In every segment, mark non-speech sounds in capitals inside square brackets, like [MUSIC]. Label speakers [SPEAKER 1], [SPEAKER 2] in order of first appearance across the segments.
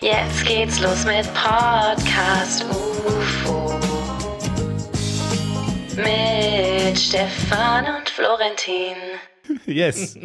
[SPEAKER 1] Jetzt geht's los mit Podcast UFO. Mit Stefan und Florentin.
[SPEAKER 2] Yes.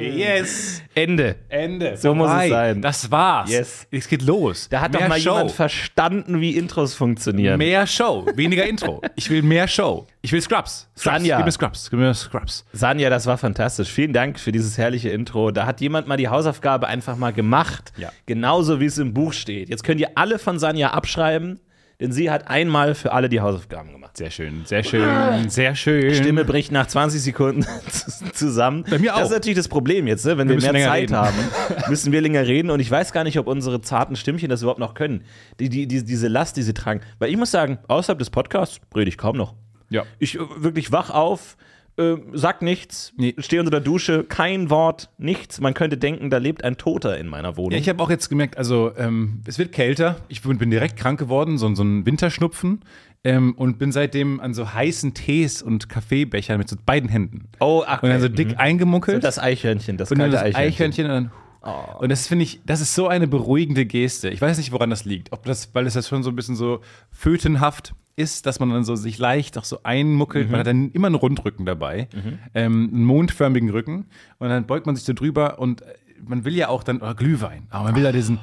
[SPEAKER 2] yes.
[SPEAKER 3] Ende.
[SPEAKER 2] Ende.
[SPEAKER 3] So muss
[SPEAKER 2] Vorbei.
[SPEAKER 3] es sein. Das war's.
[SPEAKER 2] Yes.
[SPEAKER 3] Es geht los.
[SPEAKER 2] Da hat
[SPEAKER 3] mehr
[SPEAKER 2] doch mal
[SPEAKER 3] Show.
[SPEAKER 2] jemand verstanden, wie Intros funktionieren.
[SPEAKER 3] Mehr Show, weniger Intro. Ich will mehr Show. Ich will Scrubs. Scrubs.
[SPEAKER 2] Sanja.
[SPEAKER 3] Gib mir Scrubs. Gib mir Scrubs.
[SPEAKER 2] Sanja, das war fantastisch. Vielen Dank für dieses herrliche Intro. Da hat jemand mal die Hausaufgabe einfach mal gemacht.
[SPEAKER 3] Ja.
[SPEAKER 2] Genauso wie es im Buch steht. Jetzt könnt ihr alle von Sanja abschreiben, denn sie hat einmal für alle die Hausaufgaben gemacht.
[SPEAKER 3] Sehr schön, sehr schön, sehr schön.
[SPEAKER 2] Stimme bricht nach 20 Sekunden [LAUGHS] z- zusammen.
[SPEAKER 3] Bei mir auch.
[SPEAKER 2] Das ist natürlich das Problem jetzt, ne? wenn wir,
[SPEAKER 3] müssen
[SPEAKER 2] mehr
[SPEAKER 3] länger
[SPEAKER 2] Zeit
[SPEAKER 3] reden.
[SPEAKER 2] haben,
[SPEAKER 3] [LAUGHS]
[SPEAKER 2] müssen wir länger reden. Und ich weiß gar nicht, ob unsere zarten Stimmchen das überhaupt noch können. Die, die, die, diese Last, die sie tragen. Weil ich muss sagen, außerhalb des Podcasts rede ich kaum noch.
[SPEAKER 3] Ja.
[SPEAKER 2] Ich äh, wirklich wach auf, äh, sag nichts,
[SPEAKER 3] Nee.
[SPEAKER 2] stehe unter der Dusche, kein Wort, nichts. Man könnte denken, da lebt ein Toter in meiner Wohnung.
[SPEAKER 3] Ja, ich habe auch jetzt gemerkt, also ähm, es wird kälter. Ich bin, bin direkt krank geworden, so, ein- so ein Winterschnupfen. Ähm, und bin seitdem an so heißen Tees und Kaffeebechern mit so beiden Händen.
[SPEAKER 2] Oh, ach,
[SPEAKER 3] Und dann so dick eingemunkelt.
[SPEAKER 2] das Eichhörnchen, das
[SPEAKER 3] und dann
[SPEAKER 2] kalte
[SPEAKER 3] das
[SPEAKER 2] Eichhörnchen. Oh.
[SPEAKER 3] Eichhörnchen. und dann. Und das finde ich, das ist so eine beruhigende Geste. Ich weiß nicht, woran das liegt. Ob das, weil es das schon so ein bisschen so fötenhaft ist, dass man dann so sich leicht auch so einmuckelt.
[SPEAKER 2] Mhm.
[SPEAKER 3] Man hat dann immer einen Rundrücken dabei, ähm, einen mondförmigen Rücken. Und dann beugt man sich so drüber und äh, man will ja auch dann, oder Glühwein, aber man will ja
[SPEAKER 2] Ah.
[SPEAKER 3] diesen,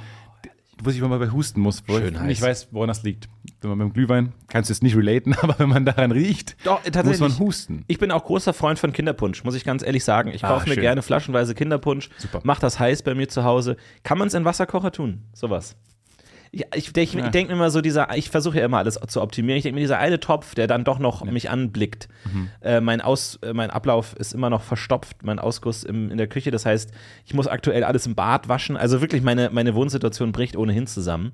[SPEAKER 3] wo ich immer bei husten muss, wo
[SPEAKER 2] Schön
[SPEAKER 3] ich
[SPEAKER 2] heiß.
[SPEAKER 3] nicht weiß, woran das liegt. Wenn man beim Glühwein, kannst du es nicht relaten, [LAUGHS] aber wenn man daran riecht,
[SPEAKER 2] Doch, äh,
[SPEAKER 3] muss
[SPEAKER 2] tatsächlich.
[SPEAKER 3] man husten.
[SPEAKER 2] Ich bin auch großer Freund von Kinderpunsch, muss ich ganz ehrlich sagen. Ich
[SPEAKER 3] Ah,
[SPEAKER 2] kaufe mir
[SPEAKER 3] schön.
[SPEAKER 2] gerne flaschenweise Kinderpunsch,
[SPEAKER 3] Super.
[SPEAKER 2] mach das heiß bei mir zu Hause. Kann man es in Wasserkocher tun? Sowas. Ich, ich, denk- ich denke mir immer so, dieser, ich versuche ja immer alles zu optimieren. Ich denke mir, dieser eine Topf, der dann doch noch mich anblickt.
[SPEAKER 3] Mhm.
[SPEAKER 2] Äh, mein, Aus, äh, mein Ablauf ist immer noch verstopft, mein Ausguss im, in der Küche. Das heißt, ich muss aktuell alles im Bad waschen. Also wirklich, meine, meine Wohnsituation bricht ohnehin zusammen.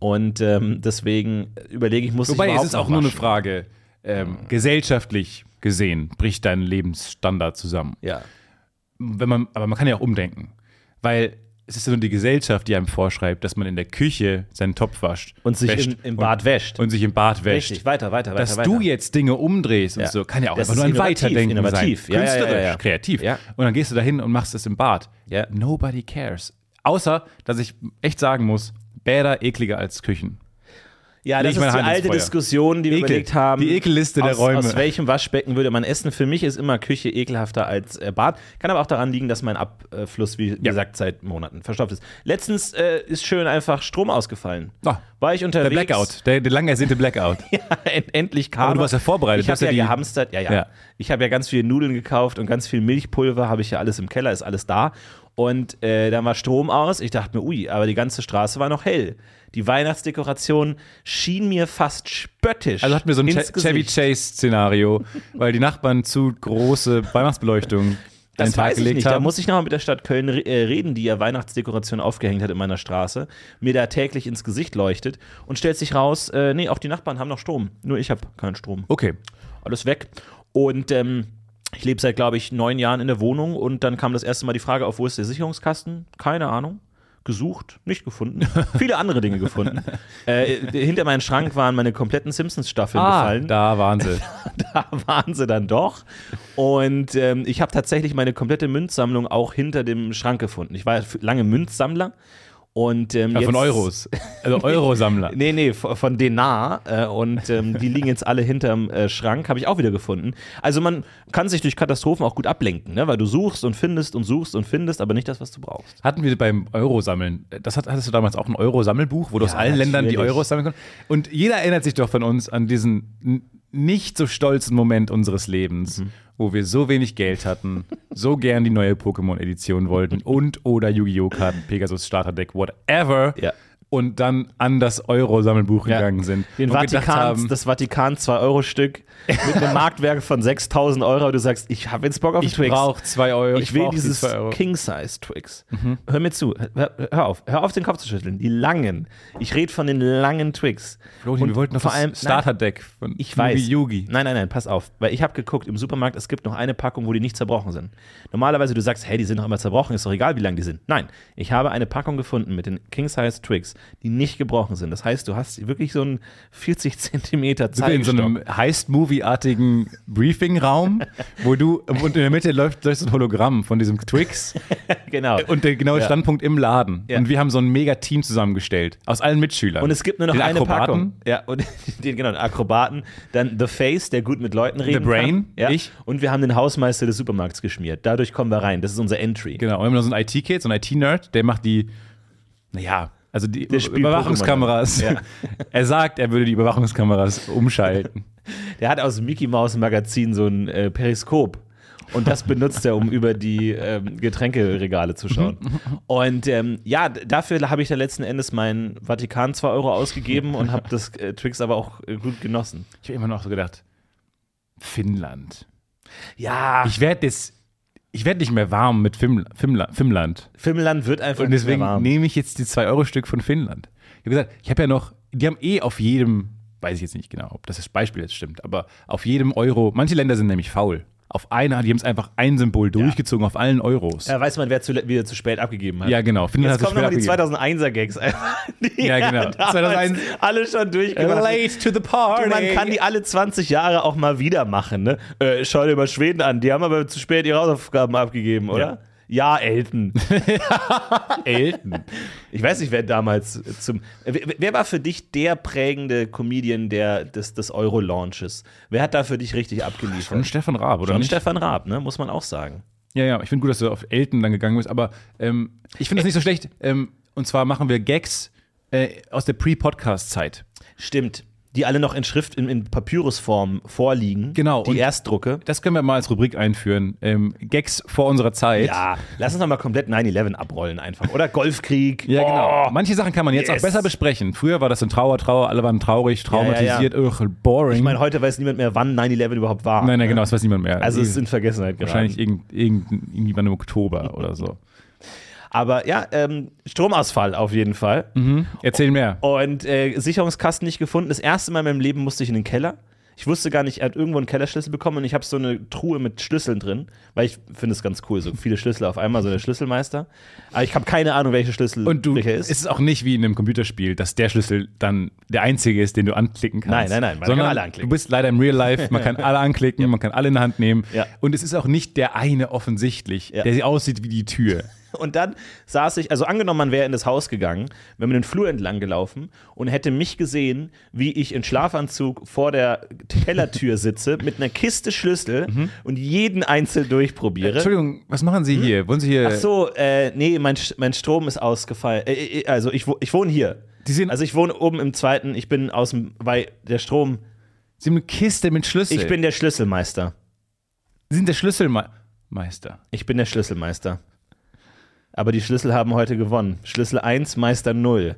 [SPEAKER 2] Und ähm, deswegen überlege ich, muss ich
[SPEAKER 3] Wobei es
[SPEAKER 2] überhaupt
[SPEAKER 3] ist
[SPEAKER 2] noch
[SPEAKER 3] auch nur eine
[SPEAKER 2] waschen?
[SPEAKER 3] Frage, ähm, gesellschaftlich gesehen bricht dein Lebensstandard zusammen.
[SPEAKER 2] Ja.
[SPEAKER 3] Wenn man, aber man kann ja auch umdenken, weil es ist ja nur die Gesellschaft, die einem vorschreibt, dass man in der Küche seinen Topf wascht
[SPEAKER 2] Und sich
[SPEAKER 3] wäscht
[SPEAKER 2] im, im Bad wäscht.
[SPEAKER 3] und, und sich im Bad wäscht.
[SPEAKER 2] Richtig, weiter, weiter, weiter.
[SPEAKER 3] Dass
[SPEAKER 2] weiter.
[SPEAKER 3] du jetzt Dinge umdrehst
[SPEAKER 2] Ja.
[SPEAKER 3] und so, kann ja auch
[SPEAKER 2] Das
[SPEAKER 3] einfach nur ein
[SPEAKER 2] ist innovativ,
[SPEAKER 3] Weiterdenken
[SPEAKER 2] innovativ.
[SPEAKER 3] sein.
[SPEAKER 2] Ja, ja, ja,
[SPEAKER 3] Künstlerisch,
[SPEAKER 2] ja.
[SPEAKER 3] kreativ.
[SPEAKER 2] Ja.
[SPEAKER 3] Und dann gehst du dahin und machst es im Bad.
[SPEAKER 2] Ja.
[SPEAKER 3] Nobody cares. Außer, dass ich echt sagen muss, Bäder ekliger als Küchen.
[SPEAKER 2] Ja,
[SPEAKER 3] Leg
[SPEAKER 2] das
[SPEAKER 3] ich meine
[SPEAKER 2] ist die
[SPEAKER 3] Hand ins
[SPEAKER 2] alte
[SPEAKER 3] Feuer.
[SPEAKER 2] Diskussion, die wir
[SPEAKER 3] Ekel.
[SPEAKER 2] überlegt haben.
[SPEAKER 3] Die Ekelliste der
[SPEAKER 2] aus,
[SPEAKER 3] Räume.
[SPEAKER 2] Aus welchem Waschbecken würde man essen? Für mich ist immer Küche ekelhafter als äh, Bad. Kann aber auch daran liegen, dass mein Abfluss, wie gesagt, seit Monaten verstopft ist. Letztens äh, ist schön einfach Strom ausgefallen.
[SPEAKER 3] Ah,
[SPEAKER 2] War ich unterwegs.
[SPEAKER 3] Der Blackout, der, der lang ersehnte Blackout.
[SPEAKER 2] End- Endlich kam.
[SPEAKER 3] Aber du warst ja vorbereitet,
[SPEAKER 2] Ich
[SPEAKER 3] du
[SPEAKER 2] habe
[SPEAKER 3] hast
[SPEAKER 2] ja,
[SPEAKER 3] ja die-
[SPEAKER 2] gehamstert. Ja, ja.
[SPEAKER 3] Ja.
[SPEAKER 2] Ich habe ja ganz viele Nudeln gekauft und ganz viel Milchpulver habe ich ja alles im Keller, ist alles da. Und äh, dann war Strom aus. Ich dachte mir, ui, aber die ganze Straße war noch hell. Die Weihnachtsdekoration schien mir fast spöttisch.
[SPEAKER 3] Also hatten wir so ein
[SPEAKER 2] ins
[SPEAKER 3] Che- Chevy
[SPEAKER 2] Gesicht.
[SPEAKER 3] Chase-Szenario,
[SPEAKER 2] [LAUGHS]
[SPEAKER 3] weil die Nachbarn zu große Weihnachtsbeleuchtung an den
[SPEAKER 2] Das
[SPEAKER 3] Tag
[SPEAKER 2] weiß ich
[SPEAKER 3] gelegt
[SPEAKER 2] nicht. Da
[SPEAKER 3] haben.
[SPEAKER 2] muss ich nochmal mit der Stadt Köln re- äh, reden, die ja Weihnachtsdekoration aufgehängt hat in meiner Straße, mir da täglich ins Gesicht leuchtet und stellt sich raus, äh, nee, auch die Nachbarn haben noch Strom. Nur ich habe keinen Strom.
[SPEAKER 3] okay.
[SPEAKER 2] alles weg. Und ähm, ich lebe seit, glaube ich, neun Jahren in der Wohnung und dann kam das erste Mal die Frage auf, wo ist der Sicherungskasten? Keine Ahnung. Gesucht,
[SPEAKER 3] [LAUGHS]
[SPEAKER 2] nicht gefunden. Viele andere Dinge gefunden. äh, hinter meinen Schrank waren meine kompletten Simpsons-Staffeln gefallen.
[SPEAKER 3] Ah, da waren sie.
[SPEAKER 2] [LAUGHS] Da waren sie dann doch. Und ähm, ich habe tatsächlich meine komplette Münzsammlung auch hinter dem Schrank gefunden. Ich war ja f- lange Münzsammler. Und, ähm,
[SPEAKER 3] Ja, von
[SPEAKER 2] jetzt-
[SPEAKER 3] Euros. Also
[SPEAKER 2] [LAUGHS]
[SPEAKER 3] Eurosammler.
[SPEAKER 2] Nee, nee, von von Denar. Äh, und ähm, [LAUGHS] die liegen jetzt alle hinterm äh, Schrank, habe ich auch wieder gefunden. Also man kann sich durch Katastrophen auch gut ablenken, ne? weil du suchst und findest und suchst und findest, aber nicht das, was du brauchst.
[SPEAKER 3] Hatten wir beim Eurosammeln, das hat, hattest du damals auch ein Euro-Sammelbuch, wo du aus
[SPEAKER 2] Ja,
[SPEAKER 3] allen Ländern die
[SPEAKER 2] natürlich.
[SPEAKER 3] Euros sammeln konntest. Und jeder erinnert sich doch von uns an diesen n- nicht so stolzen Moment unseres Lebens,
[SPEAKER 2] Mhm.
[SPEAKER 3] wo wir so wenig Geld
[SPEAKER 2] [LAUGHS]
[SPEAKER 3] hatten, so gern die neue Pokémon-Edition wollten und oder Yu-Gi-Oh! Karten, Pegasus Starterdeck, whatever.
[SPEAKER 2] Ja.
[SPEAKER 3] Und dann an das Euro-Sammelbuch
[SPEAKER 2] Ja.
[SPEAKER 3] gegangen sind.
[SPEAKER 2] Den
[SPEAKER 3] und gedacht
[SPEAKER 2] Vatikan,
[SPEAKER 3] haben,
[SPEAKER 2] das Vatikan 2-Euro-Stück mit [LAUGHS] einem Marktwerk von 6000 Euro. Du sagst, ich habe jetzt Bock auf
[SPEAKER 3] ich
[SPEAKER 2] Twix.
[SPEAKER 3] brauche zwei Euro.
[SPEAKER 2] ich, will
[SPEAKER 3] brauch die
[SPEAKER 2] dieses
[SPEAKER 3] zwei Euro.
[SPEAKER 2] King-Size-Twix. Hör mir zu, hör, hör auf, hör auf den Kopf zu schütteln. Die langen. Ich rede von den langen Twix.
[SPEAKER 3] Florian, wir wollten noch
[SPEAKER 2] vor
[SPEAKER 3] das
[SPEAKER 2] allem- nein.
[SPEAKER 3] Starterdeck von
[SPEAKER 2] Ich weiß.
[SPEAKER 3] Yugi.
[SPEAKER 2] Nein, nein, nein, pass auf. Weil ich habe geguckt, im Supermarkt, es gibt noch eine Packung, wo die nicht zerbrochen sind. Normalerweise, du sagst, hey, die sind noch immer zerbrochen, ist doch egal, wie lang die sind. Nein, ich habe eine Packung gefunden mit den King Size Twigs. die nicht gebrochen sind. Das heißt, du hast wirklich so einen 40 Zentimeter
[SPEAKER 3] Sind wir in so
[SPEAKER 2] Zeigestock.
[SPEAKER 3] einem Heist-Movie-artigen Briefing-Raum, wo du, und in der Mitte läuft, läuft so ein Hologramm von diesem Twix
[SPEAKER 2] genau.
[SPEAKER 3] und der genaue
[SPEAKER 2] Ja.
[SPEAKER 3] Standpunkt im Laden.
[SPEAKER 2] Ja.
[SPEAKER 3] Und wir haben so ein mega Team zusammengestellt, aus allen Mitschülern.
[SPEAKER 2] Und es gibt nur noch
[SPEAKER 3] Den
[SPEAKER 2] eine
[SPEAKER 3] Akrobaten.
[SPEAKER 2] Packung. Ja, und [LAUGHS] den, genau, den Akrobaten, dann The Face, der gut mit Leuten reden
[SPEAKER 3] Brain,
[SPEAKER 2] kann. Ja.
[SPEAKER 3] ich.
[SPEAKER 2] Und wir haben den Hausmeister des Supermarkts geschmiert. Dadurch kommen wir rein. Das ist unser Entry.
[SPEAKER 3] Genau, und wir haben noch so einen IT-Kid, so einen IT-Nerd, der macht die, naja, also die
[SPEAKER 2] spielt
[SPEAKER 3] Überwachungskameras.
[SPEAKER 2] Pokémon. Ja.
[SPEAKER 3] [LAUGHS] er sagt, er würde die Überwachungskameras umschalten.
[SPEAKER 2] Der hat aus dem Mickey Mouse Magazin so ein äh, Periskop. Und das benutzt
[SPEAKER 3] [LAUGHS]
[SPEAKER 2] er, um über die ähm, Getränkeregale zu schauen. Und ähm, ja, d- dafür habe ich dann letzten Endes meinen Vatikan 2 Euro ausgegeben und habe das äh, Twix aber auch äh, gut genossen.
[SPEAKER 3] Ich habe immer noch so gedacht, Finnland.
[SPEAKER 2] Ja,
[SPEAKER 3] Ich werde jetzt, ich werde nicht mehr warm mit Fim, Fimla, Finnland.
[SPEAKER 2] Finnland wird einfach
[SPEAKER 3] Und
[SPEAKER 2] nicht mehr
[SPEAKER 3] deswegen
[SPEAKER 2] warm.
[SPEAKER 3] nehme ich jetzt die 2-Euro-Stück von Finnland. Ich habe gesagt, ich habe ja noch, die haben eh auf jedem, weiß ich jetzt nicht genau, ob das das Beispiel jetzt stimmt, aber auf jedem Euro, manche Länder sind nämlich faul. Auf einer, die haben es einfach ein Symbol durchgezogen, auf allen Euros.
[SPEAKER 2] Da weiß man, wer zu, wieder zu spät abgegeben hat.
[SPEAKER 3] Ja, genau. Finnland
[SPEAKER 2] Jetzt
[SPEAKER 3] hat es
[SPEAKER 2] kommen nochmal die
[SPEAKER 3] spät abgegeben.
[SPEAKER 2] [LAUGHS] 2001er-Gags einfach. Die
[SPEAKER 3] Ja, genau.
[SPEAKER 2] damals
[SPEAKER 3] 2001
[SPEAKER 2] Alle schon durchgemacht.
[SPEAKER 3] to the party.
[SPEAKER 2] Du, Oh, man kann die alle 20 Jahre auch mal wieder machen. Ne? Äh, schau dir mal Schweden an. Die haben aber zu spät ihre Hausaufgaben abgegeben, oder? Ja, Elton. [LAUGHS] Elton. Ich weiß nicht, wer damals zum. Wer, wer war für dich der prägende Comedian der, des, des Euro-Launches? Wer hat da für dich richtig
[SPEAKER 3] Von
[SPEAKER 2] abgeliefert?
[SPEAKER 3] Stefan Raab, oder?
[SPEAKER 2] Von
[SPEAKER 3] nicht?
[SPEAKER 2] Stefan Raab, ne? muss man auch sagen.
[SPEAKER 3] Ja, ja, ich finde gut, dass du auf Elton dann gegangen bist, aber ähm, ich
[SPEAKER 2] Äh,
[SPEAKER 3] finde das nicht so schlecht. Ähm, und zwar machen wir Gags äh, aus der Pre-Podcast-Zeit.
[SPEAKER 2] Stimmt. Die alle noch in Schrift, in, in Papyrusform vorliegen.
[SPEAKER 3] Genau,
[SPEAKER 2] Die
[SPEAKER 3] und-
[SPEAKER 2] Erstdrucke.
[SPEAKER 3] Das können wir mal als Rubrik einführen. Ähm, Gags vor unserer Zeit.
[SPEAKER 2] Ja, lass uns nochmal komplett 9-11 abrollen einfach. Oder Golfkrieg.
[SPEAKER 3] Ja, genau.
[SPEAKER 2] Oh.
[SPEAKER 3] Manche Sachen kann man jetzt
[SPEAKER 2] yes.
[SPEAKER 3] auch besser besprechen. Früher war das in Trauer, Trauer, alle waren traurig, traumatisiert, ugh, boring.
[SPEAKER 2] Ich meine, heute weiß niemand mehr, wann 9-11 überhaupt war.
[SPEAKER 3] nein, nein, genau, das weiß niemand mehr.
[SPEAKER 2] Also es ist in Vergessenheit
[SPEAKER 3] wahrscheinlich
[SPEAKER 2] geraten.
[SPEAKER 3] irgend, irgend, irgendjemand im Oktober oder so.
[SPEAKER 2] Aber ja, ähm, Stromausfall auf jeden Fall.
[SPEAKER 3] Mhm. Erzähl mehr.
[SPEAKER 2] Und äh, Sicherungskasten nicht gefunden. Das erste Mal in meinem Leben musste ich in den Keller. Ich wusste gar nicht, er hat irgendwo einen Kellerschlüssel bekommen und ich habe so eine Truhe mit Schlüsseln drin, weil ich finde es ganz cool, so viele Schlüssel auf einmal, so der Schlüsselmeister. Aber ich habe keine Ahnung, welcher Schlüssel
[SPEAKER 3] Und du,
[SPEAKER 2] welcher
[SPEAKER 3] ist es ist auch nicht wie in einem Computerspiel, dass der Schlüssel dann der einzige ist, den du anklicken kannst.
[SPEAKER 2] Nein, nein, nein, man
[SPEAKER 3] sondern
[SPEAKER 2] kann alle anklicken.
[SPEAKER 3] Du bist leider im Real Life, man
[SPEAKER 2] [LAUGHS]
[SPEAKER 3] kann alle anklicken, man kann alle in der Hand nehmen.
[SPEAKER 2] Ja.
[SPEAKER 3] Und es ist auch nicht der eine offensichtlich,
[SPEAKER 2] Ja.
[SPEAKER 3] der sie aussieht wie die Tür.
[SPEAKER 2] Und dann saß ich, also angenommen, man wäre in das Haus gegangen, wenn man den Flur entlang gelaufen und hätte mich gesehen, wie ich in Schlafanzug vor der Kellertür sitze mit einer Kiste Schlüssel und jeden einzeln durchprobiere.
[SPEAKER 3] Entschuldigung, was machen Sie hier? Wollen Sie hier.
[SPEAKER 2] Hm? Ach so, äh, nee, mein, Sch- mein Strom ist ausgefallen. Äh, äh, also ich, wo- ich wohne hier.
[SPEAKER 3] Die sind-
[SPEAKER 2] also ich wohne oben im zweiten, ich bin aus dem, weil der Strom,
[SPEAKER 3] Sie haben eine Kiste mit Schlüssel.
[SPEAKER 2] ich bin der Schlüsselmeister.
[SPEAKER 3] Sie sind der Schlüsselmeister.
[SPEAKER 2] Ich bin der Schlüsselmeister. Aber die Schlüssel haben heute gewonnen. Schlüssel 1, Meister 0.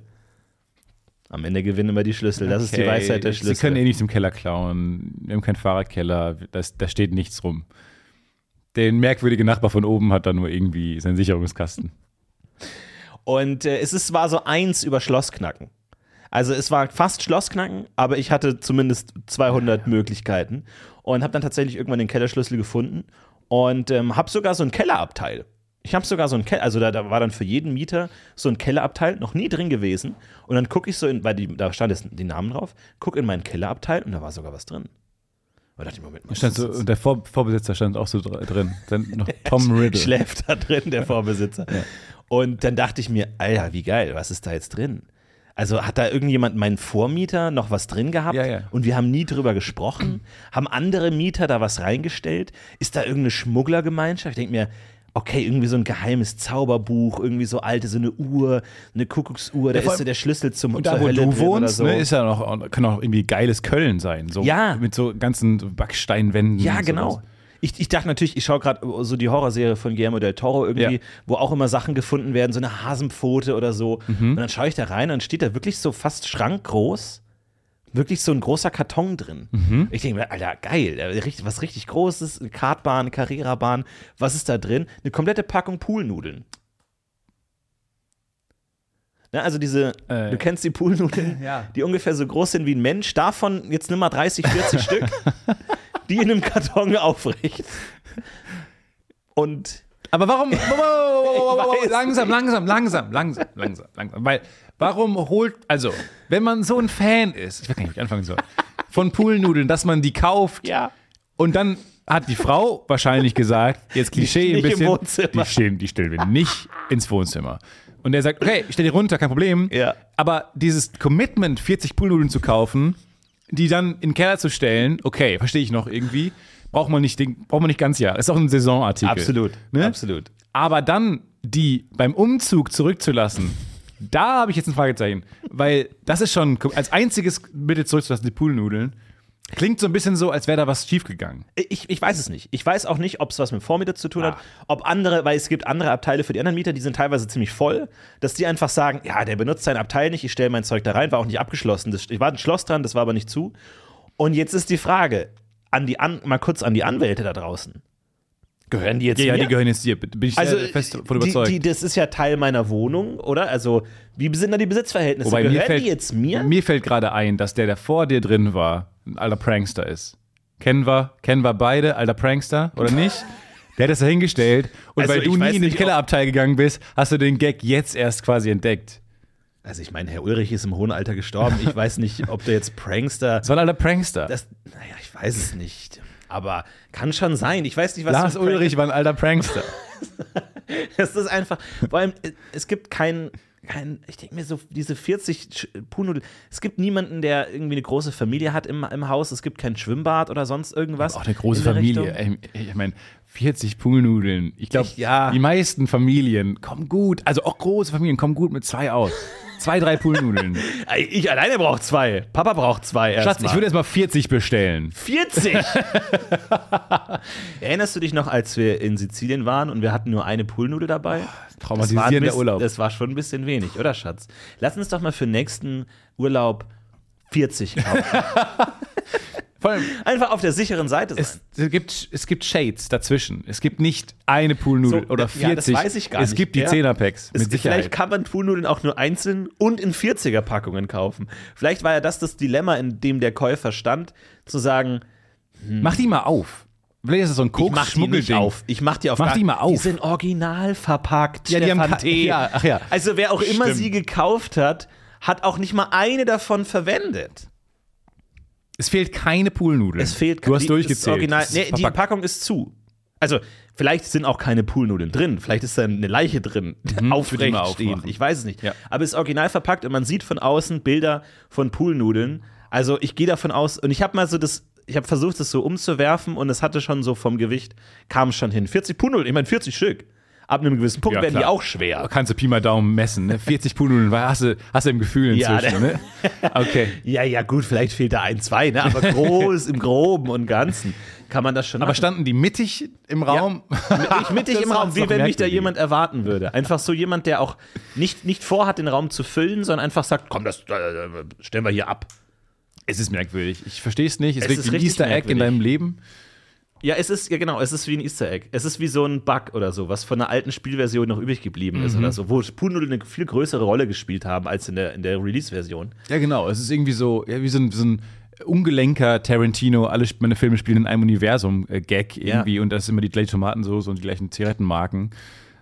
[SPEAKER 2] Am Ende gewinnen immer die Schlüssel. Das ist die
[SPEAKER 3] Okay,
[SPEAKER 2] Weisheit der
[SPEAKER 3] Sie können eh
[SPEAKER 2] Schlüssel.
[SPEAKER 3] nichts im Keller klauen. Wir haben keinen Fahrradkeller. Das, da steht nichts rum. Der merkwürdige Nachbar von oben hat da nur irgendwie seinen Sicherungskasten.
[SPEAKER 2] Und äh, es ist, war so eins über Schlossknacken. Also es war fast Schlossknacken, aber ich hatte zumindest 200 Möglichkeiten und habe dann tatsächlich irgendwann den Kellerschlüssel gefunden und ähm, habe sogar so ein Kellerabteil. Ich habe sogar so ein Keller, also da, da war dann für jeden Mieter so ein Kellerabteil, noch nie drin gewesen. Und dann gucke ich so in, weil die, da stand jetzt die Namen drauf, gucke in meinen Kellerabteil und da war sogar was drin. Und dachte ich, Moment mal,
[SPEAKER 3] Stand so,
[SPEAKER 2] das ist-
[SPEAKER 3] und der Vor Vorbesitzer stand auch so dr- drin. Dann
[SPEAKER 2] [LAUGHS]
[SPEAKER 3] noch Tom Riddle.
[SPEAKER 2] schläft da
[SPEAKER 3] [LAUGHS]
[SPEAKER 2] drin, der Vorbesitzer. Und dann dachte ich mir, Alter, wie geil, was ist da jetzt drin? Also hat da irgendjemand, mein Vormieter, noch was drin gehabt
[SPEAKER 3] Ja, ja.
[SPEAKER 2] und wir haben nie drüber gesprochen? [CLEARS THROAT] haben andere Mieter da was reingestellt? Ist da irgendeine Schmugglergemeinschaft? Ich denke mir, okay, irgendwie so ein geheimes Zauberbuch, irgendwie so alte, so eine Uhr, eine Kuckucksuhr, da
[SPEAKER 3] vor
[SPEAKER 2] ist so
[SPEAKER 3] allem-
[SPEAKER 2] der Schlüssel zum
[SPEAKER 3] Und
[SPEAKER 2] zur
[SPEAKER 3] da, wo
[SPEAKER 2] Hölle
[SPEAKER 3] du
[SPEAKER 2] drin oder
[SPEAKER 3] wohnst,
[SPEAKER 2] so.
[SPEAKER 3] ne, ist ja noch, kann auch irgendwie geiles Köln sein. So
[SPEAKER 2] Ja.
[SPEAKER 3] Mit so ganzen Backsteinwänden.
[SPEAKER 2] Ja,
[SPEAKER 3] und
[SPEAKER 2] genau.
[SPEAKER 3] sowas.
[SPEAKER 2] Ich, ich dachte natürlich, ich schaue gerade so die Horrorserie von Guillermo del Toro irgendwie,
[SPEAKER 3] Ja.
[SPEAKER 2] wo auch immer Sachen gefunden werden, so eine Hasenpfote oder so.
[SPEAKER 3] Mhm.
[SPEAKER 2] Und dann schaue ich da rein und dann steht da wirklich so fast schrankgroß, wirklich so ein großer Karton drin.
[SPEAKER 3] Mhm.
[SPEAKER 2] Ich denke mir, Alter, geil, äh, richtig- was richtig Großes, eine Kartbahn, eine Carrera-Bahn, was ist da drin? Eine komplette Packung Poolnudeln. Na, also diese,
[SPEAKER 3] Äh,
[SPEAKER 2] du kennst die
[SPEAKER 3] [LAUGHS]
[SPEAKER 2] Poolnudeln,
[SPEAKER 3] ja.
[SPEAKER 2] die ungefähr so groß sind wie ein Mensch, davon jetzt nimm mal
[SPEAKER 3] [LAUGHS]
[SPEAKER 2] 30, 40 Stück die in einem Karton aufrecht. Und
[SPEAKER 3] Aber warum? Wow, wow, wow, wow, wow, wow,
[SPEAKER 2] [LAUGHS] Ich weiß
[SPEAKER 3] langsam, langsam, langsam, langsam, langsam, langsam. Weil Warum holt, also, wenn man so ein Fan ist, ich weiß gar nicht, wie ich anfangen soll, von Poolnudeln, dass man die kauft
[SPEAKER 2] Ja.
[SPEAKER 3] und dann hat die Frau wahrscheinlich gesagt, jetzt Klischee ein
[SPEAKER 2] Nicht im
[SPEAKER 3] bisschen,
[SPEAKER 2] Wohnzimmer.
[SPEAKER 3] die stellen, die stellen wir nicht ins Wohnzimmer. Und er sagt, okay, ich stell die runter, kein Problem.
[SPEAKER 2] Ja.
[SPEAKER 3] Aber dieses Commitment, 40 Poolnudeln zu kaufen, die dann in den Keller zu stellen, okay, verstehe ich noch irgendwie, braucht man nicht, den- braucht man nicht ganz Jahr. Ist auch ein Saisonartikel.
[SPEAKER 2] Absolut,
[SPEAKER 3] Ne?
[SPEAKER 2] absolut.
[SPEAKER 3] Aber dann die beim Umzug zurückzulassen, da habe ich jetzt ein Fragezeichen. Weil das ist schon, als einziges Mittel zurückzulassen, die Poolnudeln, klingt so ein bisschen so, als wäre da was schiefgegangen.
[SPEAKER 2] Ich, ich weiß es nicht. Ich weiß auch nicht, ob es was mit Vormieter zu tun hat,
[SPEAKER 3] Ah.
[SPEAKER 2] ob andere, weil es gibt andere Abteile für die anderen Mieter, die sind teilweise ziemlich voll, dass die einfach sagen, ja, der benutzt sein Abteil nicht, ich stelle mein Zeug da rein, war auch nicht abgeschlossen. Das, war ein Schloss dran, das war aber nicht zu. Und jetzt ist die Frage, an die an, mal kurz an die Anwälte da draußen. Gehören die jetzt
[SPEAKER 3] Ja,
[SPEAKER 2] mir?
[SPEAKER 3] die gehören jetzt dir. Bin ich
[SPEAKER 2] also,
[SPEAKER 3] sehr fest von
[SPEAKER 2] die,
[SPEAKER 3] überzeugt.
[SPEAKER 2] die, das ist ja Teil meiner Wohnung, oder? Also, wie sind da die Besitzverhältnisse?
[SPEAKER 3] Wobei
[SPEAKER 2] Gehören
[SPEAKER 3] mir fällt,
[SPEAKER 2] die jetzt mir?
[SPEAKER 3] mir fällt gerade ein, dass der, der vor dir drin war, ein alter Prankster ist. Kennen wir, kennen wir beide, alter Prankster oder
[SPEAKER 2] [LAUGHS]
[SPEAKER 3] nicht? Der hat das dahingestellt und
[SPEAKER 2] Also,
[SPEAKER 3] weil du
[SPEAKER 2] ich
[SPEAKER 3] nie
[SPEAKER 2] weiß
[SPEAKER 3] in den
[SPEAKER 2] nicht, ob-
[SPEAKER 3] Kellerabteil gegangen bist, hast du den Gag jetzt erst quasi entdeckt.
[SPEAKER 2] Also, ich meine, Herr Ulrich ist im hohen Alter gestorben. Ich weiß nicht, ob der jetzt Prankster.
[SPEAKER 3] Das war ein alter Prankster.
[SPEAKER 2] [LAUGHS] Das, naja, ich weiß es nicht. Aber kann schon sein. Ich weiß nicht, was.
[SPEAKER 3] Lars
[SPEAKER 2] so ein Prank- [LAUGHS]
[SPEAKER 3] Ulrich war ein alter Prankster.
[SPEAKER 2] Das ist einfach. Vor allem, äh, es gibt keinen. Kein, ich denke mir so, diese 40 Sch- Poolnudel. Es gibt niemanden, der irgendwie eine große Familie hat im, im Haus. Es gibt kein Schwimmbad oder sonst irgendwas.
[SPEAKER 3] Auch eine große
[SPEAKER 2] in der
[SPEAKER 3] Familie.
[SPEAKER 2] Richtung.
[SPEAKER 3] Ey, Ich meine, 40 Poolnudeln. Ich glaube,
[SPEAKER 2] Ich- ja.
[SPEAKER 3] die meisten Familien kommen gut, also auch große Familien kommen gut mit zwei aus. Zwei, drei
[SPEAKER 2] [LAUGHS]
[SPEAKER 3] Poolnudeln.
[SPEAKER 2] Ey, Äh, Ich alleine brauche zwei. Papa braucht zwei.
[SPEAKER 3] Schatz, ich
[SPEAKER 2] erstmal.
[SPEAKER 3] würde erstmal 40 bestellen.
[SPEAKER 2] 40!
[SPEAKER 3] [LAUGHS]
[SPEAKER 2] Erinnerst du dich noch, als wir in Sizilien waren und wir hatten nur eine Poolnudel dabei?
[SPEAKER 3] Oh, traumatisierender
[SPEAKER 2] Das war ein bisschen-
[SPEAKER 3] Urlaub.
[SPEAKER 2] Das war schon ein bisschen wenig, oder Schatz? Lass uns doch mal für nächsten Urlaub 40
[SPEAKER 3] [LAUGHS]
[SPEAKER 2] kaufen.
[SPEAKER 3] Vor allem,
[SPEAKER 2] Einfach auf der sicheren Seite sein.
[SPEAKER 3] es, es, gibt, es gibt Shades dazwischen. Es gibt nicht eine Poolnudel
[SPEAKER 2] So,
[SPEAKER 3] oder 40.
[SPEAKER 2] ja, das weiß ich gar
[SPEAKER 3] es
[SPEAKER 2] nicht.
[SPEAKER 3] gibt die
[SPEAKER 2] Ja.
[SPEAKER 3] 10er-Packs,
[SPEAKER 2] Es-
[SPEAKER 3] mit Sicherheit.
[SPEAKER 2] Vielleicht kann man Poolnudeln auch nur einzeln und in 40er-Packungen kaufen. Vielleicht war ja das das Dilemma, in dem der Käufer stand, zu sagen,
[SPEAKER 3] Mach die mal auf. Vielleicht ist es so ein
[SPEAKER 2] ich mach die nicht
[SPEAKER 3] Koks-Schmuggelding.
[SPEAKER 2] auf. Ich mach die auf.
[SPEAKER 3] Mach
[SPEAKER 2] gar-
[SPEAKER 3] die mal auf.
[SPEAKER 2] Die sind original verpackt.
[SPEAKER 3] Ja, die haben
[SPEAKER 2] Stefan
[SPEAKER 3] ka-
[SPEAKER 2] T.
[SPEAKER 3] ja, ach ja.
[SPEAKER 2] Also wer auch immer
[SPEAKER 3] Stimmt.
[SPEAKER 2] sie gekauft hat, hat auch nicht mal eine davon verwendet.
[SPEAKER 3] Es fehlt keine Poolnudel.
[SPEAKER 2] Es fehlt
[SPEAKER 3] Du hast
[SPEAKER 2] die- Das
[SPEAKER 3] durchgezählt.
[SPEAKER 2] Original,
[SPEAKER 3] Es ist
[SPEAKER 2] nee, die
[SPEAKER 3] verpackt.
[SPEAKER 2] Packung ist zu. Also, vielleicht sind auch keine Poolnudeln drin. Vielleicht ist da eine Leiche drin.
[SPEAKER 3] Würde ich
[SPEAKER 2] Aufrecht
[SPEAKER 3] Mhm, mal
[SPEAKER 2] stehen.
[SPEAKER 3] aufmachen.
[SPEAKER 2] Ich weiß es nicht.
[SPEAKER 3] Ja.
[SPEAKER 2] Aber es ist original verpackt und man sieht von außen Bilder von Poolnudeln. Also, ich gehe davon aus, und ich habe mal so das. Ich habe versucht, das so umzuwerfen und es hatte schon so vom Gewicht, kam schon hin. 40 Poolnudeln, ich meine 40 Stück. Ab einem gewissen Punkt
[SPEAKER 3] Ja,
[SPEAKER 2] werden die
[SPEAKER 3] klar.
[SPEAKER 2] auch schwer.
[SPEAKER 3] Kannst du Pi mal Daumen messen, ne? 40 Poolnudeln, weil hast du, hast du im Gefühl
[SPEAKER 2] Ja,
[SPEAKER 3] inzwischen, ne? Okay.
[SPEAKER 2] Ja, ja, gut, vielleicht fehlt da ein, zwei, ne?
[SPEAKER 3] [LAUGHS]
[SPEAKER 2] aber groß im Groben und Ganzen kann man das schon
[SPEAKER 3] Aber standen die mittig im Raum? [LAUGHS]
[SPEAKER 2] Ich mit dich
[SPEAKER 3] Das
[SPEAKER 2] im Raum,
[SPEAKER 3] macht's
[SPEAKER 2] wie
[SPEAKER 3] noch
[SPEAKER 2] wenn mich da
[SPEAKER 3] merkwürdiger.
[SPEAKER 2] jemand erwarten würde. Einfach so jemand, der auch nicht, nicht vorhat, den Raum zu füllen, sondern einfach sagt, komm, das äh, stellen wir hier ab.
[SPEAKER 3] Es ist merkwürdig. Ich verstehe es nicht. Es,
[SPEAKER 2] Es
[SPEAKER 3] liegt
[SPEAKER 2] ist
[SPEAKER 3] ein
[SPEAKER 2] richtig
[SPEAKER 3] Easter Egg in
[SPEAKER 2] merkwürdig.
[SPEAKER 3] deinem Leben.
[SPEAKER 2] Ja, es ist, ja genau, es ist wie ein Easter Egg. Es ist wie so ein Bug oder so, was von einer alten Spielversion noch übrig geblieben ist
[SPEAKER 3] Mhm.
[SPEAKER 2] oder so, wo Poolnudeln eine viel größere Rolle gespielt haben als in der, in der Release-Version.
[SPEAKER 3] Ja, genau. Es ist irgendwie so, ja, wie so ein, so ein ungelenker Tarantino, alle sp- meine Filme spielen in einem Universum-Gag irgendwie und das ist immer die gleichen Tomatensoße und die gleichen Zigarettenmarken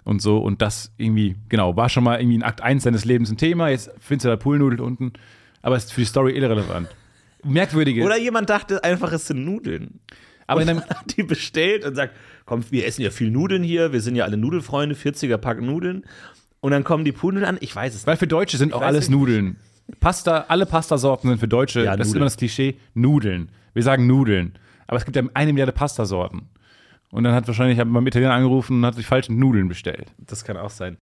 [SPEAKER 3] und so. Und das irgendwie, genau, war schon mal irgendwie in Akt 1 seines Lebens ein Thema. Jetzt findest du da Poolnudel unten, aber es ist für die Story irrelevant. Merkwürdige.
[SPEAKER 2] Oder jemand dachte einfach, es sind Nudeln.
[SPEAKER 3] aber
[SPEAKER 2] [LAUGHS]
[SPEAKER 3] in einem,
[SPEAKER 2] Die bestellt und sagt, komm, wir essen ja viel Nudeln hier, wir sind ja alle Nudelfreunde, 40er Pack Nudeln. Und dann kommen die Poolnudeln an, ich weiß es nicht.
[SPEAKER 3] weil für Deutsche sind auch
[SPEAKER 2] weiß
[SPEAKER 3] alles
[SPEAKER 2] nicht.
[SPEAKER 3] Nudeln. Pasta, alle Pastasorten sind für Deutsche,
[SPEAKER 2] Ja,
[SPEAKER 3] das ist
[SPEAKER 2] Nudeln.
[SPEAKER 3] immer das Klischee, Nudeln. Wir sagen Nudeln. Aber es gibt ja eine Milliarde Pastasorten. Und dann hat wahrscheinlich hat man Italiener angerufen und hat sich falschen Nudeln bestellt.
[SPEAKER 2] Das kann auch sein.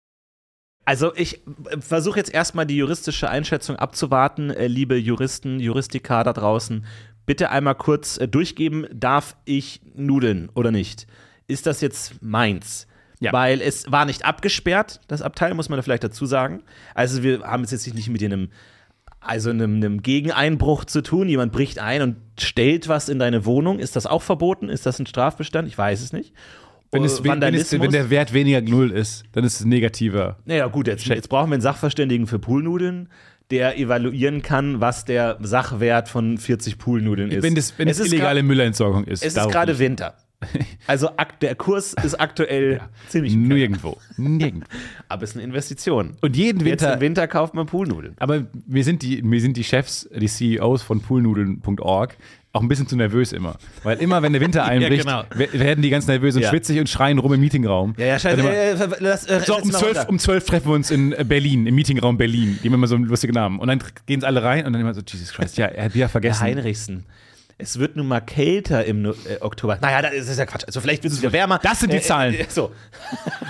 [SPEAKER 2] Also ich äh, versuche jetzt erstmal die juristische Einschätzung abzuwarten, äh, liebe Juristen, Juristika da draußen. Bitte einmal kurz äh, durchgeben, darf ich nudeln oder nicht? Ist das jetzt meins?
[SPEAKER 3] Ja.
[SPEAKER 2] Weil es war nicht abgesperrt, das Abteil, muss man da vielleicht dazu sagen. Also wir haben es jetzt nicht mit einem, also einem, einem Gegeneinbruch zu tun. Jemand bricht ein und stellt was in deine Wohnung. Ist das auch verboten? Ist das ein Strafbestand? Ich weiß es nicht.
[SPEAKER 3] Wenn, es, wenn,
[SPEAKER 2] Äh,
[SPEAKER 3] es,
[SPEAKER 2] Vandalismus?
[SPEAKER 3] wenn der Wert weniger als null ist, dann ist es negativer.
[SPEAKER 2] Naja, gut, jetzt, jetzt brauchen wir einen Sachverständigen für Poolnudeln, der evaluieren kann, was der Sachwert von 40 Poolnudeln ist.
[SPEAKER 3] Wenn das, wenn es
[SPEAKER 2] ist
[SPEAKER 3] illegale
[SPEAKER 2] gra-
[SPEAKER 3] Müllentsorgung ist.
[SPEAKER 2] Es ist
[SPEAKER 3] darum
[SPEAKER 2] gerade
[SPEAKER 3] geht's. [LAUGHS]
[SPEAKER 2] Winter. Also ak- der Kurs ist aktuell ziemlich.
[SPEAKER 3] Nirgendwo. Nirgendwo.
[SPEAKER 2] Aber es ist eine Investition.
[SPEAKER 3] Und jeden
[SPEAKER 2] [LAUGHS] Jetzt
[SPEAKER 3] Winter.
[SPEAKER 2] im Winter kauft man Poolnudeln.
[SPEAKER 3] aber mir sind, die, mir sind die Chefs, die CEOs von poolnudeln.org auch ein bisschen zu nervös immer. Weil immer, wenn der
[SPEAKER 2] [LAUGHS]
[SPEAKER 3] Winter einbricht,
[SPEAKER 2] genau.
[SPEAKER 3] we- werden die ganz nervös und
[SPEAKER 2] Ja.
[SPEAKER 3] schwitzig und schreien rum im Meetingraum. Dann immer,
[SPEAKER 2] lass,
[SPEAKER 3] So, um 12, um 12 treffen wir uns in äh, Berlin, im Meetingraum Berlin. Die haben immer so lustige Namen. Und dann gehen sie alle rein und dann immer so, Jesus Christ, ja, er hat wieder
[SPEAKER 2] Herr
[SPEAKER 3] vergessen.
[SPEAKER 2] Heinrichsen. Es wird nun mal kälter im No- äh, Oktober. Naja, das ist ja Quatsch. Also vielleicht wird es wieder wärmer.
[SPEAKER 3] Das sind die
[SPEAKER 2] Äh,
[SPEAKER 3] Zahlen.
[SPEAKER 2] Äh, äh, so.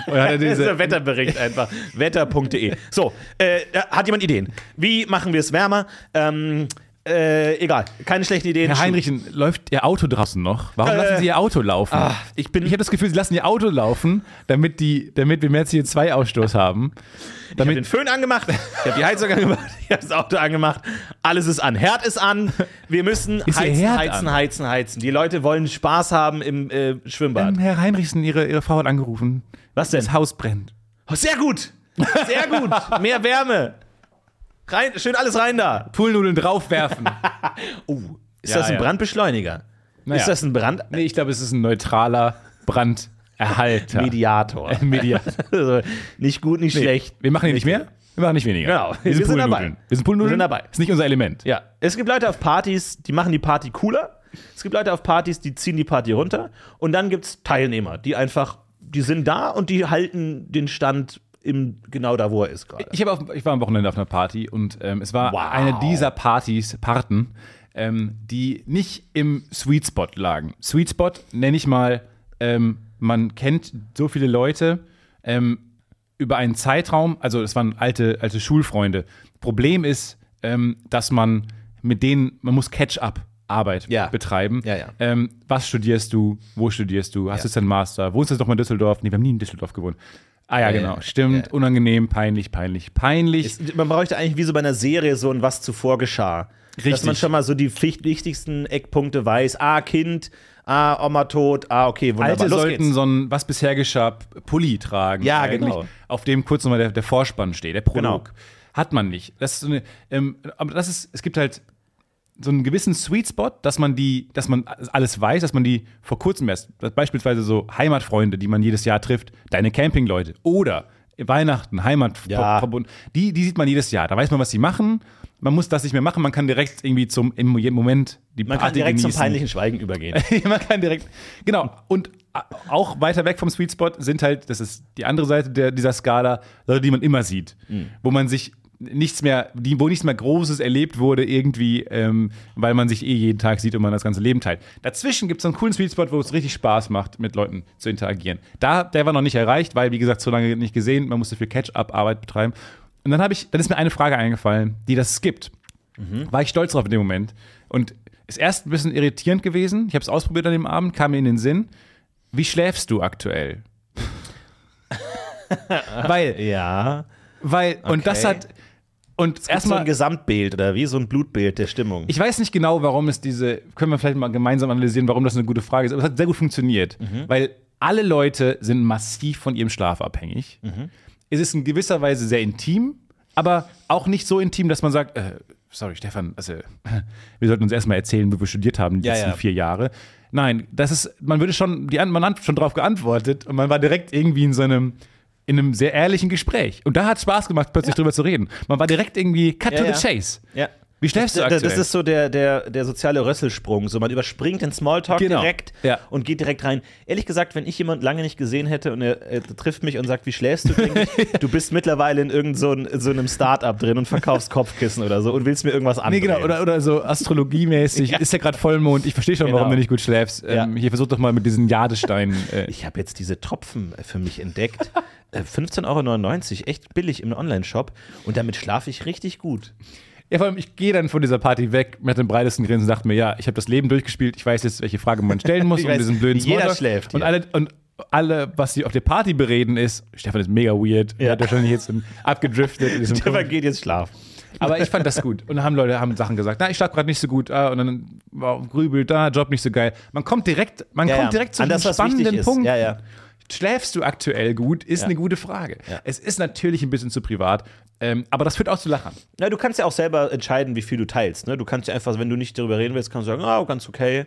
[SPEAKER 3] Und dann hat er
[SPEAKER 2] [LAUGHS] Das ist
[SPEAKER 3] diese,
[SPEAKER 2] der Wetterbericht einfach. Wetter.de. So, äh, hat jemand Ideen? Wie machen wir es wärmer? Ähm, äh, egal, keine schlechten Ideen.
[SPEAKER 3] Herr Heinrichen, läuft Ihr Auto draußen noch? Warum
[SPEAKER 2] Äh,
[SPEAKER 3] lassen Sie Ihr Auto laufen?
[SPEAKER 2] ah, ich bin-
[SPEAKER 3] ich habe das Gefühl, Sie lassen Ihr Auto laufen, damit, die, damit wir mehr CO2-Ausstoß haben.
[SPEAKER 2] Ich habe
[SPEAKER 3] Damit,
[SPEAKER 2] den Föhn angemacht, [LAUGHS] ich habe die Heizung angemacht, ich habe das Auto angemacht. Alles ist an. Herd ist an. Wir müssen
[SPEAKER 3] Ist Ihr
[SPEAKER 2] heizen,
[SPEAKER 3] Herd
[SPEAKER 2] heizen,
[SPEAKER 3] an?
[SPEAKER 2] heizen, heizen. Die Leute wollen Spaß haben im äh, Schwimmbad.
[SPEAKER 3] Ähm, Herr Heinrichsen, Ihre, Ihre Frau hat angerufen.
[SPEAKER 2] Was denn?
[SPEAKER 3] Das Haus brennt.
[SPEAKER 2] Oh, sehr gut. Sehr gut. Mehr Wärme. Rein, schön alles rein da.
[SPEAKER 3] Poolnudeln
[SPEAKER 2] [LAUGHS]
[SPEAKER 3] draufwerfen.
[SPEAKER 2] Uh, ist
[SPEAKER 3] Ja,
[SPEAKER 2] das ein
[SPEAKER 3] ja.
[SPEAKER 2] Brandbeschleuniger?
[SPEAKER 3] Naja.
[SPEAKER 2] Ist das ein
[SPEAKER 3] nee, ich glaube, es ist ein neutraler Branderhalter.
[SPEAKER 2] Brandmediator?
[SPEAKER 3] [LAUGHS] Media.
[SPEAKER 2] [LAUGHS] Also, nicht gut, nicht schlecht.
[SPEAKER 3] Wir machen hier nicht mehr, wir machen nicht weniger.
[SPEAKER 2] Genau.
[SPEAKER 3] Wir sind,
[SPEAKER 2] Wir sind dabei.
[SPEAKER 3] Poolnudeln. Wir sind Poolnudeln.
[SPEAKER 2] Wir sind dabei.
[SPEAKER 3] Ist nicht unser Element.
[SPEAKER 2] Ja. Es gibt Leute auf Partys, die machen die Party cooler. Es gibt Leute auf Partys, die ziehen die Party runter. Und dann gibt es Teilnehmer, die einfach, die sind da und die halten den Stand im, genau da, wo er ist gerade.
[SPEAKER 3] Ich, hab auf, ich war am Wochenende auf einer Party und ähm, es war
[SPEAKER 2] Wow.
[SPEAKER 3] eine dieser Partys, Parten, ähm, die nicht im Sweet Spot lagen. Sweet Spot nenne ich mal, ähm, man kennt so viele Leute ähm, über einen Zeitraum, also es waren alte, alte Schulfreunde. Problem ist, ähm, dass man mit denen, man muss Catch-up-Arbeit
[SPEAKER 2] Ja.
[SPEAKER 3] betreiben.
[SPEAKER 2] Ja, ja.
[SPEAKER 3] Ähm, was studierst du? Wo studierst du? Hast du jetzt einen Master? Wohnst du jetzt nochmal in Düsseldorf? Nee, wir haben nie in Düsseldorf gewohnt. Ah ja,
[SPEAKER 2] Ja,
[SPEAKER 3] genau.
[SPEAKER 2] ja.
[SPEAKER 3] Stimmt.
[SPEAKER 2] Ja.
[SPEAKER 3] Unangenehm, peinlich, peinlich, peinlich.
[SPEAKER 2] Ist- Man bräuchte eigentlich wie so bei einer Serie so ein Was zuvor geschah. Dass
[SPEAKER 3] Richtig.
[SPEAKER 2] man schon mal so die ficht- wichtigsten Eckpunkte weiß. Ah, Kind, ah, Oma tot, ah, okay, wunderbar.
[SPEAKER 3] Alte
[SPEAKER 2] Los
[SPEAKER 3] sollten
[SPEAKER 2] geht's.
[SPEAKER 3] so ein was bisher geschah Pulli tragen.
[SPEAKER 2] Ja, genau.
[SPEAKER 3] Auf dem kurz nochmal der, der Vorspann steht, der Prolog.
[SPEAKER 2] Genau.
[SPEAKER 3] Hat man nicht. Das ist so eine, ähm, aber das ist, es gibt halt so einen gewissen Sweet Spot, dass man die, dass man alles weiß, dass man die vor kurzem erst, beispielsweise so Heimatfreunde, die man jedes Jahr trifft, deine Campingleute oder Weihnachten, Heimat,
[SPEAKER 2] Ja.
[SPEAKER 3] verbunden. Die, die sieht man jedes Jahr. Da weiß man, was sie machen. Man muss das nicht mehr machen. Man kann direkt irgendwie zum im Moment die
[SPEAKER 2] Man kann
[SPEAKER 3] Party
[SPEAKER 2] direkt
[SPEAKER 3] genießen.
[SPEAKER 2] zum peinlichen Schweigen [LAUGHS] übergehen.
[SPEAKER 3] [LAUGHS] man kann direkt. Genau. Und a- auch weiter weg vom Sweet Spot sind halt, das ist die andere Seite der, dieser Skala, Leute, die man immer sieht, wo man sich nichts mehr, die, wo nichts mehr Großes erlebt wurde, irgendwie, ähm, weil man sich eh jeden Tag sieht und man das ganze Leben teilt. Dazwischen gibt es einen coolen Sweet Spot, wo es richtig Spaß macht, mit Leuten zu interagieren. Da, der war noch nicht erreicht, weil, wie gesagt, so lange nicht gesehen, man musste viel Catch-up-Arbeit betreiben. Und dann habe ich, dann ist mir eine Frage eingefallen, die das skippt war ich stolz drauf in dem Moment. Und ist erst ein bisschen irritierend gewesen. Ich habe es ausprobiert an dem Abend, kam mir in den Sinn. Wie schläfst du aktuell? weil,
[SPEAKER 2] ja.
[SPEAKER 3] weil, und das
[SPEAKER 2] Okay.
[SPEAKER 3] hat, und
[SPEAKER 2] Erstmal so ein
[SPEAKER 3] erstmal,
[SPEAKER 2] Gesamtbild oder wie so ein Blutbild der Stimmung.
[SPEAKER 3] ich weiß nicht genau, warum es diese, können wir vielleicht mal gemeinsam analysieren, warum das eine gute Frage ist, aber es hat sehr gut funktioniert,
[SPEAKER 2] Mhm.
[SPEAKER 3] weil alle Leute sind massiv von ihrem Schlaf abhängig.
[SPEAKER 2] Mhm.
[SPEAKER 3] Es ist in gewisser Weise sehr intim, aber auch nicht so intim, dass man sagt, äh, sorry Stefan, also, [LAUGHS] wir sollten uns erstmal erzählen, wo wir studiert haben die
[SPEAKER 2] Ja,
[SPEAKER 3] letzten
[SPEAKER 2] ja.
[SPEAKER 3] vier Jahre. Nein, das ist, man würde schon, die, an- man hat schon drauf geantwortet und man war direkt irgendwie in so einem, in einem sehr ehrlichen Gespräch. Und da hat es Spaß gemacht, plötzlich drüber zu reden. Man war direkt irgendwie cut
[SPEAKER 2] Ja,
[SPEAKER 3] to
[SPEAKER 2] ja.
[SPEAKER 3] the chase.
[SPEAKER 2] ja.
[SPEAKER 3] Wie schläfst du
[SPEAKER 2] Das,
[SPEAKER 3] aktuell?
[SPEAKER 2] das ist so der, der, der soziale Rösselsprung. So, man überspringt den Smalltalk
[SPEAKER 3] Genau.
[SPEAKER 2] direkt
[SPEAKER 3] Ja.
[SPEAKER 2] und geht direkt rein. Ehrlich gesagt, wenn ich jemanden lange nicht gesehen hätte und er, äh, trifft mich und sagt, wie schläfst
[SPEAKER 3] [LAUGHS]
[SPEAKER 2] du, denke ich, du bist mittlerweile in irgendeinem so ein- so einem Start-up drin und verkaufst Kopfkissen oder so und willst mir irgendwas
[SPEAKER 3] Nee,
[SPEAKER 2] andrehen.
[SPEAKER 3] genau, oder, oder so astrologiemäßig. Ist ja gerade Vollmond. Ich verstehe schon, warum
[SPEAKER 2] Genau.
[SPEAKER 3] du nicht gut schläfst. Ähm,
[SPEAKER 2] Ja.
[SPEAKER 3] Hier versuch doch mal mit diesen Jadesteinen. Äh,
[SPEAKER 2] Ich habe jetzt diese Tropfen äh, für mich entdeckt. Äh, 15,99 Euro, echt billig im Online-Shop. Und damit schlafe ich richtig gut.
[SPEAKER 3] [LAUGHS] ja, vor allem, ich gehe dann von dieser Party weg mit dem breitesten Grinsen und dachte mir, ja, ich habe das Leben durchgespielt. Ich weiß jetzt, welche Frage man [LAUGHS] stellen muss.
[SPEAKER 2] Ich
[SPEAKER 3] und
[SPEAKER 2] weiß,
[SPEAKER 3] diesen blöden
[SPEAKER 2] jeder
[SPEAKER 3] Smalltalk.
[SPEAKER 2] schläft
[SPEAKER 3] Und
[SPEAKER 2] hier.
[SPEAKER 3] alle, und alle, was sie auf der Party bereden, ist, Stefan ist mega weird. Er
[SPEAKER 2] Ja.
[SPEAKER 3] hat wahrscheinlich jetzt in- abgedriftet. In diesem
[SPEAKER 2] Stefan geht jetzt schlafen.
[SPEAKER 3] Aber ich fand das gut. Und dann haben Leute haben Sachen gesagt, na, ich schlafe gerade nicht so gut, ah, und dann wow, grübelt, da, Job nicht so geil. Man kommt direkt, man
[SPEAKER 2] Ja,
[SPEAKER 3] kommt
[SPEAKER 2] ja.
[SPEAKER 3] direkt zu
[SPEAKER 2] An
[SPEAKER 3] einem
[SPEAKER 2] das, was wichtig
[SPEAKER 3] spannenden
[SPEAKER 2] ist.
[SPEAKER 3] Punkt.
[SPEAKER 2] Ja, ja.
[SPEAKER 3] Schläfst du aktuell gut, ist eine gute Frage.
[SPEAKER 2] Ja.
[SPEAKER 3] Es ist natürlich ein bisschen zu privat, ähm, aber das führt auch zu Lachen.
[SPEAKER 2] Na, du kannst ja auch selber entscheiden, wie viel du teilst. Ne? Du kannst ja einfach, wenn du nicht darüber reden willst, kannst du sagen, ah, ganz okay.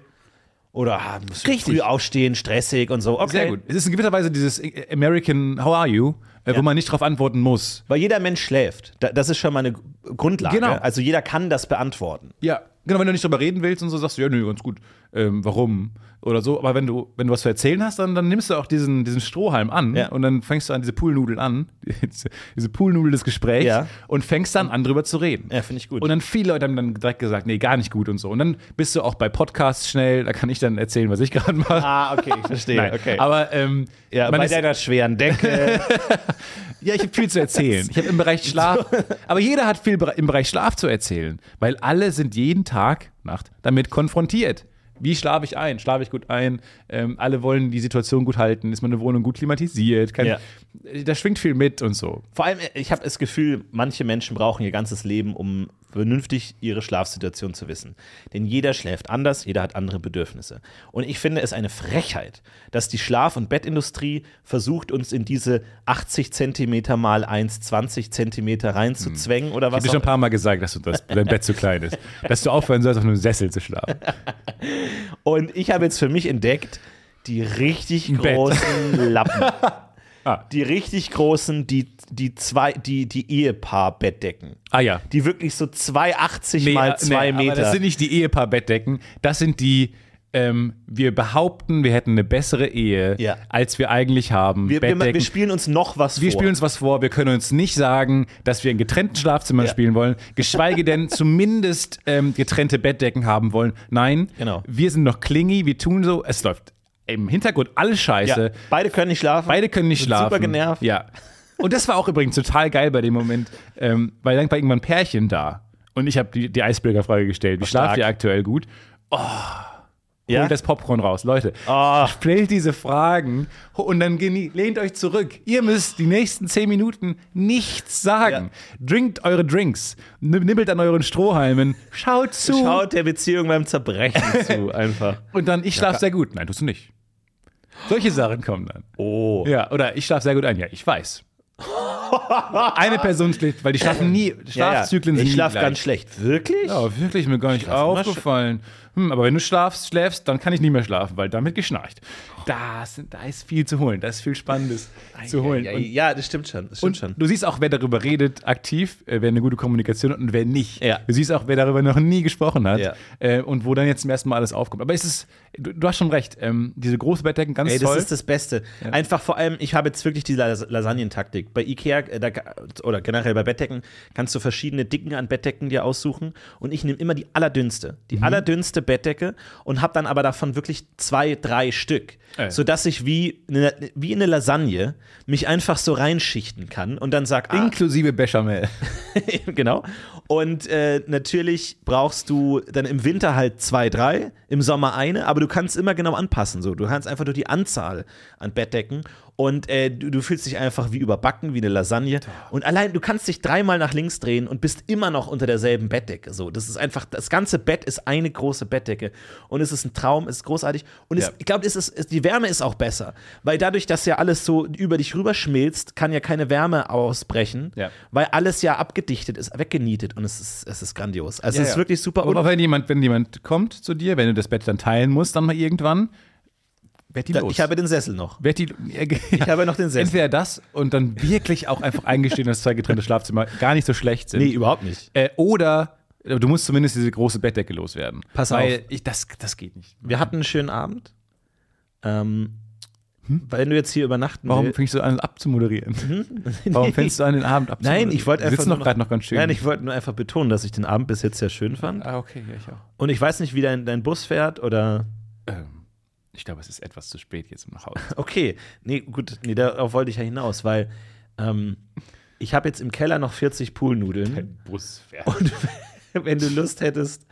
[SPEAKER 2] Oder ah, muss ich
[SPEAKER 3] Richtig.
[SPEAKER 2] früh aufstehen, stressig und so. Okay.
[SPEAKER 3] Sehr gut. Es ist in gewisser Weise dieses äh, American How are you, äh, wo man nicht drauf antworten muss.
[SPEAKER 2] Weil jeder Mensch schläft. Da- Das ist schon mal eine G- Grundlage.
[SPEAKER 3] Genau.
[SPEAKER 2] Also jeder kann das beantworten.
[SPEAKER 3] Ja, genau, wenn du nicht drüber reden willst und so sagst du, ja, nö, ganz gut, ähm, warum oder so. Aber wenn du, wenn du was zu erzählen hast, dann, dann nimmst du auch diesen, diesen Strohhalm an
[SPEAKER 2] Ja.
[SPEAKER 3] und dann fängst du an, diese Poolnudel an, [LAUGHS] diese, diese Poolnudel des Gesprächs
[SPEAKER 2] Ja.
[SPEAKER 3] und fängst dann an, drüber zu reden.
[SPEAKER 2] Ja, finde ich gut.
[SPEAKER 3] Und dann viele Leute haben dann direkt gesagt, nee, gar nicht gut und so. Und dann bist du auch bei Podcasts schnell, da kann ich dann erzählen, was ich gerade mache.
[SPEAKER 2] Ah, okay, ich [LAUGHS] verstehe.
[SPEAKER 3] Nein, Aber ähm,
[SPEAKER 2] ja,
[SPEAKER 3] man
[SPEAKER 2] bei
[SPEAKER 3] ist,
[SPEAKER 2] deiner schweren Decke.
[SPEAKER 3] ja, ich habe viel zu erzählen. Ich habe im Bereich Schlaf,
[SPEAKER 2] [LAUGHS]
[SPEAKER 3] aber jeder hat viel bere- im Bereich Schlaf zu erzählen, weil alle sind jeden Tag, Nacht, damit konfrontiert. Wie schlafe ich ein? Schlafe ich gut ein? Ähm, alle wollen die Situation gut halten. Ist meine Wohnung gut klimatisiert? Kann,
[SPEAKER 2] Ja.
[SPEAKER 3] Da schwingt viel mit und so.
[SPEAKER 2] Vor allem, ich habe das Gefühl, manche Menschen brauchen ihr ganzes Leben, um vernünftig ihre Schlafsituation zu wissen. Denn jeder schläft anders, jeder hat andere Bedürfnisse. Und ich finde es eine Frechheit, dass die Schlaf- und Bettindustrie versucht, uns in diese 80 Zentimeter mal 1,20 Zentimeter reinzuzwängen oder
[SPEAKER 3] Ich
[SPEAKER 2] was
[SPEAKER 3] habe dir Hm. schon
[SPEAKER 2] auch
[SPEAKER 3] ein paar Mal gesagt, dass du das, dein Bett zu klein ist. Dass du aufhören sollst, auf einem Sessel zu schlafen.
[SPEAKER 2] Und ich habe jetzt für mich entdeckt, die richtig
[SPEAKER 3] Bett.
[SPEAKER 2] großen Lappen.
[SPEAKER 3] [LAUGHS] Ah.
[SPEAKER 2] Die richtig großen, die, die zwei, die, die Ehepaar-Bettdecken.
[SPEAKER 3] Ah ja.
[SPEAKER 2] Die wirklich so 2,80
[SPEAKER 3] Nee,
[SPEAKER 2] mal
[SPEAKER 3] äh,
[SPEAKER 2] 2
[SPEAKER 3] nee,
[SPEAKER 2] Meter.
[SPEAKER 3] Aber das sind nicht die Ehepaarbettdecken, das sind die, ähm, wir behaupten, wir hätten eine bessere Ehe,
[SPEAKER 2] Ja.
[SPEAKER 3] als wir eigentlich haben.
[SPEAKER 2] wir, wir, wir
[SPEAKER 3] Bettdecken.
[SPEAKER 2] spielen uns noch was
[SPEAKER 3] Wir
[SPEAKER 2] vor.
[SPEAKER 3] spielen uns was vor, wir können uns nicht sagen, dass wir in getrennten Schlafzimmern
[SPEAKER 2] Ja.
[SPEAKER 3] spielen wollen, geschweige
[SPEAKER 2] [LAUGHS]
[SPEAKER 3] denn zumindest ähm, getrennte Bettdecken haben wollen. Nein,
[SPEAKER 2] Genau.
[SPEAKER 3] wir sind noch klingy, wir tun so, es läuft im Hintergrund alles scheiße.
[SPEAKER 2] ja. Beide können nicht schlafen.
[SPEAKER 3] Beide können nicht
[SPEAKER 2] Sind
[SPEAKER 3] schlafen.
[SPEAKER 2] Super genervt.
[SPEAKER 3] Ja. Und das war auch übrigens total geil bei dem Moment, ähm, weil dann war irgendwann ein Pärchen da. Und ich habe die, die Eisbrecherfrage gestellt. Wie
[SPEAKER 2] stark.
[SPEAKER 3] schlaft ihr aktuell gut?
[SPEAKER 2] Ja?
[SPEAKER 3] Holt das Popcorn raus. Leute,
[SPEAKER 2] Ah.
[SPEAKER 3] stellt diese Fragen und dann geni- lehnt euch zurück. Ihr müsst die nächsten zehn Minuten nichts sagen. Drinkt eure Drinks, nib- nibbelt an euren Strohhalmen, schaut zu.
[SPEAKER 2] Schaut der Beziehung
[SPEAKER 3] [LAUGHS]
[SPEAKER 2] beim Zerbrechen zu, einfach.
[SPEAKER 3] Und dann, ich schlafe sehr gut. Nein, tust du nicht. Solche Sachen kommen dann.
[SPEAKER 2] Oh.
[SPEAKER 3] Ja, oder ich schlafe sehr gut ein. Ja, ich weiß. Eine Person schläft, weil die schlafen nie, Schlafzyklen
[SPEAKER 2] [LAUGHS] ja,
[SPEAKER 3] sind
[SPEAKER 2] ja. Ich
[SPEAKER 3] nie
[SPEAKER 2] schlaf
[SPEAKER 3] gleich.
[SPEAKER 2] ganz schlecht. Wirklich?
[SPEAKER 3] Ja, wirklich, mir gar nicht
[SPEAKER 2] Schlafen wir
[SPEAKER 3] aufgefallen. Hm, aber wenn du schlafst, schläfst, dann kann ich nicht mehr schlafen, weil damit geschnarcht. Da, sind, da ist viel zu holen, da ist viel Spannendes zu holen.
[SPEAKER 2] Ja,
[SPEAKER 3] Und,
[SPEAKER 2] ja, das stimmt schon. Das stimmt
[SPEAKER 3] und
[SPEAKER 2] schon.
[SPEAKER 3] du siehst auch, wer darüber redet, aktiv, äh, wer eine gute Kommunikation hat und wer nicht.
[SPEAKER 2] Ja.
[SPEAKER 3] Du siehst auch, wer darüber noch nie gesprochen hat
[SPEAKER 2] Ja.
[SPEAKER 3] äh, und wo dann jetzt zum ersten Mal alles aufkommt. Aber es ist, du, du hast schon recht, ähm, diese große Bettdecken, ganz
[SPEAKER 2] Ey, das
[SPEAKER 3] toll.
[SPEAKER 2] ist das Beste. Einfach vor allem, ich habe jetzt wirklich die Las Lasagnentaktik. Bei Ikea äh, da, ga- oder generell bei Bettdecken kannst du verschiedene Dicken an Bettdecken dir aussuchen und ich nehme immer die allerdünnste.
[SPEAKER 3] Mhm.
[SPEAKER 2] Die allerdünnste Bettdecke und habe dann aber davon wirklich zwei, drei Stück.
[SPEAKER 3] Ey.
[SPEAKER 2] Sodass ich wie, eine- wie in eine Lasagne mich einfach so reinschichten kann und dann sag, ah,
[SPEAKER 3] Inklusive Bechamel.
[SPEAKER 2] [LAUGHS] genau. Und äh, natürlich brauchst du dann im Winter halt zwei, drei, im Sommer eine, aber du kannst immer genau anpassen. So. Du kannst einfach nur die Anzahl an Bettdecken und äh, du, du fühlst dich einfach wie überbacken, wie eine Lasagne. Und allein, du kannst dich dreimal nach links drehen und bist immer noch unter derselben Bettdecke. So, das ist einfach, das ganze Bett ist eine große Bettdecke. Und es ist ein Traum, es ist großartig. Und es,
[SPEAKER 3] Ja.
[SPEAKER 2] ich glaube, es ist, es, die Wärme ist auch besser. Weil dadurch, dass ja alles so über dich rüberschmilzt, kann ja keine Wärme ausbrechen
[SPEAKER 3] Ja.
[SPEAKER 2] weil alles ja abgedichtet ist, weggenietet und es ist, es ist grandios. Also es ist wirklich super.
[SPEAKER 3] Und
[SPEAKER 2] Und
[SPEAKER 3] auch wenn jemand, wenn jemand kommt zu dir, wenn du das Bett dann teilen musst, dann mal irgendwann, werd die
[SPEAKER 2] da,
[SPEAKER 3] los.
[SPEAKER 2] ich habe den Sessel noch.
[SPEAKER 3] werd die, [LAUGHS] ich
[SPEAKER 2] habe noch den Sessel.
[SPEAKER 3] Entweder das und dann wirklich auch einfach eingestehen, dass zwei getrennte Schlafzimmer gar nicht so schlecht sind.
[SPEAKER 2] überhaupt nicht.
[SPEAKER 3] äh, oder äh, du musst zumindest diese große Bettdecke loswerden.
[SPEAKER 2] Pass
[SPEAKER 3] Weil
[SPEAKER 2] auf.
[SPEAKER 3] Ich, das, das geht nicht.
[SPEAKER 2] Wir hatten einen schönen Abend. Ähm, Wenn du jetzt hier übernachten
[SPEAKER 3] Warum
[SPEAKER 2] willst.
[SPEAKER 3] fängst du an
[SPEAKER 2] [LAUGHS]
[SPEAKER 3] abzumoderieren? Warum fängst du an den Abend abzumoderieren?
[SPEAKER 2] Nein, ich wollte einfach.
[SPEAKER 3] Wir sitzen doch
[SPEAKER 2] nur
[SPEAKER 3] gerade noch ganz schön.
[SPEAKER 2] Nein, ich wollte nur einfach betonen, dass ich den Abend bis jetzt sehr schön fand.
[SPEAKER 3] ah, okay, ja, ich auch.
[SPEAKER 2] Und ich weiß nicht, wie dein, dein Bus fährt oder.
[SPEAKER 3] Ich glaube, es ist etwas zu spät jetzt im Nachhaus.
[SPEAKER 2] Okay, nee, gut, nee, darauf wollte ich ja hinaus, weil ähm, ich habe jetzt im Keller noch 40 Poolnudeln. [LAUGHS]
[SPEAKER 3] Bus fährt.
[SPEAKER 2] Und [LAUGHS] wenn du Lust hättest,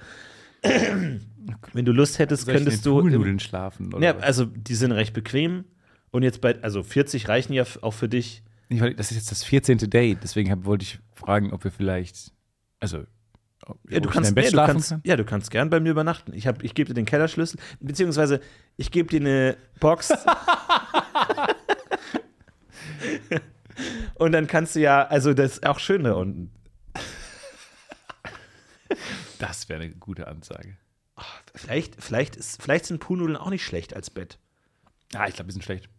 [SPEAKER 2] wenn du Lust hättest, könntest du. Im,
[SPEAKER 3] Nudeln schlafen? Oder
[SPEAKER 2] ja,
[SPEAKER 3] was?
[SPEAKER 2] also die sind recht bequem. Und jetzt bei, also 40 reichen ja f- auch für dich.
[SPEAKER 3] Nee, weil das ist jetzt das 14. Date, deswegen hab, wollte ich fragen, ob wir vielleicht. Also. ob- ob
[SPEAKER 2] Ja, du
[SPEAKER 3] ich
[SPEAKER 2] kannst,
[SPEAKER 3] in deinem Bett
[SPEAKER 2] ja, du
[SPEAKER 3] schlafen
[SPEAKER 2] kannst,
[SPEAKER 3] kann?
[SPEAKER 2] ja, du kannst gern bei mir übernachten. Ich, hab- ich gebe dir den Kellerschlüssel, beziehungsweise ich gebe dir eine
[SPEAKER 3] [LAUGHS]
[SPEAKER 2] Box. Und dann kannst du ja, also das ist auch schön da unten.
[SPEAKER 3] Das wäre eine gute Ansage.
[SPEAKER 2] Vielleicht, vielleicht, ist, vielleicht sind Puhnudeln auch nicht schlecht als Bett.
[SPEAKER 3] Ah, ich glaube, die sind schlecht.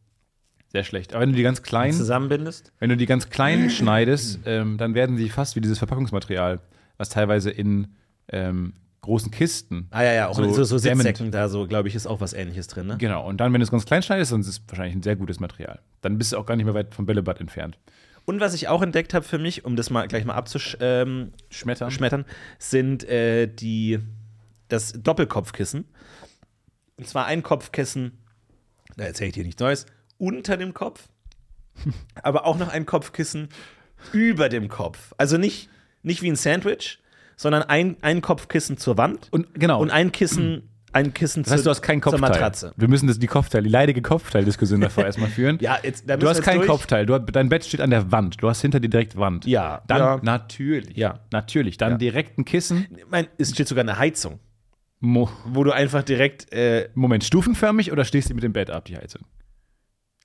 [SPEAKER 3] Sehr schlecht. Aber wenn du die ganz kleinen,
[SPEAKER 2] Zusammenbindest?
[SPEAKER 3] wenn du die ganz kleinen schneidest, ähm, dann werden sie fast wie dieses Verpackungsmaterial, was teilweise in ähm, großen Kisten.
[SPEAKER 2] Ah ja, ja, auch so, so, so
[SPEAKER 3] dämmend-
[SPEAKER 2] Sitzsäcken da so, glaube ich, ist auch was ähnliches drin, ne?
[SPEAKER 3] Genau. Und dann, wenn du es ganz klein schneidest, dann ist es wahrscheinlich ein sehr gutes Material. Dann bist du auch gar nicht mehr weit vom Bällebad entfernt.
[SPEAKER 2] Und was ich auch entdeckt habe für mich, um das mal gleich mal ähm, abzuschmettern,
[SPEAKER 3] Schmettern.
[SPEAKER 2] schmettern, sind äh, die das Doppelkopfkissen. Und zwar ein Kopfkissen, da erzähle ich dir nichts Neues, unter dem [LAUGHS] Kopf, aber auch noch ein Kopfkissen über dem Kopf. Also nicht, nicht wie ein Sandwich, sondern ein, ein Kopfkissen zur Wand
[SPEAKER 3] Und genau.
[SPEAKER 2] und ein Kissen, ein Kissen
[SPEAKER 3] das heißt, du hast keinen
[SPEAKER 2] zur
[SPEAKER 3] Kopfteil.
[SPEAKER 2] Matratze.
[SPEAKER 3] Wir müssen das, die Kopfteil, die leidige Kopfteildiskussion
[SPEAKER 2] [LAUGHS]
[SPEAKER 3] davor erstmal führen.
[SPEAKER 2] Ja, jetzt, da
[SPEAKER 3] Du hast
[SPEAKER 2] müssen wir
[SPEAKER 3] keinen
[SPEAKER 2] durch.
[SPEAKER 3] Kopfteil. Du, hast- dein Bett steht an der Wand. Du hast hinter dir direkt Wand.
[SPEAKER 2] Ja,
[SPEAKER 3] Dann
[SPEAKER 2] ja.
[SPEAKER 3] natürlich.
[SPEAKER 2] Ja.
[SPEAKER 3] Natürlich. Dann
[SPEAKER 2] Ja.
[SPEAKER 3] direkt ein Kissen.
[SPEAKER 2] Ich meine, es steht sogar eine Heizung,
[SPEAKER 3] Mo
[SPEAKER 2] wo du einfach direkt äh,
[SPEAKER 3] Moment, stufenförmig oder stehst du mit dem Bett ab, die Heizung?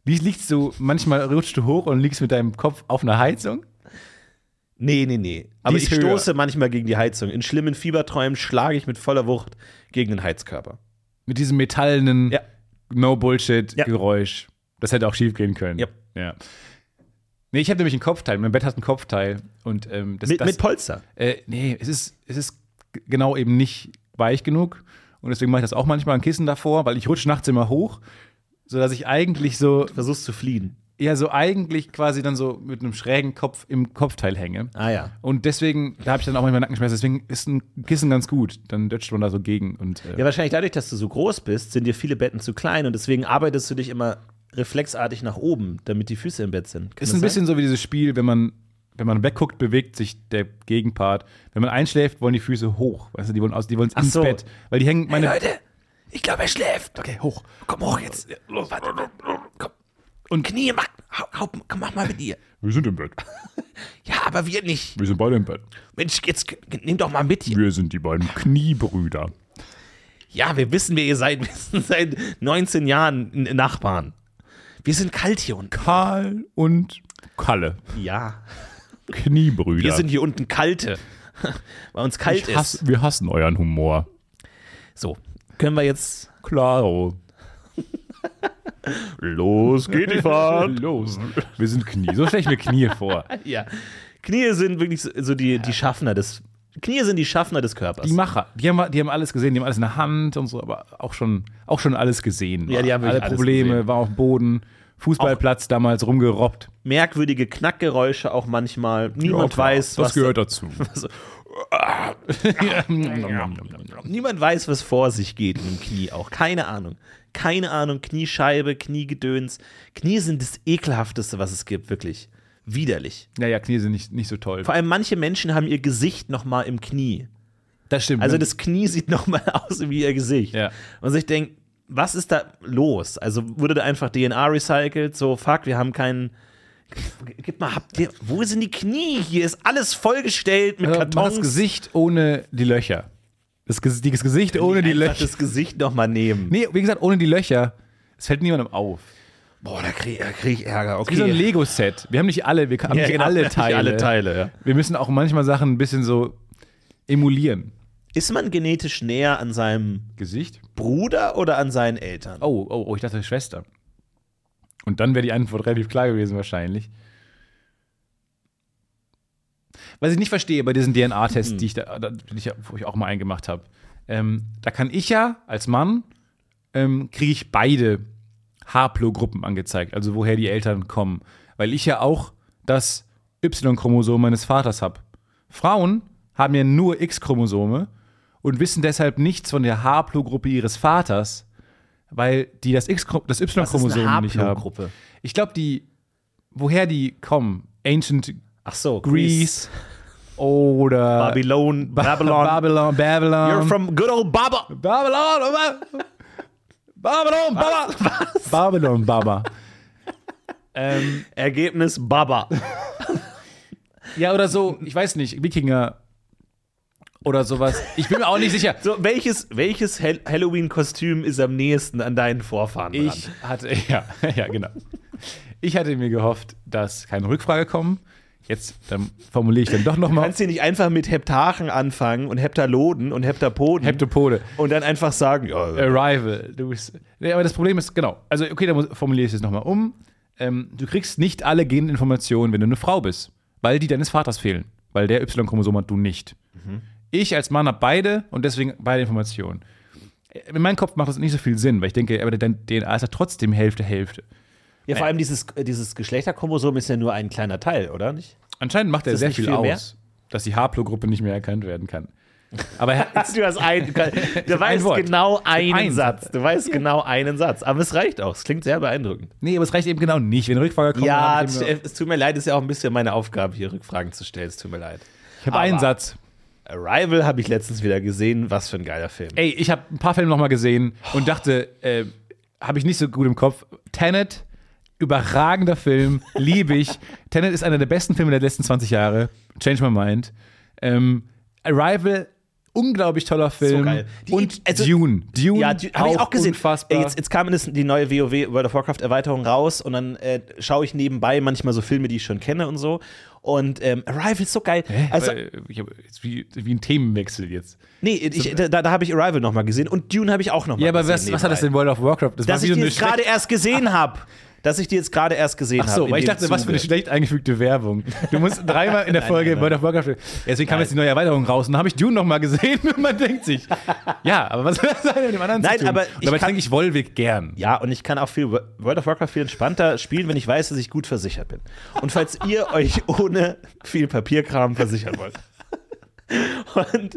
[SPEAKER 3] Li- Liegst du, manchmal rutschst du hoch und liegst mit deinem Kopf auf einer Heizung?
[SPEAKER 2] Nee, nee, nee. Aber
[SPEAKER 3] ist
[SPEAKER 2] ich
[SPEAKER 3] höher.
[SPEAKER 2] stoße manchmal gegen die Heizung. In schlimmen Fieberträumen schlage ich mit voller Wucht gegen den Heizkörper.
[SPEAKER 3] Mit diesem metallenen
[SPEAKER 2] Ja. Ja.
[SPEAKER 3] No-Bullshit-Geräusch. Das hätte auch schief gehen können.
[SPEAKER 2] Ja.
[SPEAKER 3] ja. Nee, ich habe nämlich einen Kopfteil. Mein Bett hat einen Kopfteil. Und ähm, das,
[SPEAKER 2] Mit,
[SPEAKER 3] das,
[SPEAKER 2] mit Polster.
[SPEAKER 3] Äh, nee, es ist, es ist g- genau eben nicht weich genug. Und deswegen mache ich das auch manchmal ein Kissen davor, weil ich rutsche nachts immer hoch, sodass ich eigentlich so,
[SPEAKER 2] Versuchst zu fliehen.
[SPEAKER 3] ja, so eigentlich quasi dann so mit einem schrägen Kopf im Kopfteil hänge.
[SPEAKER 2] Ah ja.
[SPEAKER 3] Und deswegen, da habe ich dann auch manchmal Nackenschmerzen. Deswegen ist ein Kissen ganz gut. Dann dötscht man da so gegen. Und, äh,
[SPEAKER 2] Ja, wahrscheinlich dadurch, dass du so groß bist, sind dir viele Betten zu klein und deswegen arbeitest du dich immer reflexartig nach oben, damit die Füße im Bett sind. Kann
[SPEAKER 3] ist
[SPEAKER 2] das
[SPEAKER 3] ein
[SPEAKER 2] sein?
[SPEAKER 3] bisschen so wie dieses Spiel, wenn man, wenn man wegguckt, bewegt sich der Gegenpart. Wenn man einschläft, wollen die Füße hoch. Weißt du, die wollen, aus, die wollen
[SPEAKER 2] Ach
[SPEAKER 3] ins
[SPEAKER 2] so.
[SPEAKER 3] Bett. Weil die hängen meine.
[SPEAKER 2] Leute, ich glaube, er schläft.
[SPEAKER 3] okay, hoch.
[SPEAKER 2] Komm hoch jetzt. Los, warte. Komm.
[SPEAKER 3] Und-
[SPEAKER 2] Knie, mach, hau, hau, mach mal mit dir.
[SPEAKER 3] Wir sind im Bett.
[SPEAKER 2] Ja, aber wir nicht.
[SPEAKER 3] Wir sind beide im Bett.
[SPEAKER 2] Mensch, jetzt nimm doch mal mit hier.
[SPEAKER 3] Wir sind die beiden Kniebrüder.
[SPEAKER 2] Ja, wir wissen, wer ihr seid. Wir sind seit 19 Jahren N- Nachbarn. Wir sind kalt hier unten.
[SPEAKER 3] Karl und Kalle.
[SPEAKER 2] Ja.
[SPEAKER 3] Kniebrüder.
[SPEAKER 2] Wir sind hier unten [LAUGHS] kalte. Weil uns kalt
[SPEAKER 3] ich hasse,
[SPEAKER 2] ist.
[SPEAKER 3] wir hassen euren Humor.
[SPEAKER 2] So, können wir jetzt.
[SPEAKER 3] Klaro.
[SPEAKER 2] Los geht die Fahrt.
[SPEAKER 3] Los. Wir sind Knie. So stelle ich mir Knie vor.
[SPEAKER 2] [LAUGHS] ja. Knie sind wirklich so, so die, die Schaffner des. Knie sind die Schaffner des Körpers.
[SPEAKER 3] Die Macher, die haben, die haben alles gesehen, die haben alles in der Hand und so, aber auch schon, auch schon alles gesehen.
[SPEAKER 2] Ja, die haben
[SPEAKER 3] Alle
[SPEAKER 2] wirklich alles
[SPEAKER 3] Probleme,
[SPEAKER 2] gesehen.
[SPEAKER 3] war auf dem Boden, Fußballplatz damals rumgerobbt.
[SPEAKER 2] Merkwürdige Knackgeräusche auch manchmal. Niemand
[SPEAKER 3] Ja, klar,
[SPEAKER 2] weiß,
[SPEAKER 3] Das
[SPEAKER 2] was.
[SPEAKER 3] gehört [LAUGHS] dazu.
[SPEAKER 2] was Niemand weiß, was vor sich geht in dem Knie auch. Keine Ahnung. Keine Ahnung. Kniescheibe, Kniegedöns. Knie sind das ekelhafteste, was es gibt, wirklich. Widerlich.
[SPEAKER 3] naja, Knie sind nicht, nicht so toll.
[SPEAKER 2] Vor allem manche Menschen haben ihr Gesicht noch mal im Knie.
[SPEAKER 3] Das stimmt. ne?
[SPEAKER 2] Also das Knie sieht noch mal [LAUGHS] aus wie ihr Gesicht.
[SPEAKER 3] Mhm. Ja.
[SPEAKER 2] Und sich denkt, was ist da los? Also wurde da einfach DNA recycelt? So fuck, wir haben keinen. Gib mal, habt ihr, wo sind die Knie? Hier ist alles vollgestellt mit
[SPEAKER 3] Also, mach
[SPEAKER 2] Kartons.
[SPEAKER 3] das Gesicht ohne die Löcher. Das, Ges- die- das Gesicht ohne die
[SPEAKER 2] Einfach
[SPEAKER 3] Löcher.
[SPEAKER 2] das Gesicht noch mal nehmen.
[SPEAKER 3] Nee, wie gesagt, ohne die Löcher. Es fällt niemandem auf.
[SPEAKER 2] Boah, da krieg, da krieg ich Ärger. Okay.
[SPEAKER 3] Wie so ein Lego-Set. Wir haben nicht alle, wir haben
[SPEAKER 2] Ja,
[SPEAKER 3] nicht
[SPEAKER 2] genau,
[SPEAKER 3] alle
[SPEAKER 2] nicht
[SPEAKER 3] Teile.
[SPEAKER 2] alle Teile, ja.
[SPEAKER 3] Wir müssen auch manchmal Sachen ein bisschen so emulieren.
[SPEAKER 2] Ist man genetisch näher an seinem
[SPEAKER 3] Gesicht?
[SPEAKER 2] Bruder oder an seinen Eltern?
[SPEAKER 3] Oh, oh, oh, ich dachte Schwester. Und dann wäre die Antwort relativ klar gewesen wahrscheinlich. Was ich nicht verstehe bei diesen DNA-Tests, die ich da, da die ich, wo ich auch mal eingemacht habe, ähm, da kann ich ja als Mann ähm, kriege ich beide Haplogruppen angezeigt, also woher die Eltern kommen, weil ich ja auch das Y-Chromosom meines Vaters habe. Frauen haben ja nur X-Chromosome und wissen deshalb nichts von der Haplogruppe ihres Vaters, weil die das, X das Y-Chromosom nicht haben.
[SPEAKER 2] Haplogruppe?
[SPEAKER 3] Ich glaube, die, woher die kommen, Ancient
[SPEAKER 2] Ach so,
[SPEAKER 3] Greece oder
[SPEAKER 2] Babylon,
[SPEAKER 3] Ba-
[SPEAKER 2] Babylon.
[SPEAKER 3] Babylon, Babylon.
[SPEAKER 2] You're from good old Baba.
[SPEAKER 3] Babylon, Baba. Babylon, Baba. Babylon, Baba. ähm,
[SPEAKER 2] Ergebnis Baba.
[SPEAKER 3] ja, oder so, ich weiß nicht, Wikinger oder sowas. Ich bin mir auch nicht sicher.
[SPEAKER 2] [LAUGHS] So, welches welches Hel- Halloween-Kostüm ist am nächsten an deinen Vorfahren
[SPEAKER 3] [LAUGHS]
[SPEAKER 2] dran?
[SPEAKER 3] Ich hatte, ja, ja, genau. Ich hatte mir gehofft, dass keine Rückfrage kommen, Jetzt dann formuliere ich dann doch
[SPEAKER 2] Du
[SPEAKER 3] nochmal
[SPEAKER 2] kannst hier nicht einfach mit Heptachen anfangen und Heptaloden und Heptapoden
[SPEAKER 3] Heptopode.
[SPEAKER 2] und dann einfach sagen, ja,
[SPEAKER 3] Äh, Arrival. Du bist, nee, aber das Problem ist, genau. Also, okay, dann muss- formuliere ich es nochmal um. Ähm, du kriegst nicht alle Geninformationen, wenn du eine Frau bist, weil die deines Vaters fehlen. Weil der Y-Chromosom hat du nicht. Ich als Mann habe beide und deswegen beide Informationen. Äh, In meinem Kopf macht das nicht so viel Sinn, weil ich denke, aber dein DNA ist ja trotzdem Hälfte, Hälfte.
[SPEAKER 2] Ja, vor allem dieses, dieses Geschlechterchromosom ist ja nur ein kleiner Teil, oder nicht?
[SPEAKER 3] Anscheinend macht er
[SPEAKER 2] das
[SPEAKER 3] sehr
[SPEAKER 2] nicht
[SPEAKER 3] viel,
[SPEAKER 2] viel mehr?
[SPEAKER 3] aus, dass die Haplogruppe nicht mehr erkannt werden
[SPEAKER 2] [LAUGHS]
[SPEAKER 3] kann. Aber er-
[SPEAKER 2] Du, hast ein, du weißt
[SPEAKER 3] Wort.
[SPEAKER 2] genau einen
[SPEAKER 3] Ein
[SPEAKER 2] Satz. Du weißt genau einen Satz. Aber es reicht auch. Es klingt sehr beeindruckend.
[SPEAKER 3] nee, aber es reicht eben genau nicht. Wenn Rückfrager kommen,
[SPEAKER 2] ja,
[SPEAKER 3] dann hab ich eben-
[SPEAKER 2] es tut mir leid. Ist ja auch ein bisschen meine Aufgabe, hier Rückfragen zu stellen. Es tut mir leid.
[SPEAKER 3] ich habe einen
[SPEAKER 2] aber-
[SPEAKER 3] Satz.
[SPEAKER 2] Arrival habe ich letztens wieder gesehen. Was für ein geiler Film.
[SPEAKER 3] Ey, ich habe ein paar Filme nochmal gesehen und dachte, äh, habe ich nicht so gut im Kopf. Tenet, überragender Film, liebe
[SPEAKER 2] [LAUGHS]
[SPEAKER 3] ich. Tenet ist einer der besten Filme der letzten 20 Jahre. Change my mind. Ähm, Arrival, unglaublich toller Film.
[SPEAKER 2] geil. Die-
[SPEAKER 3] und
[SPEAKER 2] also-
[SPEAKER 3] Dune. Dune
[SPEAKER 2] Ja, die- hab ich auch gesehen.
[SPEAKER 3] Unfassbar.
[SPEAKER 2] Ey, jetzt, jetzt kam das, die neue WoW World of Warcraft Erweiterung raus und dann äh, schaue ich nebenbei manchmal so Filme, die ich schon kenne und so. Und ähm, Arrival ist so geil. Also,
[SPEAKER 3] Aber, äh, ich hab, jetzt wie, wie ein Themenwechsel jetzt.
[SPEAKER 2] nee, ich, da, da habe ich Arrival nochmal gesehen und Dune habe ich auch nochmal
[SPEAKER 3] Ja, aber was,
[SPEAKER 2] gesehen.
[SPEAKER 3] was hat das
[SPEAKER 2] nebenbei.
[SPEAKER 3] denn World of Warcraft? Das
[SPEAKER 2] Dass ich
[SPEAKER 3] wieder
[SPEAKER 2] die
[SPEAKER 3] eine
[SPEAKER 2] jetzt gerade
[SPEAKER 3] schlechte-
[SPEAKER 2] erst gesehen habe. Dass ich die jetzt gerade erst gesehen habe.
[SPEAKER 3] Ach so,
[SPEAKER 2] in
[SPEAKER 3] weil ich
[SPEAKER 2] dem
[SPEAKER 3] dachte, was für eine
[SPEAKER 2] Zuge.
[SPEAKER 3] schlecht eingefügte Werbung. Du musst dreimal in der Folge
[SPEAKER 2] [LAUGHS] nein,
[SPEAKER 3] World of Warcraft. Deswegen kam jetzt die neue Erweiterung raus und dann habe ich Dune nochmal gesehen [LAUGHS] und man denkt sich, ja, aber was hat das eine mit dem anderen
[SPEAKER 2] Nein,
[SPEAKER 3] zu tun?
[SPEAKER 2] aber
[SPEAKER 3] und
[SPEAKER 2] ich
[SPEAKER 3] dabei
[SPEAKER 2] kann-
[SPEAKER 3] trinke ich Wolwig gern.
[SPEAKER 2] Ja, und ich kann auch viel World of Warcraft viel entspannter spielen, wenn ich weiß, dass ich gut versichert bin. Und falls ihr [LAUGHS] euch ohne viel Papierkram versichern wollt. Und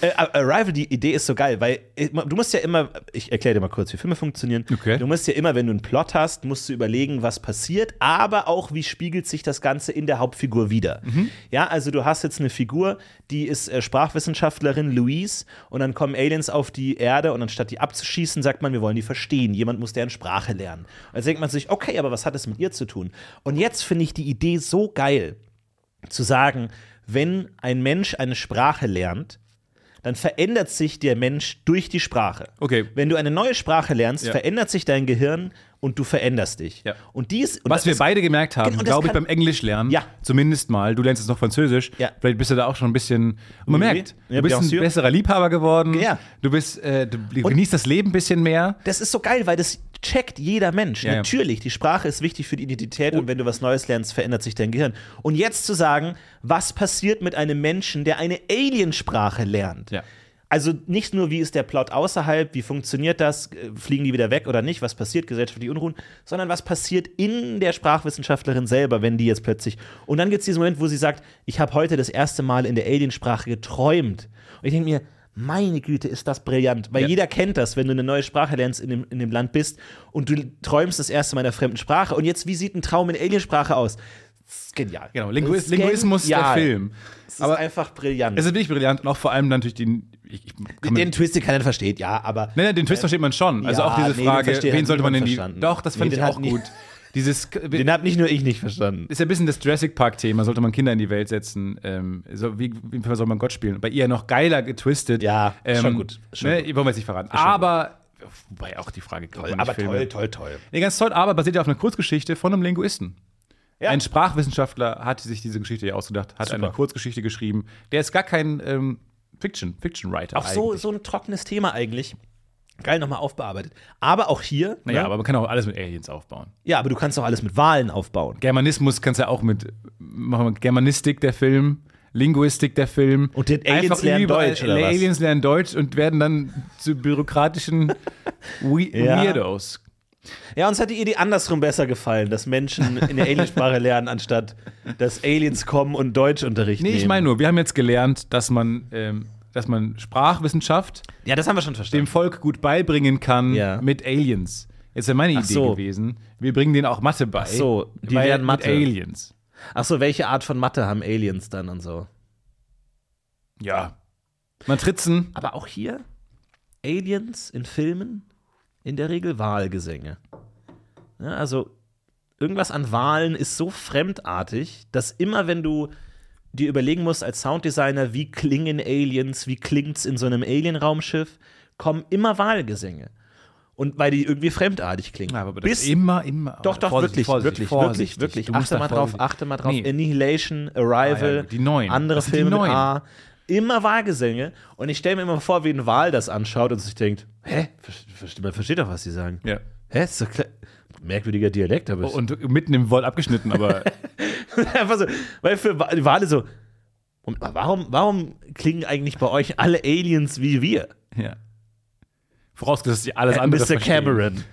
[SPEAKER 2] äh, Arrival, die Idee ist so geil, weil äh, du musst ja immer, ich erkläre dir mal kurz, wie Filme funktionieren.
[SPEAKER 3] Okay.
[SPEAKER 2] Du musst ja immer, wenn du einen Plot hast, musst du überlegen, was passiert, aber auch, wie spiegelt sich das Ganze in der Hauptfigur wieder. Ja, also du hast jetzt eine Figur, die ist äh, Sprachwissenschaftlerin Louise und dann kommen Aliens auf die Erde und anstatt die abzuschießen, sagt man, wir wollen die verstehen. Jemand muss deren Sprache lernen. Und jetzt denkt man sich, okay, aber was hat das mit ihr zu tun? Und jetzt finde ich die Idee so geil zu sagen, wenn ein Mensch eine Sprache lernt, dann verändert sich der Mensch durch die Sprache.
[SPEAKER 3] Okay.
[SPEAKER 2] Wenn du eine neue Sprache lernst,
[SPEAKER 3] Ja.
[SPEAKER 2] verändert sich dein Gehirn und du veränderst dich.
[SPEAKER 3] Ja.
[SPEAKER 2] Und dies und
[SPEAKER 3] Was wir beide gemerkt haben,
[SPEAKER 2] Genau, und das
[SPEAKER 3] glaube ich,
[SPEAKER 2] kann-
[SPEAKER 3] beim Englisch lernen,
[SPEAKER 2] Ja.
[SPEAKER 3] zumindest mal, du lernst jetzt noch Französisch,
[SPEAKER 2] Ja.
[SPEAKER 3] vielleicht bist du da auch schon ein bisschen, und man
[SPEAKER 2] Oui, oui.
[SPEAKER 3] merkt,
[SPEAKER 2] Ja,
[SPEAKER 3] du bist
[SPEAKER 2] bien
[SPEAKER 3] ein
[SPEAKER 2] sûr.
[SPEAKER 3] besserer Liebhaber geworden,
[SPEAKER 2] Ja.
[SPEAKER 3] du, bist, äh, du genießt das Leben ein bisschen mehr.
[SPEAKER 2] das ist so geil, weil das checkt jeder Mensch.
[SPEAKER 3] Ja, Oh. ja.
[SPEAKER 2] Natürlich, die Sprache ist wichtig für die Identität und wenn du was Neues lernst, verändert sich dein Gehirn. Und jetzt zu sagen, was passiert mit einem Menschen, der eine Aliensprache lernt?
[SPEAKER 3] Ja.
[SPEAKER 2] Also nicht nur, wie ist der Plot außerhalb, wie funktioniert das, äh, fliegen die wieder weg oder nicht, was passiert, gesellschaftliche Unruhen, sondern was passiert in der Sprachwissenschaftlerin selber, wenn die jetzt plötzlich. Und dann gibt es diesen Moment, wo sie sagt, ich habe heute das erste Mal in der Aliensprache geträumt. Und ich denke mir, meine Güte, ist das brillant. Weil
[SPEAKER 3] Ja.
[SPEAKER 2] jeder kennt das, wenn du eine neue Sprache lernst, in dem, in dem Land bist und du träumst das erste Mal in einer fremden Sprache. Und jetzt, wie sieht ein Traum in Aliensprache aus? Das ist genial.
[SPEAKER 3] Genau,
[SPEAKER 2] Das
[SPEAKER 3] Linguis
[SPEAKER 2] ist
[SPEAKER 3] Linguismus der
[SPEAKER 2] genial.
[SPEAKER 3] Film.
[SPEAKER 2] Das ist
[SPEAKER 3] Aber
[SPEAKER 2] einfach brillant.
[SPEAKER 3] es ist wirklich brillant und auch vor allem natürlich den, ich, ich kann mir-
[SPEAKER 2] den Twist, den keiner versteht, ja, aber
[SPEAKER 3] Nein, nein, den Twist versteht man schon. Also
[SPEAKER 2] Äh, ja,
[SPEAKER 3] auch diese
[SPEAKER 2] nee, den
[SPEAKER 3] Frage,
[SPEAKER 2] verstehe-
[SPEAKER 3] wen
[SPEAKER 2] hat
[SPEAKER 3] sollte man denn
[SPEAKER 2] niemand
[SPEAKER 3] die.
[SPEAKER 2] verstanden.
[SPEAKER 3] Doch, das fand
[SPEAKER 2] Nee,
[SPEAKER 3] ich
[SPEAKER 2] den
[SPEAKER 3] auch
[SPEAKER 2] hat nie-
[SPEAKER 3] gut. Dieses
[SPEAKER 2] den habe nicht nur ich nicht verstanden.
[SPEAKER 3] ist ja ein bisschen das Jurassic Park-Thema. Sollte man Kinder in die Welt setzen? Ähm, so, wie, wie soll man Gott spielen? Bei ihr noch geiler getwistet.
[SPEAKER 2] Ja,
[SPEAKER 3] ähm,
[SPEAKER 2] schon gut, schon
[SPEAKER 3] ne, wollen wir jetzt nicht verraten. Aber, wobei auch die Frage kommt. man nicht
[SPEAKER 2] aber
[SPEAKER 3] filmen.
[SPEAKER 2] toll, toll, toll.
[SPEAKER 3] Nee, ganz toll, aber basiert ja auf einer Kurzgeschichte von einem Linguisten.
[SPEAKER 2] Ja.
[SPEAKER 3] Ein Sprachwissenschaftler hat sich diese Geschichte ja ausgedacht, hat
[SPEAKER 2] Super.
[SPEAKER 3] eine Kurzgeschichte geschrieben. Der ist gar kein ähm, Fiction, Fiction-Writer.
[SPEAKER 2] Auch so,
[SPEAKER 3] eigentlich.
[SPEAKER 2] so ein trockenes Thema eigentlich. Geil nochmal aufbearbeitet. Aber auch hier,
[SPEAKER 3] Naja,
[SPEAKER 2] ne?
[SPEAKER 3] aber man kann auch alles mit Aliens aufbauen.
[SPEAKER 2] ja, aber du kannst auch alles mit Wahlen aufbauen.
[SPEAKER 3] Germanismus kannst ja auch mit machen wir Germanistik der Film, Linguistik der Film.
[SPEAKER 2] Und die Aliens lernen Deutsch, oder was?
[SPEAKER 3] Aliens lernen Deutsch und werden dann zu bürokratischen We
[SPEAKER 2] [LAUGHS] Ja.
[SPEAKER 3] Weirdos.
[SPEAKER 2] Ja, uns hat die Idee andersrum besser gefallen, dass Menschen in der Aliensprache lernen, anstatt dass Aliens kommen und Deutschunterricht
[SPEAKER 3] Nee,
[SPEAKER 2] nehmen.
[SPEAKER 3] ich meine nur, wir haben jetzt gelernt, dass man, ähm, dass man Sprachwissenschaft
[SPEAKER 2] ja, das haben wir schon
[SPEAKER 3] dem
[SPEAKER 2] verstanden.
[SPEAKER 3] Volk gut beibringen kann
[SPEAKER 2] Ja.
[SPEAKER 3] mit Aliens. Jetzt wäre meine Idee
[SPEAKER 2] so.
[SPEAKER 3] gewesen, wir bringen denen auch Mathe bei. Ach
[SPEAKER 2] so, die
[SPEAKER 3] weil,
[SPEAKER 2] lernen Mathe.
[SPEAKER 3] Mit Aliens.
[SPEAKER 2] Achso, welche Art von Mathe haben Aliens dann und so?
[SPEAKER 3] Ja. Matrizen.
[SPEAKER 2] Aber auch hier, Aliens in Filmen, in der Regel Wahlgesänge. Ja, also irgendwas an Wahlen ist so fremdartig, dass immer wenn du dir überlegen musst als Sounddesigner, wie klingen Aliens, wie klingt's in so einem Alien-Raumschiff, kommen immer Wahlgesänge. und weil die irgendwie fremdartig klingen.
[SPEAKER 3] Ja, aber das
[SPEAKER 2] Bis
[SPEAKER 3] immer, immer.
[SPEAKER 2] Doch, doch,
[SPEAKER 3] Vorsichtig,
[SPEAKER 2] wirklich,
[SPEAKER 3] vorsichtig,
[SPEAKER 2] wirklich,
[SPEAKER 3] vorsichtig.
[SPEAKER 2] wirklich,
[SPEAKER 3] Du
[SPEAKER 2] wirklich.
[SPEAKER 3] musst
[SPEAKER 2] Achte
[SPEAKER 3] da
[SPEAKER 2] mal drauf,
[SPEAKER 3] vorsichtig-
[SPEAKER 2] achte mal drauf.
[SPEAKER 3] Nee.
[SPEAKER 2] Annihilation, Arrival,
[SPEAKER 3] Ah, ja, die neuen.
[SPEAKER 2] andere
[SPEAKER 3] Das sind die
[SPEAKER 2] Filme mit
[SPEAKER 3] neuen.
[SPEAKER 2] A. Immer Wahlgesänge. Und ich stelle mir immer vor, wie ein Wahl das anschaut und sich denkt, hä, versteht, man versteht doch, was sie sagen.
[SPEAKER 3] Ja.
[SPEAKER 2] Hä, ist doch klar. Merkwürdiger Dialekt, aber es-
[SPEAKER 3] Und mitten im Wort abgeschnitten, aber
[SPEAKER 2] [LAUGHS] einfach so, weil für Wa- die Wale so, "Moment mal, warum, warum klingen eigentlich bei euch alle Aliens wie wir?
[SPEAKER 3] ja. Vorausgesetzt, die alles andere
[SPEAKER 2] Mr.
[SPEAKER 3] verstehen.
[SPEAKER 2] Cameron.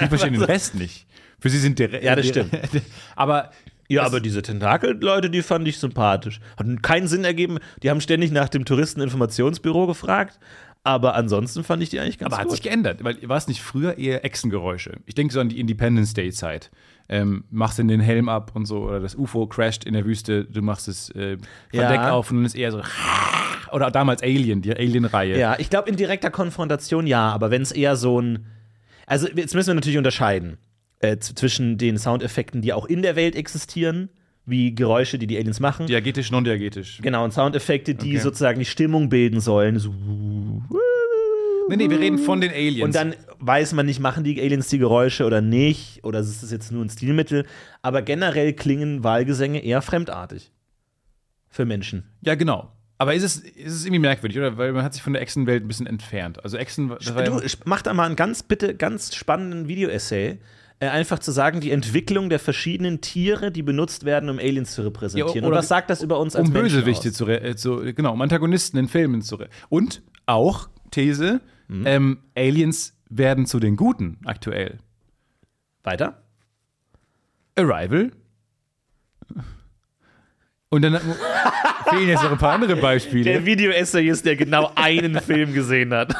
[SPEAKER 3] Die verstehen den Rest nicht. Für sie sind direkt.
[SPEAKER 2] Ja, das
[SPEAKER 3] dire- [LAUGHS] aber
[SPEAKER 2] Ja, aber diese Tentakel-Leute, die fand ich sympathisch. Hat keinen Sinn ergeben. Die haben ständig nach dem Touristeninformationsbüro gefragt. Aber ansonsten fand ich die eigentlich ganz
[SPEAKER 3] Aber hat
[SPEAKER 2] gut.
[SPEAKER 3] sich geändert, weil war es nicht früher eher Echsengeräusche? Ich denke so an die Independence Day-Zeit. Ähm, machst in den Helm ab und so, oder das UFO crasht in der Wüste, du machst es äh,
[SPEAKER 2] Ja.
[SPEAKER 3] Verdeck auf und dann ist eher so. [LAUGHS] Oder damals Alien, die Alien-Reihe.
[SPEAKER 2] ja, ich glaube, in direkter Konfrontation ja, aber wenn es eher so ein. Also, jetzt müssen wir natürlich unterscheiden äh, z- zwischen den Soundeffekten, die auch in der Welt existieren, wie Geräusche, die die Aliens machen.
[SPEAKER 3] Diagetisch, non-diagetisch.
[SPEAKER 2] Genau, und Soundeffekte, die
[SPEAKER 3] Okay.
[SPEAKER 2] sozusagen die Stimmung bilden sollen. So.
[SPEAKER 3] Nee, nee, wir reden von den Aliens.
[SPEAKER 2] Und dann weiß man nicht, machen die Aliens die Geräusche oder nicht, oder ist es jetzt nur ein Stilmittel. Aber generell klingen Wahlgesänge eher fremdartig. Für Menschen.
[SPEAKER 3] ja, genau. Aber ist es, ist es irgendwie merkwürdig, oder? Weil man hat sich von der Echsenwelt ein bisschen entfernt. Also Echsen, das war
[SPEAKER 2] Du,
[SPEAKER 3] ja,
[SPEAKER 2] sch- mach da mal einen ganz, bitte, ganz spannenden Video-Essay. Äh, einfach zu sagen, die Entwicklung der verschiedenen Tiere, die benutzt werden, um Aliens zu repräsentieren.
[SPEAKER 3] Ja,
[SPEAKER 2] Und
[SPEAKER 3] oder-
[SPEAKER 2] was sagt das über uns als
[SPEAKER 3] um
[SPEAKER 2] Menschen
[SPEAKER 3] Bösewichte
[SPEAKER 2] aus?
[SPEAKER 3] zu, re- äh, zu, genau, um Antagonisten in Filmen zu re Und auch These,
[SPEAKER 2] Mhm.
[SPEAKER 3] ähm, Aliens werden zu den Guten aktuell.
[SPEAKER 2] Weiter?
[SPEAKER 3] Arrival. Und dann [LAUGHS] fehlen jetzt noch ein paar andere Beispiele.
[SPEAKER 2] Der Video-Essayist, der genau einen [LAUGHS] Film gesehen hat.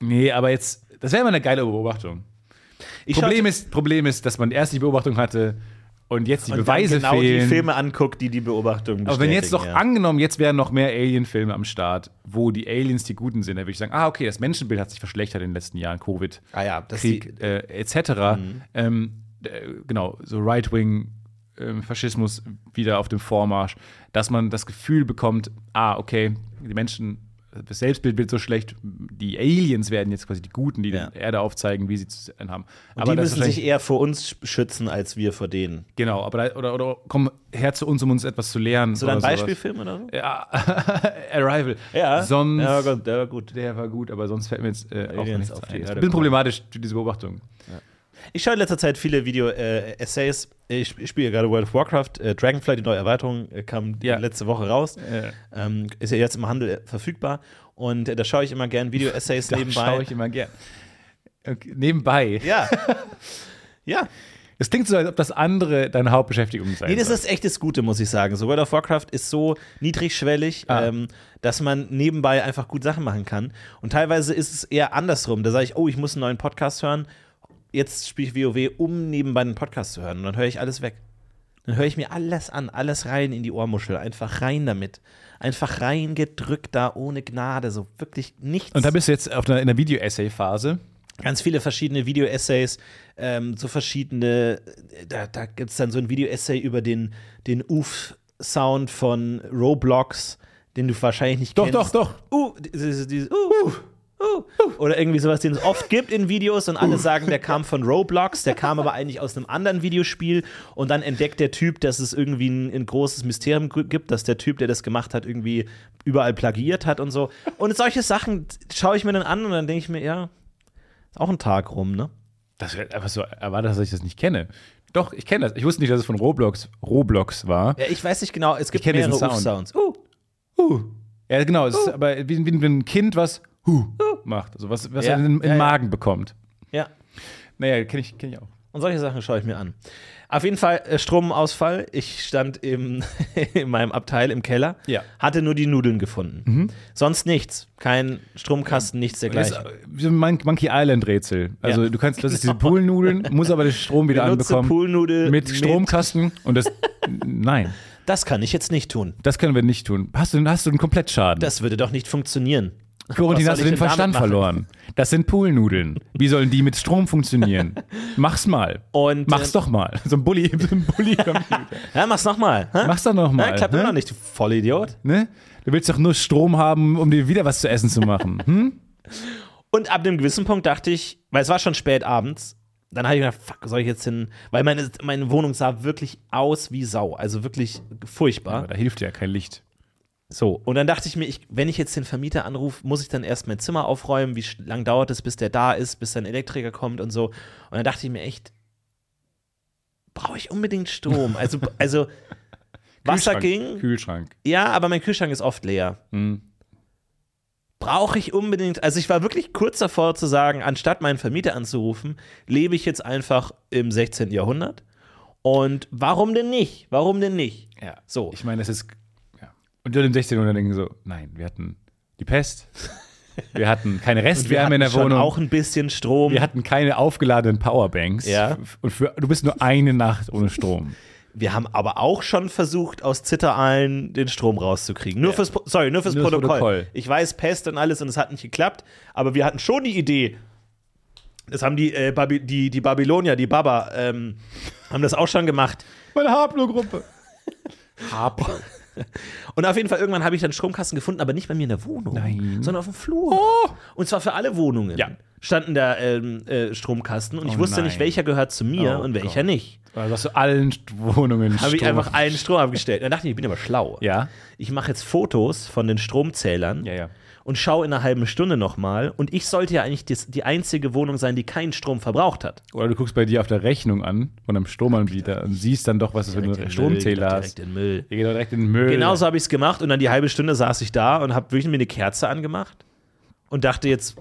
[SPEAKER 3] Nee, aber jetzt, das wäre mal eine geile Beobachtung.
[SPEAKER 2] Ich
[SPEAKER 3] Problem
[SPEAKER 2] schaute-
[SPEAKER 3] ist, Problem ist, dass man erst die Beobachtung hatte und jetzt die
[SPEAKER 2] und dann
[SPEAKER 3] Beweise
[SPEAKER 2] genau
[SPEAKER 3] fehlen.
[SPEAKER 2] die Filme anguckt, die die Beobachtung
[SPEAKER 3] aber wenn jetzt
[SPEAKER 2] bestätigen,
[SPEAKER 3] doch
[SPEAKER 2] ja.
[SPEAKER 3] angenommen, jetzt wären noch mehr Alien-Filme am Start, wo die Aliens die Guten sind, dann würde ich sagen, ah, okay, das Menschenbild hat sich verschlechtert in den letzten Jahren, Covid,
[SPEAKER 2] Ah ja, das die- Mhm.
[SPEAKER 3] Krieg, äh, etc. Ähm, d- äh, genau, so Right-Wing. ähm, Faschismus wieder auf dem Vormarsch, dass man das Gefühl bekommt, ah, okay, die Menschen, das Selbstbild wird so schlecht, die Aliens werden jetzt quasi die Guten, die
[SPEAKER 2] Ja.
[SPEAKER 3] die Erde aufzeigen, wie sie zu sein haben.
[SPEAKER 2] Die
[SPEAKER 3] das
[SPEAKER 2] müssen
[SPEAKER 3] wahrscheinlich-
[SPEAKER 2] sich eher vor uns sch- schützen, als wir vor denen.
[SPEAKER 3] Genau, aber da, oder, oder komm her zu uns, um uns etwas zu lernen.
[SPEAKER 2] So ein
[SPEAKER 3] oder sowas.
[SPEAKER 2] Beispielfilm oder so?
[SPEAKER 3] Ja, Arrival. Sonst,
[SPEAKER 2] Ja, oh Gott, der war gut.
[SPEAKER 3] der war gut, aber sonst fällt mir jetzt äh, auch
[SPEAKER 2] Aliens
[SPEAKER 3] nichts
[SPEAKER 2] auf die
[SPEAKER 3] ein. Ich
[SPEAKER 2] Erde
[SPEAKER 3] bin
[SPEAKER 2] kommen.
[SPEAKER 3] problematisch für diese Beobachtung.
[SPEAKER 2] Ich schaue in letzter Zeit viele Video-Essays. ich sp- ich spiele gerade World of Warcraft. Äh, Dragonfly, die neue Erweiterung, äh, kam
[SPEAKER 3] Ja.
[SPEAKER 2] letzte Woche raus.
[SPEAKER 3] Äh,
[SPEAKER 2] Ähm, ist ja jetzt im Handel äh, verfügbar. Und äh, da schaue ich immer gern
[SPEAKER 3] [LAUGHS]
[SPEAKER 2] Video-Essays
[SPEAKER 3] da schaue
[SPEAKER 2] nebenbei.
[SPEAKER 3] ich immer gern. Okay, nebenbei. [LAUGHS]
[SPEAKER 2] Ja. ja.
[SPEAKER 3] Es klingt so, als ob das andere deine Hauptbeschäftigung sein
[SPEAKER 2] Nee, das
[SPEAKER 3] soll.
[SPEAKER 2] ist echt das Gute, muss ich sagen. So World of Warcraft ist so niedrigschwellig,
[SPEAKER 3] Ah.
[SPEAKER 2] ähm, dass man nebenbei einfach gut Sachen machen kann. Und teilweise ist es eher andersrum. Da sage ich, oh, ich muss einen neuen Podcast hören. Jetzt spiele ich WoW, um nebenbei einen Podcast zu hören. Und dann höre ich alles weg. Dann höre ich mir alles an, alles rein in die Ohrmuschel. Einfach rein damit. Einfach reingedrückt da, ohne Gnade. So wirklich nichts.
[SPEAKER 3] Und da bist du jetzt auf einer, in der Video-Essay-Phase.
[SPEAKER 2] ganz viele verschiedene Video-Essays ähm, so verschiedene, da, da gibt es dann so ein Video-Essay über den, den Uff-Sound von Roblox, den du wahrscheinlich nicht
[SPEAKER 3] Doch,
[SPEAKER 2] kennst.
[SPEAKER 3] doch,
[SPEAKER 2] doch. Uh, dieses, dieses, uh, uh, Oder irgendwie sowas, den es oft gibt in Videos und alle sagen, der kam von Roblox, der kam aber eigentlich aus einem anderen Videospiel und dann entdeckt der Typ, dass es irgendwie ein, ein großes Mysterium gu- gibt, dass der Typ, der das gemacht hat, irgendwie überall plagiiert hat und so. Und solche Sachen schaue ich mir dann an und dann denke ich mir, ja, ist auch ein Tag rum, ne?
[SPEAKER 3] Das wäre einfach so erwartet, dass ich das nicht kenne. Doch, ich kenne das. Ich wusste nicht, dass es von Roblox, Roblox war.
[SPEAKER 2] Ja, ich weiß nicht genau, es gibt
[SPEAKER 3] kenn diesen
[SPEAKER 2] mehrere
[SPEAKER 3] Sound.
[SPEAKER 2] Sounds. Uh,
[SPEAKER 3] Huh. Ja, genau. Es ist aber wie, wie ein Kind, was huh macht. Also was, was
[SPEAKER 2] Ja.
[SPEAKER 3] er in den in
[SPEAKER 2] Ja, ja.
[SPEAKER 3] den Magen bekommt.
[SPEAKER 2] ja.
[SPEAKER 3] Naja, kenne ich, kenn ich auch.
[SPEAKER 2] Und solche Sachen schaue ich mir an. Auf jeden Fall äh, Stromausfall. Ich stand im, [LAUGHS] in meinem Abteil im Keller,
[SPEAKER 3] Ja.
[SPEAKER 2] hatte nur die Nudeln gefunden. Sonst nichts. Kein Stromkasten, nichts
[SPEAKER 3] Das ist
[SPEAKER 2] dergleichen.
[SPEAKER 3] wie so ein Mon- Monkey Island Rätsel. Also
[SPEAKER 2] Ja. Genau.
[SPEAKER 3] du kannst, das ist diese Poolnudeln, muss aber den Strom wieder
[SPEAKER 2] Benutze
[SPEAKER 3] anbekommen.
[SPEAKER 2] Poolnudel
[SPEAKER 3] mit Stromkasten und das. Nein,
[SPEAKER 2] Das kann ich jetzt nicht tun.
[SPEAKER 3] das können wir nicht tun. Hast du, hast du einen Komplettschaden?
[SPEAKER 2] Das würde doch nicht funktionieren.
[SPEAKER 3] Corentin,
[SPEAKER 2] Was
[SPEAKER 3] hast du
[SPEAKER 2] soll
[SPEAKER 3] den
[SPEAKER 2] ich denn damit
[SPEAKER 3] Verstand
[SPEAKER 2] machen?
[SPEAKER 3] verloren. Das sind Poolnudeln. Wie sollen die mit Strom
[SPEAKER 2] [LAUGHS]
[SPEAKER 3] funktionieren? Mach's mal.
[SPEAKER 2] Und,
[SPEAKER 3] Mach's
[SPEAKER 2] äh,
[SPEAKER 3] doch mal. So ein Bulli, [LAUGHS] so ein
[SPEAKER 2] [LAUGHS]
[SPEAKER 3] Bulli
[SPEAKER 2] Ja, mach's nochmal.
[SPEAKER 3] Mach's doch noch mal,
[SPEAKER 2] Ja, klappt
[SPEAKER 3] ne?
[SPEAKER 2] immer noch nicht, du Vollidiot.
[SPEAKER 3] ne? Du willst doch nur Strom haben, um dir wieder was zu essen zu machen. Hm?
[SPEAKER 2] Und ab einem gewissen Punkt dachte ich, weil es war schon spät abends, dann habe ich gedacht, fuck, soll ich jetzt hin? Weil meine, meine Wohnung sah wirklich aus wie Sau. Also wirklich furchtbar.
[SPEAKER 3] Aber da hilft ja kein Licht.
[SPEAKER 2] So, und dann dachte ich mir, ich, wenn ich jetzt den Vermieter anrufe, muss ich dann erst mein Zimmer aufräumen. Wie sch- lang dauert es, bis der da ist, bis dann Elektriker kommt und so. Und dann dachte ich mir echt, brauche ich unbedingt Strom? Also,
[SPEAKER 3] [LAUGHS]
[SPEAKER 2] also Wasser
[SPEAKER 3] Kühlschrank,
[SPEAKER 2] ging,
[SPEAKER 3] Kühlschrank.
[SPEAKER 2] ja, aber mein Kühlschrank ist oft leer.
[SPEAKER 3] Hm.
[SPEAKER 2] Brauche ich unbedingt, also ich war wirklich kurz davor zu sagen, anstatt meinen Vermieter anzurufen, lebe ich jetzt einfach im 16. Jahrhundert. Und warum denn nicht? Warum denn nicht?
[SPEAKER 3] Ja.
[SPEAKER 2] So.
[SPEAKER 3] Ich meine, das ist. Ja. Und dann im 16. Jahrhundert denken so: Nein, wir hatten die Pest. Wir hatten keine
[SPEAKER 2] Und
[SPEAKER 3] Restwärme in der
[SPEAKER 2] schon
[SPEAKER 3] Wohnung.
[SPEAKER 2] auch ein bisschen Strom.
[SPEAKER 3] wir hatten keine aufgeladenen Powerbanks.
[SPEAKER 2] Ja.
[SPEAKER 3] Und für, du bist nur eine Nacht ohne Strom.
[SPEAKER 2] [LAUGHS] Wir haben aber auch schon versucht, aus Zitteralen den Strom rauszukriegen. Nur fürs, Po- sorry, nur fürs
[SPEAKER 3] Nur das
[SPEAKER 2] Protokoll.
[SPEAKER 3] Protokoll.
[SPEAKER 2] Ich weiß, Pest und alles und es hat nicht geklappt, aber wir hatten schon die Idee. Das haben die, äh, Baby, die, die Babylonier, die Baba, ähm, haben das auch schon gemacht.
[SPEAKER 3] Meine Hablo-Gruppe. Hablo.
[SPEAKER 2] [LAUGHS] Und auf jeden Fall, irgendwann habe ich dann Stromkasten gefunden, aber nicht bei mir in der Wohnung,
[SPEAKER 3] Nein. Oh.
[SPEAKER 2] sondern auf dem Flur. Und zwar für alle Wohnungen.
[SPEAKER 3] Ja.
[SPEAKER 2] Standen da ähm, äh, Stromkasten und ich
[SPEAKER 3] Oh
[SPEAKER 2] wusste
[SPEAKER 3] nein.
[SPEAKER 2] nicht, welcher gehört zu mir
[SPEAKER 3] Oh
[SPEAKER 2] und welcher
[SPEAKER 3] Gott.
[SPEAKER 2] nicht.
[SPEAKER 3] Also hast du allen Wohnungen
[SPEAKER 2] Habe ich
[SPEAKER 3] Strom.
[SPEAKER 2] einfach allen Strom abgestellt. Dann dachte ich, ich bin aber schlau.
[SPEAKER 3] Ja.
[SPEAKER 2] Ich mache jetzt Fotos von den Stromzählern
[SPEAKER 3] Ja, ja.
[SPEAKER 2] und schaue in einer halben Stunde nochmal. Und ich sollte ja eigentlich dis- die einzige Wohnung sein, die keinen Strom verbraucht hat.
[SPEAKER 3] Oder du guckst bei dir auf der Rechnung an von einem Stromanbieter und siehst dann doch, was das für
[SPEAKER 2] Direkt in
[SPEAKER 3] einen
[SPEAKER 2] den
[SPEAKER 3] Stromzähler
[SPEAKER 2] Müll,
[SPEAKER 3] hast.
[SPEAKER 2] Direkt in den Müll.
[SPEAKER 3] Ihr geht doch direkt in den Müll.
[SPEAKER 2] Genauso habe ich es gemacht und dann die halbe Stunde saß ich da und habe wirklich mir eine Kerze angemacht und dachte jetzt,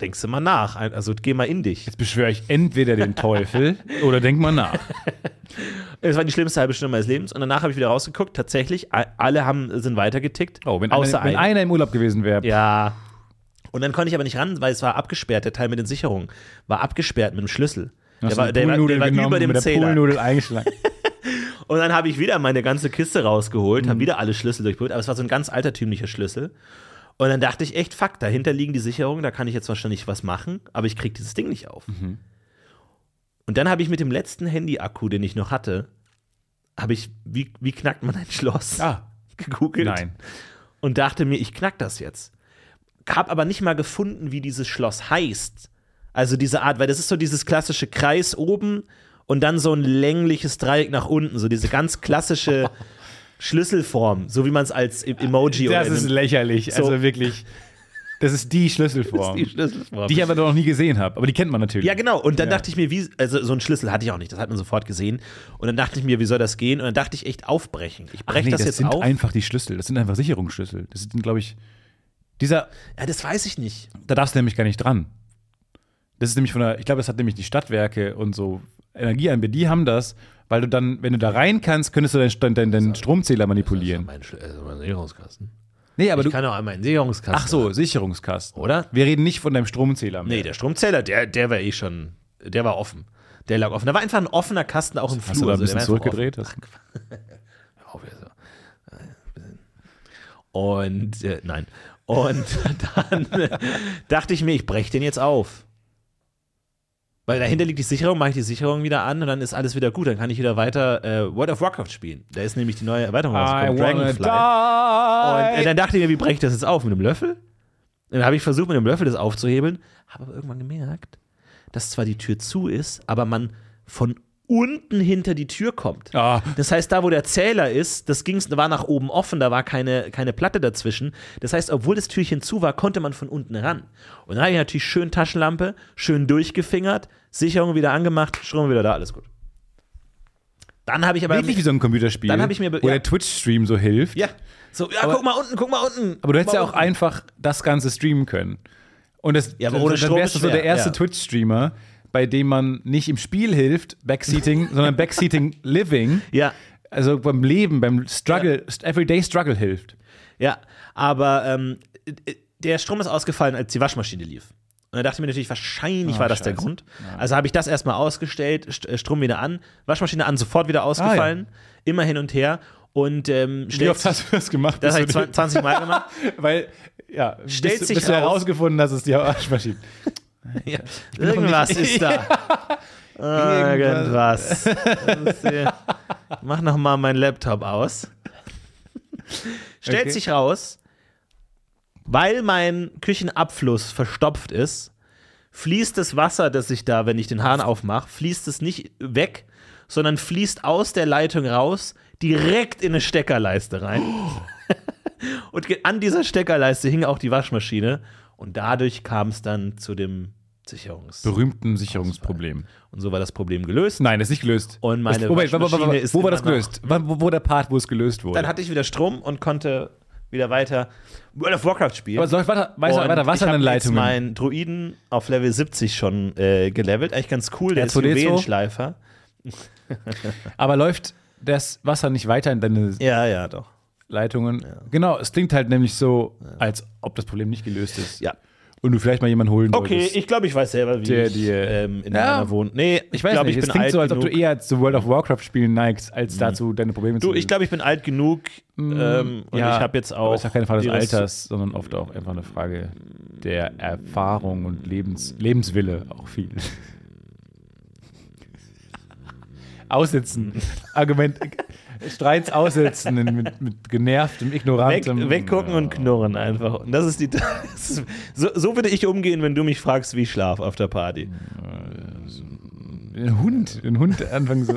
[SPEAKER 2] denkst du mal nach. Ein- Also geh mal in dich.
[SPEAKER 3] Jetzt beschwöre ich entweder den
[SPEAKER 2] [LAUGHS]
[SPEAKER 3] Teufel oder denk mal nach.
[SPEAKER 2] Es war die schlimmste halbe Stunde meines Lebens und danach habe ich wieder rausgeguckt. Tatsächlich, a- alle haben, sind weitergetickt.
[SPEAKER 3] Oh, wenn,
[SPEAKER 2] außer
[SPEAKER 3] einer, wenn
[SPEAKER 2] einem.
[SPEAKER 3] einer im Urlaub gewesen wäre,
[SPEAKER 2] Ja. Und dann konnte ich aber nicht ran, weil es war abgesperrt. Der Teil mit den Sicherungen war abgesperrt mit dem Schlüssel. Der
[SPEAKER 3] hast du
[SPEAKER 2] war,
[SPEAKER 3] eine
[SPEAKER 2] der, war,
[SPEAKER 3] Poolnudel
[SPEAKER 2] der war
[SPEAKER 3] genommen,
[SPEAKER 2] über dem
[SPEAKER 3] mit der
[SPEAKER 2] Zähler.
[SPEAKER 3] Poolnudel [LAUGHS] eingeschlagen.
[SPEAKER 2] Und dann habe ich wieder meine ganze Kiste rausgeholt,
[SPEAKER 3] Mhm.
[SPEAKER 2] habe wieder alle Schlüssel durchprobiert. Aber es war so ein ganz altertümlicher Schlüssel. Und dann dachte ich echt, fuck, dahinter liegen die Sicherungen, da kann ich jetzt wahrscheinlich was machen, aber ich kriege dieses Ding nicht auf.
[SPEAKER 3] Mhm.
[SPEAKER 2] Und dann habe ich mit dem letzten Handy-Akku, den ich noch hatte, habe ich, wie, wie knackt man ein Schloss?
[SPEAKER 3] Ah,
[SPEAKER 2] [LAUGHS] gegoogelt.
[SPEAKER 3] nein.
[SPEAKER 2] und dachte mir, ich knack das jetzt. Hab aber nicht mal gefunden, wie dieses Schloss heißt. Also diese Art, weil das ist so dieses klassische Kreis oben und dann so ein längliches Dreieck nach unten, so diese
[SPEAKER 3] [LAUGHS]
[SPEAKER 2] ganz klassische Schlüsselform, so wie man es als E- Emoji
[SPEAKER 3] Das
[SPEAKER 2] oder
[SPEAKER 3] ist
[SPEAKER 2] in einem-
[SPEAKER 3] lächerlich.
[SPEAKER 2] So.
[SPEAKER 3] Also wirklich, [LAUGHS] das ist die Schlüsselform,
[SPEAKER 2] die Schlüsselform.
[SPEAKER 3] die ich aber noch nie gesehen habe. Aber die kennt man natürlich.
[SPEAKER 2] ja, genau. Und dann
[SPEAKER 3] Ja.
[SPEAKER 2] dachte ich mir, wie, also so einen Schlüssel hatte ich auch nicht, das hat man sofort gesehen. Und dann dachte ich mir, wie soll das gehen? Und dann dachte ich echt aufbrechen. Ich
[SPEAKER 3] Ach
[SPEAKER 2] breche
[SPEAKER 3] nee,
[SPEAKER 2] das,
[SPEAKER 3] das
[SPEAKER 2] jetzt
[SPEAKER 3] sind
[SPEAKER 2] auf.
[SPEAKER 3] einfach die Schlüssel. Das sind einfach Sicherungsschlüssel. Das sind, glaube ich, dieser,
[SPEAKER 2] Ja, das weiß ich nicht.
[SPEAKER 3] da darfst du nämlich gar nicht dran. Das ist nämlich von der, ich glaube, das hat nämlich die Stadtwerke und so Energieanbieter, die haben das, weil du dann, wenn du da rein kannst, könntest du deinen St- deinen, deinen Stromzähler manipulieren.
[SPEAKER 2] mein, Schl- also mein Sicherungskasten.
[SPEAKER 3] Nee, aber
[SPEAKER 2] Ich
[SPEAKER 3] du,
[SPEAKER 2] kann auch einmal einen Sicherungskasten.
[SPEAKER 3] ach so, Sicherungskasten.
[SPEAKER 2] Oder?
[SPEAKER 3] Wir reden nicht von deinem Stromzähler mehr.
[SPEAKER 2] Nee, der Stromzähler, der, der war eh schon, der war offen. Der lag offen. Da war einfach ein offener Kasten auch im Flur.
[SPEAKER 3] Hast du da ein
[SPEAKER 2] also der
[SPEAKER 3] bisschen
[SPEAKER 2] war einfach
[SPEAKER 3] zurückgedreht? Hast-
[SPEAKER 2] offen. Auf, ja, so. Äh, bisschen. Und, äh, nein. Und [LAUGHS] dann äh, dachte ich mir, ich breche den jetzt auf. Weil dahinter liegt die Sicherung, mache ich die Sicherung wieder an und dann ist alles wieder gut. Dann kann ich wieder weiter äh, World of Warcraft spielen. Da ist nämlich die neue Erweiterung
[SPEAKER 3] I
[SPEAKER 2] rausgekommen,
[SPEAKER 3] wanna
[SPEAKER 2] Dragonfly. Und äh,
[SPEAKER 3] die.
[SPEAKER 2] dann dachte ich mir, wie breche ich das jetzt auf? Mit einem Löffel? Dann habe ich versucht, mit einem Löffel das aufzuhebeln, habe aber irgendwann gemerkt, dass zwar die Tür zu ist, aber man von unten hinter die Tür kommt.
[SPEAKER 3] Ah.
[SPEAKER 2] Das heißt, da wo der Zähler ist, das ging's, war nach oben offen, da war keine, keine Platte dazwischen. Das heißt, obwohl das Türchen zu war, konnte man von unten ran. Und dann habe ich natürlich schön Taschenlampe, schön durchgefingert, Sicherung wieder angemacht, Strom wieder da, alles gut. Dann habe ich aber.
[SPEAKER 3] Wirklich wie so ein Computerspiel,
[SPEAKER 2] Dann hab ich mir be-
[SPEAKER 3] wo
[SPEAKER 2] ja.
[SPEAKER 3] der Twitch-Stream so hilft.
[SPEAKER 2] ja, so, ja, guck mal unten, guck mal unten.
[SPEAKER 3] Aber du hättest
[SPEAKER 2] guck
[SPEAKER 3] ja
[SPEAKER 2] mal
[SPEAKER 3] auch
[SPEAKER 2] unten.
[SPEAKER 3] einfach das Ganze streamen können. Und das,
[SPEAKER 2] Ja, aber ohne
[SPEAKER 3] dann
[SPEAKER 2] Strom
[SPEAKER 3] wärst du
[SPEAKER 2] ist
[SPEAKER 3] so der
[SPEAKER 2] schwer,
[SPEAKER 3] erste
[SPEAKER 2] ja.
[SPEAKER 3] Twitch-Streamer, bei dem man nicht im Spiel hilft,
[SPEAKER 2] [LAUGHS]
[SPEAKER 3] Backseating, sondern Backseating Living,
[SPEAKER 2] Ja.
[SPEAKER 3] also beim Leben, beim Struggle, Everyday Struggle hilft.
[SPEAKER 2] Ja, aber ähm, äh, der Strom ist ausgefallen, als die Waschmaschine lief. Und da dachte ich mir natürlich, wahrscheinlich war das der
[SPEAKER 3] Ah, scheiße.
[SPEAKER 2] Grund. Also habe ich das erstmal ausgestellt, St- äh, Strom wieder an, Waschmaschine an, sofort wieder ausgefallen, immer hin und her. Und ähm,
[SPEAKER 3] Ah, Wie
[SPEAKER 2] stellt
[SPEAKER 3] oft
[SPEAKER 2] sich,
[SPEAKER 3] hast du das gemacht?
[SPEAKER 2] das habe ich
[SPEAKER 3] Bist du-
[SPEAKER 2] 20 20 Mal gemacht.
[SPEAKER 3] [LAUGHS] Weil, ja,
[SPEAKER 2] Stellt
[SPEAKER 3] bis,
[SPEAKER 2] sich
[SPEAKER 3] bis du
[SPEAKER 2] raus-
[SPEAKER 3] herausgefunden hast, es ist die Waschmaschine.
[SPEAKER 2] Ja. Irgendwas ist da.
[SPEAKER 3] [LAUGHS]
[SPEAKER 2] Irgendwas. Das ist hier- Mach nochmal meinen Laptop aus. Stellt
[SPEAKER 3] Okay.
[SPEAKER 2] sich raus, weil mein Küchenabfluss verstopft ist, fließt das Wasser, das ich da, wenn ich den Hahn aufmache, fließt es nicht weg, sondern fließt aus der Leitung raus, direkt in eine
[SPEAKER 3] [GASPS]
[SPEAKER 2] Steckerleiste rein. Und ge- an dieser Steckerleiste hing auch die Waschmaschine. Und dadurch kam es dann zu dem Sicherungs.
[SPEAKER 3] Berühmten Sicherungsproblem.
[SPEAKER 2] Und so war das Problem gelöst.
[SPEAKER 3] Nein, das ist nicht gelöst.
[SPEAKER 2] Und meine
[SPEAKER 3] Das- Moment, warte, warte,
[SPEAKER 2] Waschmaschine
[SPEAKER 3] warte,
[SPEAKER 2] ist
[SPEAKER 3] Wo war
[SPEAKER 2] immer
[SPEAKER 3] das gelöst? Wann- Wo, wo der Part, wo es gelöst wurde?
[SPEAKER 2] Dann hatte ich wieder Strom und konnte wieder weiter World of Warcraft spielen.
[SPEAKER 3] Aber soll ich weiter, weiter, weiter
[SPEAKER 2] Und ich habe jetzt
[SPEAKER 3] Wasseranleitungen?
[SPEAKER 2] meinen Druiden auf Level 70 schon äh, gelevelt. Eigentlich ganz cool, der ist
[SPEAKER 3] R2D2?
[SPEAKER 2] Juwelenschleifer.
[SPEAKER 3] Aber läuft das Wasser nicht weiter in deine
[SPEAKER 2] Ja, ja, doch.
[SPEAKER 3] Leitungen? Genau, es klingt halt nämlich so, als ob das Problem nicht gelöst ist.
[SPEAKER 2] Ja.
[SPEAKER 3] Und du vielleicht mal jemanden holen
[SPEAKER 2] Okay,
[SPEAKER 3] wolltest.
[SPEAKER 2] ich glaube, ich weiß selber, wie
[SPEAKER 3] Der
[SPEAKER 2] ich
[SPEAKER 3] dir-
[SPEAKER 2] ähm, in
[SPEAKER 3] Ja.
[SPEAKER 2] einer wohnt. Nee,
[SPEAKER 3] Ich weiß
[SPEAKER 2] glaub,
[SPEAKER 3] nicht,
[SPEAKER 2] ich
[SPEAKER 3] es
[SPEAKER 2] bin
[SPEAKER 3] klingt
[SPEAKER 2] alt
[SPEAKER 3] so, als
[SPEAKER 2] genug. Mhm.
[SPEAKER 3] ob du eh- eher zu World of Warcraft-Spielen neigst, als dazu deine Probleme zu
[SPEAKER 2] Du, ich
[SPEAKER 3] lösen.
[SPEAKER 2] glaube, ich bin alt genug. Ähm, und ich habe jetzt
[SPEAKER 3] Aber
[SPEAKER 2] auch.
[SPEAKER 3] es ist Mm, ja keine Frage des
[SPEAKER 2] die Rest-
[SPEAKER 3] Alters, sondern oft auch einfach eine Frage der Erfahrung und Lebens, Lebenswille auch viel. [LAUGHS] Aussitzen. Argument. Streits aussitzen in- mit, mit genervtem,
[SPEAKER 2] Weg,
[SPEAKER 3] ignorantem.
[SPEAKER 2] weggucken und knurren einfach. Und das ist die. [LAUGHS] Das ist, so, so würde ich umgehen, wenn du mich fragst, wie ich schlafe auf der Party.
[SPEAKER 3] Ein Hund. Ein Hund anfangen
[SPEAKER 2] [LAUGHS]
[SPEAKER 3] so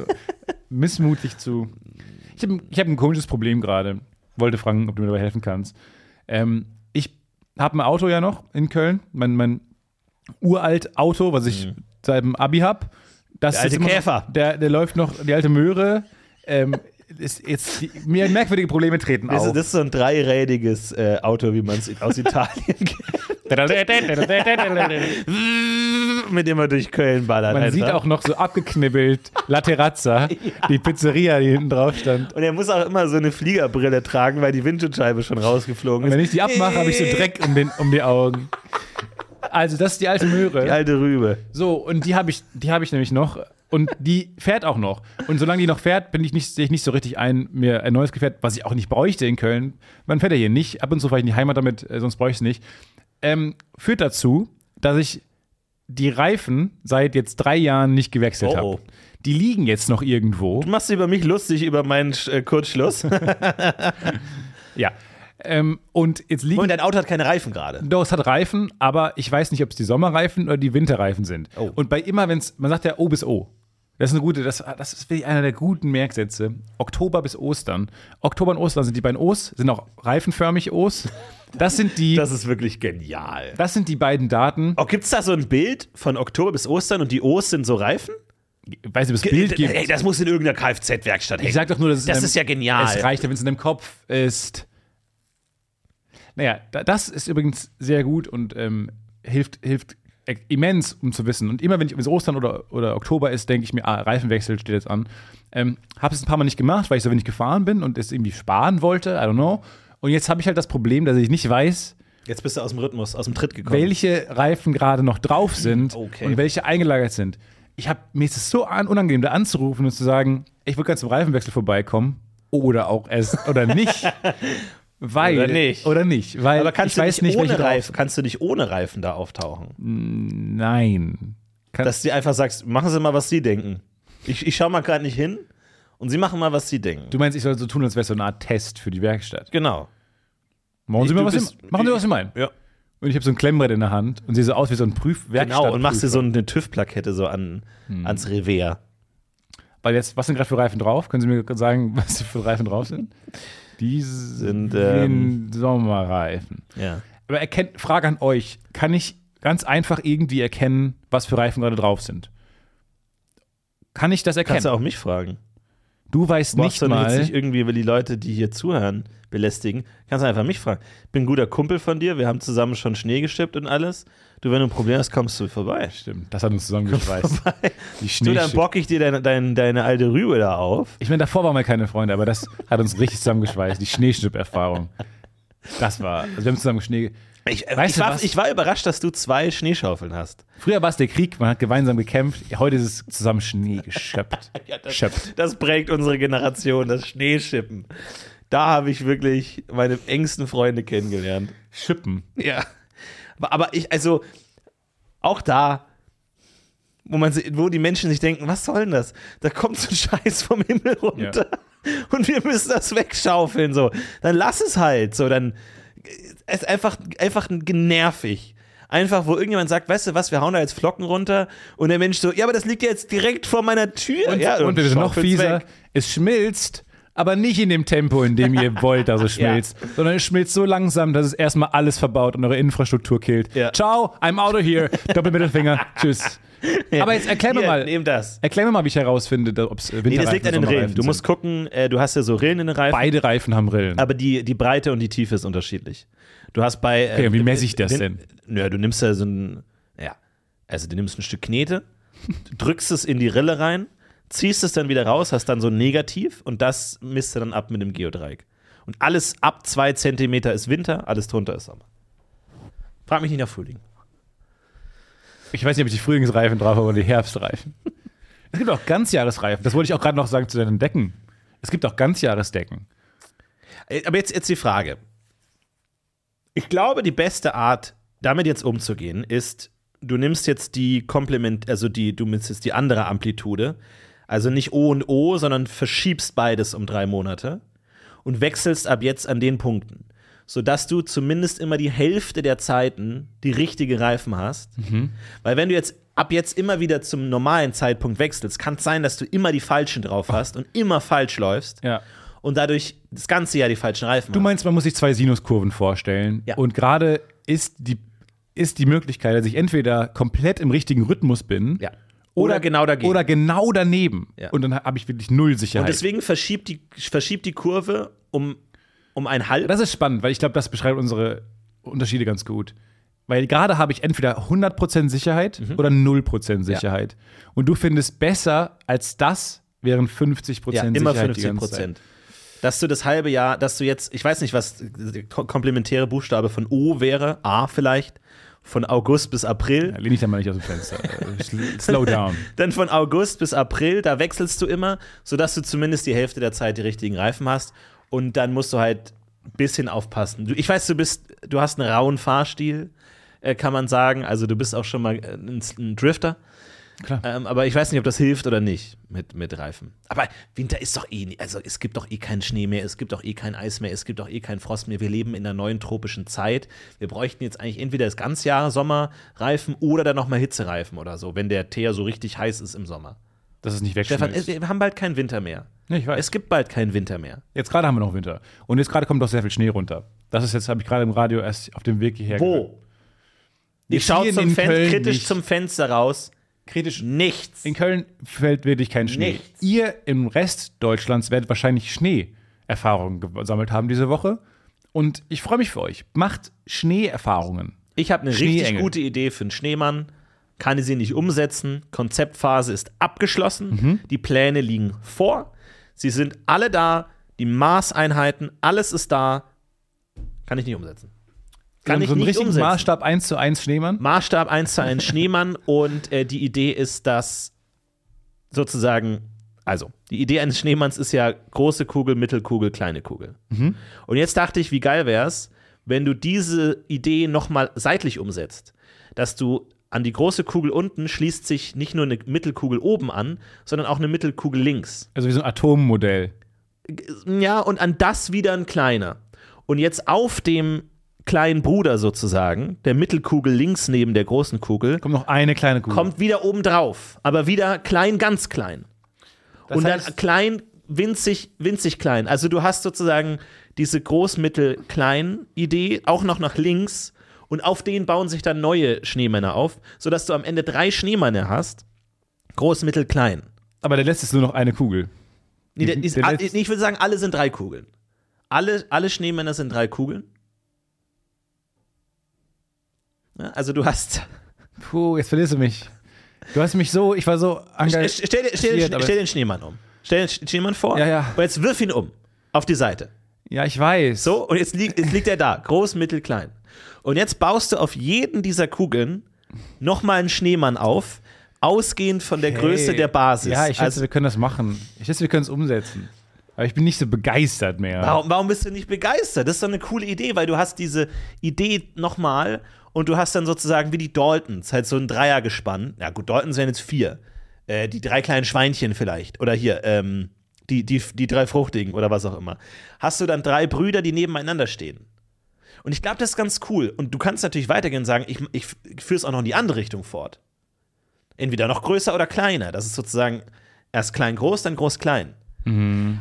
[SPEAKER 3] missmutig zu. Ich habe ich hab ein komisches Problem gerade. Wollte fragen, ob du mir dabei helfen kannst. Ähm, ich habe ein Auto ja noch in Köln. Mein, mein uralt Auto, was ich seit dem Abi habe. Das
[SPEAKER 2] Mhm. Der alte
[SPEAKER 3] ist immer-
[SPEAKER 2] Käfer.
[SPEAKER 3] Der, der läuft noch, die alte Möhre. Ähm, ist jetzt die, mir merkwürdige Probleme treten
[SPEAKER 2] Das
[SPEAKER 3] auf.
[SPEAKER 2] ist, das ist so ein dreirädiges äh, Auto, wie man
[SPEAKER 3] [LAUGHS]
[SPEAKER 2] es aus Italien kennt, mit dem man durch Köln ballert.
[SPEAKER 3] Man
[SPEAKER 2] einfach.
[SPEAKER 3] sieht auch noch so abgeknibbelt La
[SPEAKER 2] [LAUGHS]
[SPEAKER 3] Terrazza, die Pizzeria, die hinten drauf stand.
[SPEAKER 2] Und er muss auch immer so eine Fliegerbrille tragen, weil die Windschutzscheibe schon rausgeflogen
[SPEAKER 3] Und
[SPEAKER 2] ist.
[SPEAKER 3] wenn ich die abmache, habe ich so Dreck um, den, um die Augen. Also, das ist die alte Möhre.
[SPEAKER 2] Die alte Rübe.
[SPEAKER 3] so, und die habe ich, die habe ich nämlich noch. Und die fährt auch noch. Und solange die noch fährt, bin ich nicht, sehe ich nicht so richtig ein, mir ein neues Gefährt, was ich auch nicht bräuchte in Köln. Man fährt ja hier nicht. Ab und zu fahre ich in die Heimat damit, äh, sonst bräuchte ich es nicht. Ähm, führt dazu, dass ich die Reifen seit jetzt drei Jahren nicht gewechselt
[SPEAKER 2] Oh, oh.
[SPEAKER 3] habe. Die liegen jetzt noch irgendwo.
[SPEAKER 2] Du machst dich über mich lustig, über meinen äh, [LAUGHS] Kurzschluss.
[SPEAKER 3] Ja. Ähm, und jetzt liegen
[SPEAKER 2] Und dein Auto hat keine Reifen gerade.
[SPEAKER 3] Doch, es hat Reifen, aber ich weiß nicht, ob es die Sommerreifen oder die Winterreifen sind.
[SPEAKER 2] Oh.
[SPEAKER 3] Und bei immer, wenn es, man sagt ja O bis O. Das ist eine gute, das, das ist wirklich einer der guten Merksätze. Oktober bis Ostern. Oktober und Ostern sind die beiden O's, sind auch reifenförmig O's. Das sind die, das,
[SPEAKER 2] [LAUGHS] Das ist wirklich genial.
[SPEAKER 3] sind die beiden Daten.
[SPEAKER 2] Oh, Gibt es da so ein Bild von Oktober bis Ostern und die O's sind so Reifen?
[SPEAKER 3] Ich weiß nicht, ob es Bild gibt.
[SPEAKER 2] Ey, das muss in irgendeiner Kfz-Werkstatt
[SPEAKER 3] Ich sag doch nur, dass es
[SPEAKER 2] Das
[SPEAKER 3] in deinem-
[SPEAKER 2] ist ja genial.
[SPEAKER 3] Es reicht, wenn es in deinem Kopf ist. Naja, da- das ist übrigens sehr gut und ähm, hilft, hilft e- immens, um zu wissen. Und immer, wenn ich- wenn es Ostern oder, oder Oktober ist, denke ich mir, ah, Reifenwechsel steht jetzt an. Ähm, habe es ein paar Mal nicht gemacht, weil ich so wenig gefahren bin und es irgendwie sparen wollte. I don't know. Und jetzt habe ich halt das Problem, dass ich nicht weiß,
[SPEAKER 2] Jetzt bist du aus dem Rhythmus, aus dem Tritt gekommen.
[SPEAKER 3] welche Reifen gerade noch drauf sind
[SPEAKER 2] Okay.
[SPEAKER 3] und welche eingelagert sind. Ich hab, mir ist es so an, unangenehm, da anzurufen und zu sagen, ich würde gerne zum Reifenwechsel vorbeikommen. Oder auch es oder
[SPEAKER 2] [LAUGHS]
[SPEAKER 3] nicht. Weil,
[SPEAKER 2] Oder nicht.
[SPEAKER 3] Oder nicht. Weil
[SPEAKER 2] Aber kannst
[SPEAKER 3] ich
[SPEAKER 2] du
[SPEAKER 3] weiß
[SPEAKER 2] nicht,
[SPEAKER 3] nicht, welche
[SPEAKER 2] ohne
[SPEAKER 3] drauf-
[SPEAKER 2] Reifen, kannst du nicht ohne Reifen da auftauchen?
[SPEAKER 3] Nein. Kann,
[SPEAKER 2] Dass du einfach sagst, machen Sie mal, was Sie denken. Ich, ich schau mal gerade nicht hin und Sie machen mal, was Sie denken.
[SPEAKER 3] du meinst, ich soll so tun, als wäre es so eine Art Test für die Werkstatt.
[SPEAKER 2] genau.
[SPEAKER 3] Machen Sie
[SPEAKER 2] Ich-
[SPEAKER 3] mal,
[SPEAKER 2] du
[SPEAKER 3] was,
[SPEAKER 2] bist-
[SPEAKER 3] Sie, machen Sie, was Sie meinen.
[SPEAKER 2] Ja.
[SPEAKER 3] Und ich habe so ein Klemmbrett in der Hand und sehe so aus wie so ein Prüfwerkstatt.
[SPEAKER 2] Genau, und machst dir so eine TÜV-Plakette so an,
[SPEAKER 3] Hm.
[SPEAKER 2] ans Revers.
[SPEAKER 3] Weil jetzt, was sind gerade für Reifen drauf? Können Sie mir kurz sagen, [LAUGHS] was für Reifen drauf sind? Die sind
[SPEAKER 2] ähm,
[SPEAKER 3] Sommerreifen.
[SPEAKER 2] Ja.
[SPEAKER 3] Aber erkennt, Frage an euch: Kann ich ganz einfach irgendwie erkennen, was für Reifen gerade drauf sind? Kann ich das erkennen?
[SPEAKER 2] Kannst du auch mich fragen.
[SPEAKER 3] du weißt
[SPEAKER 2] Brauchst
[SPEAKER 3] nicht
[SPEAKER 2] du
[SPEAKER 3] mal.
[SPEAKER 2] jetzt nicht irgendwie, weil die Leute, die hier zuhören, belästigen. Kannst du einfach mich fragen. Ich bin ein guter Kumpel von dir, wir haben zusammen schon Schnee geschippt und alles. Du, wenn du ein Problem hast, kommst du vorbei. [LAUGHS]
[SPEAKER 3] Stimmt, das hat uns zusammengeschweißt. [LAUGHS] Die
[SPEAKER 2] Du, dann
[SPEAKER 3] Schneeschicht-
[SPEAKER 2] bock ich dir deine, deine, deine alte Rübe da auf.
[SPEAKER 3] Ich meine, davor waren wir keine Freunde, aber das hat uns richtig zusammengeschweißt. Die Schneeschipp-Erfahrung. Das war. Also wir haben zusammen Schnee.
[SPEAKER 2] Ich, äh,
[SPEAKER 3] Weißt
[SPEAKER 2] ich,
[SPEAKER 3] du
[SPEAKER 2] war,
[SPEAKER 3] was?
[SPEAKER 2] ich war überrascht, dass du zwei Schneeschaufeln hast.
[SPEAKER 3] Früher war es der Krieg, man hat gemeinsam gekämpft. Heute ist es zusammen Schnee
[SPEAKER 2] [LAUGHS]
[SPEAKER 3] geschöpft. Schöpft.
[SPEAKER 2] Das prägt unsere Generation, das Schneeschippen. Da habe ich wirklich meine engsten Freunde kennengelernt.
[SPEAKER 3] Schippen.
[SPEAKER 2] Ja. Aber- Aber ich, also, auch da, wo, man, si- wo die Menschen sich denken, was soll denn das? Da kommt so ein [LAUGHS] Scheiß vom Himmel runter und wir müssen das wegschaufeln, so. Dann lass es halt, so, dann es ist einfach, einfach genervig. Einfach, wo irgendjemand sagt, weißt du was, wir hauen da jetzt Flocken runter und der Mensch so, ja, aber das liegt ja jetzt direkt vor meiner Tür.
[SPEAKER 3] Und,
[SPEAKER 2] ja,
[SPEAKER 3] und das ist noch
[SPEAKER 2] schaufelt's
[SPEAKER 3] fieser.
[SPEAKER 2] weg.
[SPEAKER 3] Es schmilzt, aber nicht in dem Tempo, in dem
[SPEAKER 2] [LAUGHS]
[SPEAKER 3] ihr wollt, dass es schmilzt, sondern es schmilzt so langsam, dass es erstmal alles verbaut und eure Infrastruktur killt.
[SPEAKER 2] Ja.
[SPEAKER 3] Ciao, I'm out of here. Doppelmittelfinger.
[SPEAKER 2] [LAUGHS]
[SPEAKER 3] Tschüss. Aber jetzt erklär mir
[SPEAKER 2] Hier,
[SPEAKER 3] mal,
[SPEAKER 2] Nehm das.
[SPEAKER 3] erklär mir mal, wie ich herausfinde, ob es Winterreifen
[SPEAKER 2] Nee, das liegt an
[SPEAKER 3] oder
[SPEAKER 2] den Rillen.
[SPEAKER 3] Sommerreifen
[SPEAKER 2] Du musst
[SPEAKER 3] sind.
[SPEAKER 2] gucken, äh, du hast ja so Rillen in den Reifen.
[SPEAKER 3] Beide Reifen haben Rillen.
[SPEAKER 2] Aber die, die Breite und die Tiefe ist unterschiedlich. Du hast bei. äh,
[SPEAKER 3] Okay, wie messe ich das
[SPEAKER 2] wenn-
[SPEAKER 3] denn?
[SPEAKER 2] Naja, du nimmst ja so ein. Ja. Also, du nimmst ein Stück Knete, du drückst es in die Rille rein, ziehst es dann wieder raus, hast dann so ein Negativ und das misst du dann ab mit dem Geodreieck. Und alles ab zwei Zentimeter ist Winter, alles drunter ist Sommer. Frag mich nicht nach Frühling.
[SPEAKER 3] Ich weiß nicht, ob ich die Frühlingsreifen drauf habe oder die Herbstreifen. Es gibt auch Ganzjahresreifen. Das wollte ich auch gerade noch sagen zu deinen Decken. Es gibt auch Ganzjahresdecken.
[SPEAKER 2] Äh, Aber jetzt, jetzt die Frage. Ich glaube, die beste Art, damit jetzt umzugehen, ist, du nimmst jetzt die Komplement, also die, du nimmst jetzt die andere Amplitude, also nicht O und O, sondern verschiebst beides um drei Monate und wechselst ab jetzt an den Punkten, sodass du zumindest immer die Hälfte der Zeiten die richtige Reifen hast. Weil wenn du jetzt ab jetzt immer wieder zum normalen Zeitpunkt wechselst, kann es sein, dass du immer die falschen drauf hast und immer falsch läufst
[SPEAKER 3] Ja.
[SPEAKER 2] und dadurch das ganze Jahr die falschen Reifen
[SPEAKER 3] Du
[SPEAKER 2] haben.
[SPEAKER 3] meinst, man muss sich zwei Sinuskurven vorstellen.
[SPEAKER 2] Ja.
[SPEAKER 3] Und gerade ist die, ist die Möglichkeit, dass ich entweder komplett im richtigen Rhythmus bin
[SPEAKER 2] Ja. Oder genau dagegen.
[SPEAKER 3] Oder genau daneben.
[SPEAKER 2] Ja.
[SPEAKER 3] Und dann habe ich wirklich null
[SPEAKER 2] Und
[SPEAKER 3] Sicherheit.
[SPEAKER 2] deswegen verschiebt die, verschiebt die Kurve um, um ein halb.
[SPEAKER 3] das ist spannend, weil ich glaube, das beschreibt unsere Unterschiede ganz gut. Weil gerade habe ich entweder 100% Sicherheit
[SPEAKER 2] Mhm.
[SPEAKER 3] oder 0% Sicherheit. Und du findest besser als das wären 50%
[SPEAKER 2] ja,
[SPEAKER 3] Sicherheit.
[SPEAKER 2] immer
[SPEAKER 3] die
[SPEAKER 2] 50
[SPEAKER 3] ganze Zeit.
[SPEAKER 2] Prozent. Dass du das halbe Jahr, dass du jetzt, ich weiß nicht, was der ko- komplementäre Buchstabe von O wäre, A vielleicht, von August bis April.
[SPEAKER 3] Ja, lehn dich da mal nicht aus dem Fenster.
[SPEAKER 2] [LAUGHS]
[SPEAKER 3] Äh, Sl- Slow down.
[SPEAKER 2] Dann von August bis April, da wechselst du immer, sodass du zumindest die Hälfte der Zeit die richtigen Reifen hast. Und dann musst du halt ein bisschen aufpassen. Du, ich weiß, du bist, du hast einen rauen Fahrstil, äh, kann man sagen. Also du bist auch schon mal äh, ein, ein Drifter.
[SPEAKER 3] Klar.
[SPEAKER 2] Ähm, aber ich weiß nicht, ob das hilft oder nicht mit, mit Reifen. Aber Winter ist doch eh, nie- also es gibt doch eh keinen Schnee mehr, es gibt doch eh kein Eis mehr, es gibt doch eh keinen Frost mehr. Wir leben in einer neuen tropischen Zeit. Wir bräuchten jetzt eigentlich entweder das ganze Jahr Sommerreifen oder dann nochmal Hitzereifen oder so, wenn der Teer so richtig heiß ist im Sommer.
[SPEAKER 3] Dass es nicht
[SPEAKER 2] Stefan, äh,
[SPEAKER 3] wegschmilzt.
[SPEAKER 2] es- wir haben bald keinen Winter mehr.
[SPEAKER 3] Ja, ich weiß.
[SPEAKER 2] Es gibt bald keinen Winter mehr.
[SPEAKER 3] Jetzt gerade haben wir noch Winter. Und jetzt gerade kommt doch sehr viel Schnee runter. Das ist jetzt, habe ich gerade im Radio erst auf dem Weg hierher gehört.
[SPEAKER 2] Wo? Ich
[SPEAKER 3] Jetzt
[SPEAKER 2] schaue
[SPEAKER 3] hier
[SPEAKER 2] zum
[SPEAKER 3] in
[SPEAKER 2] Fen
[SPEAKER 3] Köln
[SPEAKER 2] kritisch
[SPEAKER 3] nicht.
[SPEAKER 2] zum Fenster raus.
[SPEAKER 3] Kritisch.
[SPEAKER 2] Nichts.
[SPEAKER 3] In Köln fällt wirklich kein Schnee.
[SPEAKER 2] Nichts.
[SPEAKER 3] Ihr im Rest Deutschlands werdet wahrscheinlich Schneeerfahrungen gesammelt haben diese Woche. Und ich freue mich für euch. Macht Schneeerfahrungen.
[SPEAKER 2] Ich habe eine richtig
[SPEAKER 3] Schneeengel.
[SPEAKER 2] gute Idee für einen Schneemann, kann sie nicht umsetzen. Konzeptphase ist abgeschlossen.
[SPEAKER 3] Mhm.
[SPEAKER 2] Die Pläne liegen vor. Sie sind alle da. Die Maßeinheiten, alles ist da. Kann ich nicht umsetzen. Kann
[SPEAKER 3] so
[SPEAKER 2] ich
[SPEAKER 3] einen
[SPEAKER 2] nicht
[SPEAKER 3] richtigen
[SPEAKER 2] umsetzen.
[SPEAKER 3] Maßstab 1 zu 1 Schneemann.
[SPEAKER 2] Maßstab 1 zu [LAUGHS] 1 Schneemann und äh, die Idee ist, dass sozusagen, also die Idee eines Schneemanns ist ja große Kugel, Mittelkugel, kleine Kugel. Und jetzt dachte ich, wie geil wär's, wenn du diese Idee nochmal seitlich umsetzt, dass du an die große Kugel unten schließt sich nicht nur eine Mittelkugel oben an, sondern auch eine Mittelkugel links.
[SPEAKER 3] Also wie so ein Atommodell.
[SPEAKER 2] Ja, und an das wieder ein kleiner. Und jetzt auf dem kleinen Bruder sozusagen, der Mittelkugel links neben der großen Kugel,
[SPEAKER 3] Kommt noch eine kleine Kugel.
[SPEAKER 2] kommt wieder oben drauf, aber wieder klein, ganz klein.
[SPEAKER 3] Das
[SPEAKER 2] und dann
[SPEAKER 3] heißt-
[SPEAKER 2] klein, winzig, winzig klein. Also du hast sozusagen diese Groß-Mittel-Klein-Idee auch noch nach links und auf denen bauen sich dann neue Schneemänner auf, sodass du am Ende drei Schneemänner hast. Groß, Mittel, Klein.
[SPEAKER 3] Aber der letzte ist nur noch eine Kugel.
[SPEAKER 2] Nee, der,
[SPEAKER 3] Mhm. Der
[SPEAKER 2] ist,
[SPEAKER 3] letzte-
[SPEAKER 2] ich würde sagen, alle sind drei Kugeln. Alle, alle Schneemänner sind drei Kugeln. Ja, also du hast
[SPEAKER 3] Puh, jetzt verlierst du mich. Du hast mich so, ich war so
[SPEAKER 2] Stell,
[SPEAKER 3] engagiert.
[SPEAKER 2] stell, dir- stell, dir-
[SPEAKER 3] aber-
[SPEAKER 2] stell den Schneemann um. Stell den Sch- Schneemann vor.
[SPEAKER 3] Ja, ja.
[SPEAKER 2] Und jetzt wirf ihn um. Auf die Seite.
[SPEAKER 3] Ja, ich weiß.
[SPEAKER 2] So, und jetzt, liegt jetzt liegt er da. Groß, mittel, klein. Und jetzt baust du auf jeden dieser Kugeln nochmal einen Schneemann auf, ausgehend von der Größe der Basis.
[SPEAKER 3] Ja, ich schätze,
[SPEAKER 2] also,
[SPEAKER 3] wir können das machen. Ich schätze, wir können es umsetzen. Aber ich bin nicht so begeistert mehr.
[SPEAKER 2] warum, warum bist du nicht begeistert? Das ist doch eine coole Idee, weil du hast diese Idee nochmal und du hast dann sozusagen wie die Daltons, halt so ein Dreiergespann. Ja gut, Daltons wären jetzt vier. Äh, die drei kleinen Schweinchen vielleicht. Oder hier, ähm, die, die, die drei Fruchtigen oder was auch immer. Hast du dann drei Brüder, die nebeneinander stehen. Und ich glaube, das ist ganz cool. Und du kannst natürlich weitergehen und sagen, ich, ich führe es auch noch in die andere Richtung fort. Entweder noch größer oder kleiner. Das ist sozusagen erst klein-groß, dann groß-klein.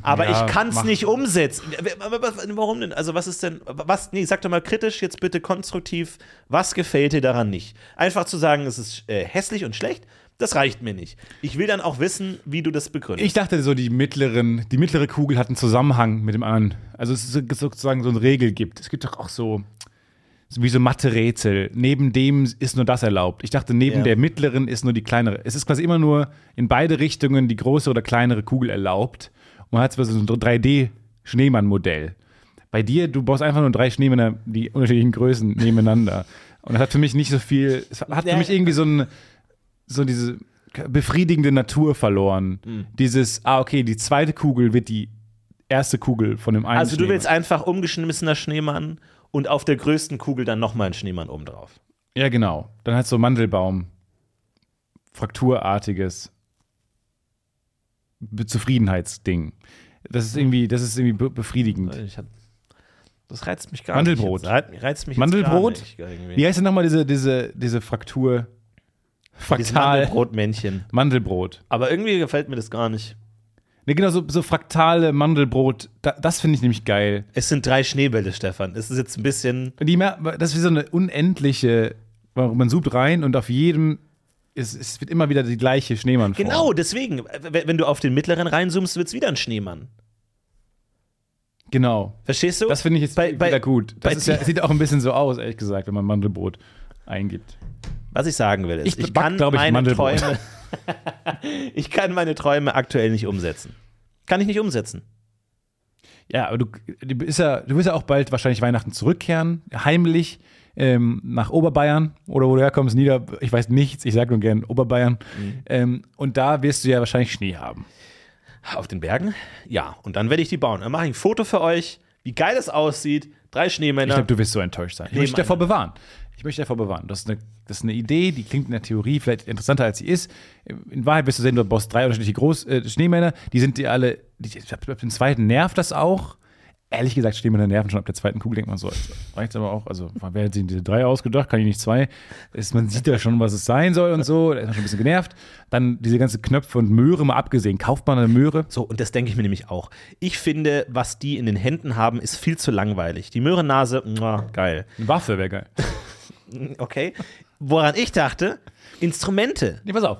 [SPEAKER 2] Aber
[SPEAKER 3] ja,
[SPEAKER 2] ich kann es
[SPEAKER 3] mach-
[SPEAKER 2] nicht umsetzen. Aber was- Warum denn? Also, was ist denn, was, nee, sag doch mal kritisch, jetzt bitte konstruktiv, was gefällt dir daran nicht? Einfach zu sagen, es ist äh, hässlich und schlecht, das reicht mir nicht. Ich will dann auch wissen, wie du das begründest.
[SPEAKER 3] Ich dachte so, die mittleren, die mittlere Kugel hat einen Zusammenhang mit dem anderen. Also es ist sozusagen so eine Regel gibt. Es gibt doch auch so, so wie so Mathe-Rätsel. Neben dem ist nur das erlaubt. Ich dachte, neben
[SPEAKER 2] Ja.
[SPEAKER 3] der mittleren ist nur die kleinere. Es ist quasi immer nur in beide Richtungen die große oder kleinere Kugel erlaubt. Und man hat zwar so ein 3D-Schneemann-Modell. Bei dir, du baust einfach nur drei Schneemänner, die unterschiedlichen Größen nebeneinander. Und das hat für mich nicht so viel, es hat für
[SPEAKER 2] Ja.
[SPEAKER 3] mich irgendwie so ein, so diese befriedigende Natur verloren.
[SPEAKER 2] Mhm.
[SPEAKER 3] Dieses, ah, okay, die zweite Kugel wird die erste Kugel von dem einen.
[SPEAKER 2] also, du
[SPEAKER 3] Schneemann.
[SPEAKER 2] willst einfach umgeschmissener Schneemann und auf der größten Kugel dann nochmal einen Schneemann obendrauf.
[SPEAKER 3] Ja, genau. Dann hat so Mandelbaum. Frakturartiges Be Zufriedenheitsding. Das ist irgendwie, das ist irgendwie be befriedigend.
[SPEAKER 2] Ich hab, das reizt mich gar
[SPEAKER 3] Mandelbrot.
[SPEAKER 2] nicht. Mandelbrot. Reizt mich jetzt
[SPEAKER 3] Mandelbrot?
[SPEAKER 2] Gar nicht irgendwie.
[SPEAKER 3] Wie heißt denn nochmal diese, diese, diese Fraktur?
[SPEAKER 2] Dieses
[SPEAKER 3] Fraktal.
[SPEAKER 2] Mandelbrotmännchen.
[SPEAKER 3] Mandelbrot.
[SPEAKER 2] Aber irgendwie gefällt mir das gar nicht.
[SPEAKER 3] Ne, genau, so, so fraktale Mandelbrot. Da, das finde ich nämlich geil.
[SPEAKER 2] Es sind drei Schneebälle, Stefan. Es ist jetzt ein bisschen.
[SPEAKER 3] Und Die, mer- das ist wie so eine unendliche, man sucht rein und auf jedem, es, es wird immer wieder die gleiche Schneemann
[SPEAKER 2] Genau, deswegen. W- Wenn du auf den mittleren reinzoomst, wird es wieder ein Schneemann.
[SPEAKER 3] Genau.
[SPEAKER 2] Verstehst du?
[SPEAKER 3] Das finde ich jetzt
[SPEAKER 2] Bei- bei-
[SPEAKER 3] wieder gut.
[SPEAKER 2] bei
[SPEAKER 3] Das ist ja,
[SPEAKER 2] dir-
[SPEAKER 3] sieht auch ein bisschen so aus, ehrlich gesagt, wenn man Mandelbrot eingibt.
[SPEAKER 2] Was ich sagen will, ist,
[SPEAKER 3] Ich
[SPEAKER 2] ich,
[SPEAKER 3] back,
[SPEAKER 2] kann
[SPEAKER 3] glaub ich,
[SPEAKER 2] meine
[SPEAKER 3] Mandelbrot.
[SPEAKER 2] Träume. [LAUGHS] ich kann meine Träume aktuell nicht umsetzen. Kann ich nicht umsetzen.
[SPEAKER 3] Ja, aber du, du, bist ja, du wirst ja auch bald wahrscheinlich Weihnachten zurückkehren, heimlich ähm, nach Oberbayern oder wo du herkommst, Nieder, ich weiß nichts, ich sage nur gern Oberbayern.
[SPEAKER 2] Mhm.
[SPEAKER 3] Ähm, und da wirst du ja wahrscheinlich Schnee haben.
[SPEAKER 2] Auf den Bergen? Ja. Und dann werde ich die bauen. Dann mache ich ein Foto für euch, wie geil es aussieht. Drei
[SPEAKER 3] Ich
[SPEAKER 2] Schneemänner.
[SPEAKER 3] glaube, du wirst so enttäuscht sein. Ich möchte dich davor bewahren. Ich möchte dich davor bewahren. Das ist, eine, das ist eine Idee, die klingt in der Theorie vielleicht interessanter, als sie ist. In Wahrheit wirst du sehen, du baust drei unterschiedliche Groß äh, Schneemänner. Die sind dir alle, die, die, ab, ab dem zweiten nervt das auch. Ehrlich gesagt, Schneemänner nerven schon ab der zweiten Kugel, denkt man so. jetzt Reicht aber auch, also wer hat sich diese drei ausgedacht, kann ich nicht zwei. Ist, man sieht ja schon, was es sein soll und so. Da ist man schon ein bisschen genervt. Dann diese ganzen Knöpfe und Möhre mal abgesehen. Kauft man eine Möhre?
[SPEAKER 2] So, und das denke ich mir nämlich auch. Ich finde, was die in den Händen haben, ist viel zu langweilig. Die Möhrennase, mwah,
[SPEAKER 3] [LAUGHS]
[SPEAKER 2] geil.
[SPEAKER 3] Eine Waffe wäre geil.
[SPEAKER 2] Okay. Woran ich dachte, Instrumente.
[SPEAKER 3] Nee, pass auf.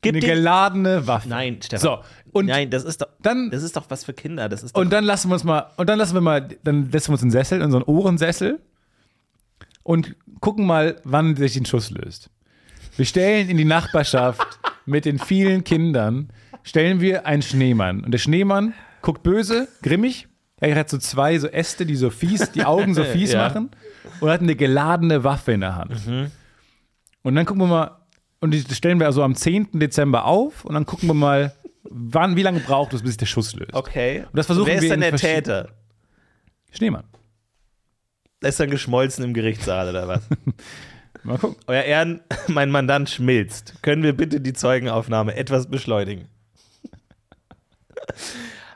[SPEAKER 2] Gib
[SPEAKER 3] eine
[SPEAKER 2] den-
[SPEAKER 3] geladene Waffe.
[SPEAKER 2] Nein, Stefan.
[SPEAKER 3] So, und
[SPEAKER 2] Nein, das ist doch,
[SPEAKER 3] dann-
[SPEAKER 2] das ist doch was für Kinder. Das ist doch,
[SPEAKER 3] Und dann lassen wir uns mal, und dann lassen wir mal, dann lassen wir uns einen Sessel, unseren Ohrensessel und gucken mal, wann sich den Schuss löst. Wir stellen in die Nachbarschaft mit den vielen Kindern, stellen wir einen Schneemann. Und der Schneemann guckt böse, grimmig. Er hat so zwei so Äste, die so fies, die Augen so fies
[SPEAKER 2] Ja.
[SPEAKER 3] machen und hat eine geladene Waffe in der Hand. Und dann gucken wir mal, und die stellen wir also am 10. Dezember auf und dann gucken wir mal, wann, wie lange braucht es, bis sich der Schuss löst.
[SPEAKER 2] okay. Und
[SPEAKER 3] das versuchen
[SPEAKER 2] Wer ist
[SPEAKER 3] wir
[SPEAKER 2] denn
[SPEAKER 3] in
[SPEAKER 2] der
[SPEAKER 3] verschied-
[SPEAKER 2] Täter?
[SPEAKER 3] Schneemann.
[SPEAKER 2] Der ist dann geschmolzen im Gerichtssaal
[SPEAKER 3] [LAUGHS]
[SPEAKER 2] oder was?
[SPEAKER 3] Mal gucken.
[SPEAKER 2] Euer Ehren, mein Mandant schmilzt. Können wir bitte die Zeugenaufnahme etwas beschleunigen?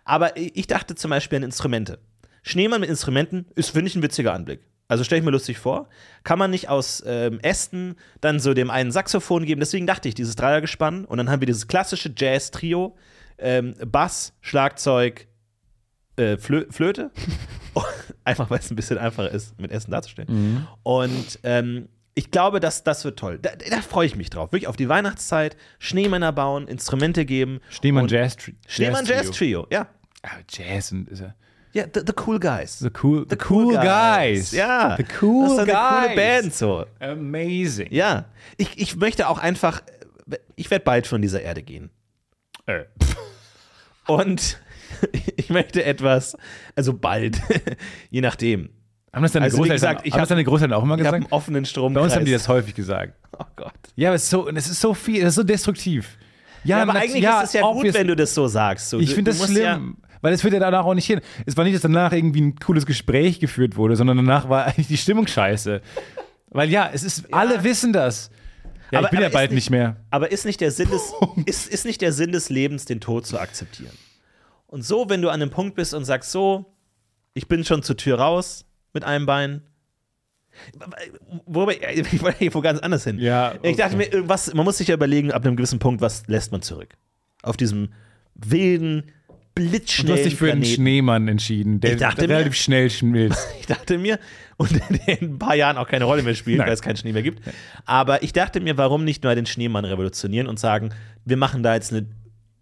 [SPEAKER 2] Aber i- ich dachte zum Beispiel an Instrumente. Schneemann mit Instrumenten ist, finde ich, ein witziger Anblick. Also stelle ich mir lustig vor. Kann man nicht aus ähm, Ästen dann so dem einen Saxophon geben? Deswegen dachte ich, dieses Dreiergespann. Und dann haben wir dieses klassische Jazz-Trio: ähm, Bass, Schlagzeug, äh, Flö Flöte. Einfach, weil es ein bisschen einfacher ist, mit Essen darzustellen. Und ähm, ich glaube, das, das wird toll. Da, da freue ich mich drauf. Wirklich auf die Weihnachtszeit. Schneemänner bauen, Instrumente geben.
[SPEAKER 3] Schneemann
[SPEAKER 2] Und-
[SPEAKER 3] Jazz Trio.
[SPEAKER 2] Schneemann Jazz Trio. Ja.
[SPEAKER 3] Ah, Jazz und ist ja.
[SPEAKER 2] Ja, the, the Cool Guys.
[SPEAKER 3] The cool, the cool, guys.
[SPEAKER 2] Ja.
[SPEAKER 3] The cool
[SPEAKER 2] das ist eine
[SPEAKER 3] guys.
[SPEAKER 2] coole Band so.
[SPEAKER 3] Amazing.
[SPEAKER 2] Ja. Ich, ich möchte auch einfach, ich werde bald von dieser Erde gehen.
[SPEAKER 3] Äh,
[SPEAKER 2] [LAUGHS] Und ich möchte etwas, also bald, [LAUGHS] je nachdem.
[SPEAKER 3] Haben das deine
[SPEAKER 2] Also, wie
[SPEAKER 3] Großeltern,
[SPEAKER 2] gesagt, ich
[SPEAKER 3] haben
[SPEAKER 2] hab-
[SPEAKER 3] das deine Großeltern auch immer
[SPEAKER 2] Ich habe einen
[SPEAKER 3] gesagt?
[SPEAKER 2] offenen Strom.
[SPEAKER 3] Bei uns haben die das häufig gesagt.
[SPEAKER 2] Oh Gott.
[SPEAKER 3] Ja, aber es ist so, und es ist so viel, es ist so destruktiv.
[SPEAKER 2] Ja, aber
[SPEAKER 3] nat-
[SPEAKER 2] eigentlich ist es ja gut,
[SPEAKER 3] obvious-
[SPEAKER 2] wenn du das so sagst. So,
[SPEAKER 3] Ich
[SPEAKER 2] du-
[SPEAKER 3] finde
[SPEAKER 2] du
[SPEAKER 3] das
[SPEAKER 2] musst ja-
[SPEAKER 3] schlimm. Weil es führt ja danach auch nicht hin. Es war nicht, dass danach irgendwie ein cooles Gespräch geführt wurde, sondern danach war eigentlich die Stimmung scheiße. Weil ja, es ist, alle wissen das. Ja,
[SPEAKER 2] Aber-
[SPEAKER 3] ich bin ja
[SPEAKER 2] aber ist
[SPEAKER 3] bald nicht,
[SPEAKER 2] nicht-
[SPEAKER 3] mehr.
[SPEAKER 2] Aber ist nicht, der Sinn des, ist, ist nicht der Sinn des Lebens, den Tod zu akzeptieren? Und so, wenn du an einem Punkt bist und sagst, so, ich bin schon zur Tür raus mit einem Bein. Wobei, ich wollte hier wo ganz anders hin.
[SPEAKER 3] Ja,
[SPEAKER 2] Ich dachte mir, was, man muss sich ja überlegen, ab einem gewissen Punkt, was lässt man zurück? Auf diesem wilden,
[SPEAKER 3] Du
[SPEAKER 2] blitzschnellen
[SPEAKER 3] hast dich für einen
[SPEAKER 2] Planeten.
[SPEAKER 3] Schneemann entschieden, der
[SPEAKER 2] Ich dachte mir-
[SPEAKER 3] relativ schnell schmilzt.
[SPEAKER 2] Ich dachte mir, und der in ein paar Jahren auch keine Rolle mehr spielt,
[SPEAKER 3] Nein.
[SPEAKER 2] weil es keinen Schnee mehr gibt. Aber ich dachte mir, warum nicht nur den Schneemann revolutionieren und sagen, wir machen da jetzt eine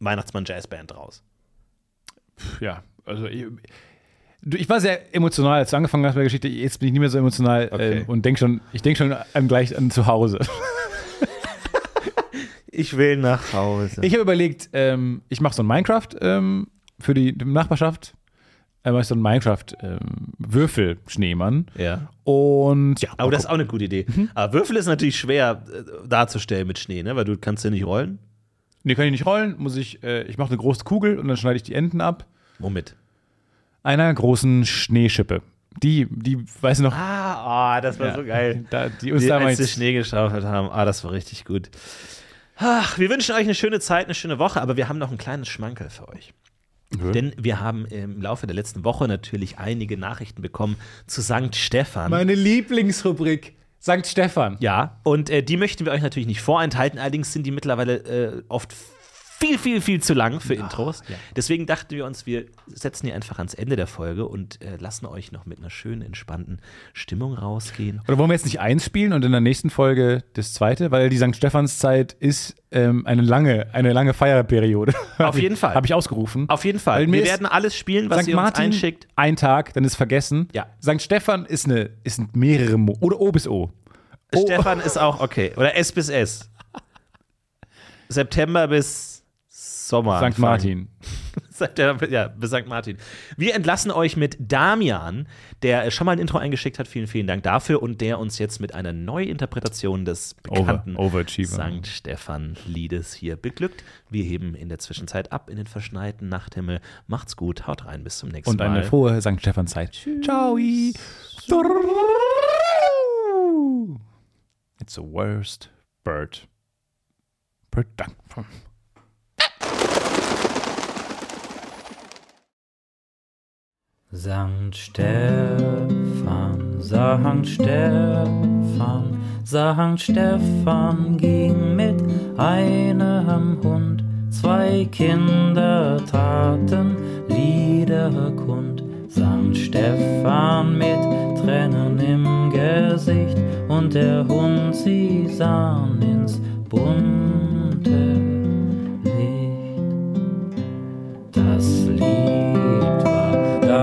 [SPEAKER 2] Weihnachtsmann-Jazzband draus.
[SPEAKER 3] [LAUGHS] ja, also ich, du, ich war sehr emotional, als du angefangen hast mit der Geschichte. Jetzt bin ich nicht mehr so emotional
[SPEAKER 2] Okay.
[SPEAKER 3] ähm, und denk schon, ich denke schon an, gleich an zu Hause.
[SPEAKER 2] Ich will nach Hause.
[SPEAKER 3] [LAUGHS] Ich habe überlegt, ähm, ich mache so ein Minecraft ähm, für die Nachbarschaft. Äh, mach ich so einen Minecraft-Würfel-Schneemann.
[SPEAKER 2] ja.
[SPEAKER 3] Und ja,
[SPEAKER 2] Aber das ist auch eine gute Idee. Aber Würfel ist natürlich schwer äh, darzustellen mit Schnee, ne? weil du kannst ja nicht rollen.
[SPEAKER 3] nee, kann ich nicht rollen. Muss ich, äh, ich mache eine große Kugel und dann schneide ich die Enden ab.
[SPEAKER 2] Womit?
[SPEAKER 3] Einer großen Schneeschippe. Die, die, weiß noch,
[SPEAKER 2] Ah, oh, das war so geil.
[SPEAKER 3] [LAUGHS] Da, die uns
[SPEAKER 2] Die, als sie
[SPEAKER 3] damals.
[SPEAKER 2] Schnee geschaufelt haben. Ah, das war richtig gut. Ach, wir wünschen euch eine schöne Zeit, eine schöne Woche, aber wir haben noch ein kleines Schmankerl für euch. Denn wir haben im Laufe der letzten Woche natürlich einige Nachrichten bekommen zu St. Stefan.
[SPEAKER 3] Meine Lieblingsrubrik, St. Stefan.
[SPEAKER 2] ja, und äh, die möchten wir euch natürlich nicht vorenthalten, allerdings sind die mittlerweile äh, oft viel, viel, viel zu lang für Intros. Deswegen dachten wir uns, wir setzen die einfach ans Ende der Folge und äh, lassen euch noch mit einer schönen, entspannten Stimmung rausgehen.
[SPEAKER 3] Oder wollen wir jetzt nicht eins spielen und in der nächsten Folge das zweite? Weil die St. Stephanszeit ist ähm, eine lange, eine lange Feierperiode. [LAUGHS] Hab ich-
[SPEAKER 2] jeden Fall.
[SPEAKER 3] Habe ich ausgerufen.
[SPEAKER 2] Auf jeden
[SPEAKER 3] Weil
[SPEAKER 2] Fall,
[SPEAKER 3] mir
[SPEAKER 2] wir
[SPEAKER 3] ist
[SPEAKER 2] werden alles spielen, was
[SPEAKER 3] St.
[SPEAKER 2] ihr uns
[SPEAKER 3] Martin
[SPEAKER 2] einschickt.
[SPEAKER 3] ein Tag, dann ist vergessen.
[SPEAKER 2] Ja.
[SPEAKER 3] St. Stefan ist eine, ist ein mehrere Mo oder O bis O. Oh.
[SPEAKER 2] Stefan ist auch okay. Oder S bis S. September bis Sommer.
[SPEAKER 3] St.
[SPEAKER 2] Anfang.
[SPEAKER 3] Martin.
[SPEAKER 2] Seit der- Ja, bis St. Martin. Wir entlassen euch mit Damian, der äh, schon mal ein Intro eingeschickt hat. Vielen, vielen Dank dafür und der uns jetzt mit einer Neuinterpretation des bekannten
[SPEAKER 3] Over- Overachiever.
[SPEAKER 2] St. Stefan-Liedes hier beglückt. Wir heben in der Zwischenzeit ab in den verschneiten Nachthimmel. Macht's gut, haut rein, bis zum nächsten
[SPEAKER 3] Und
[SPEAKER 2] Mal.
[SPEAKER 3] eine frohe St. Stephanszeit. Ciao. It's the worst bird. Bird done.
[SPEAKER 4] Sankt Stefan, Sankt Stefan, Sankt Stefan ging mit einem Hund. Zwei Kinder taten Lieder kund. Sankt Stefan mit Tränen im Gesicht und der Hund, sie sahen ins bunte Licht. Das Lied war,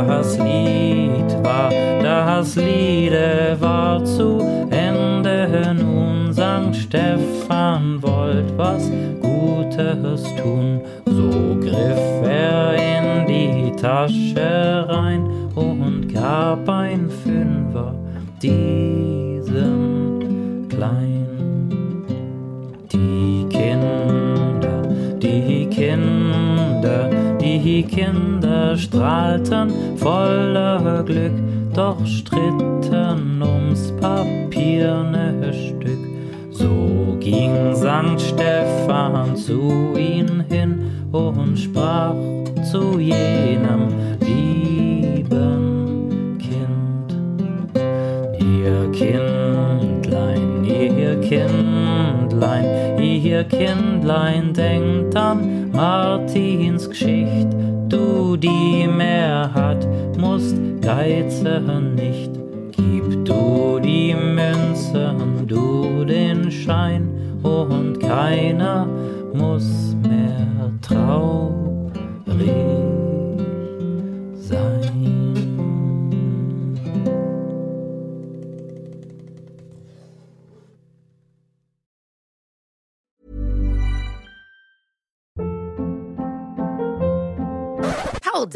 [SPEAKER 4] das Lied war, das Liede war zu Ende. Nun Sankt Stefan wollt was Gutes tun, so griff er in die Tasche rein und gab ein Fünfer diesem Klein. Die Kinder, die Kinder, die Kinder strahlten voller Glück, doch stritten ums papierne Stück. So ging Sankt Stefan zu ihnen hin und sprach zu jenem lieben Kind. Ihr Kindlein, ihr Kindlein, ihr Kindlein, denkt an Martins Geschicht. Du, die mehr hat, musst geizen nicht. Gib du die Münzen, du den Schein, und keiner muss mehr traurig sein.
[SPEAKER 5] Hold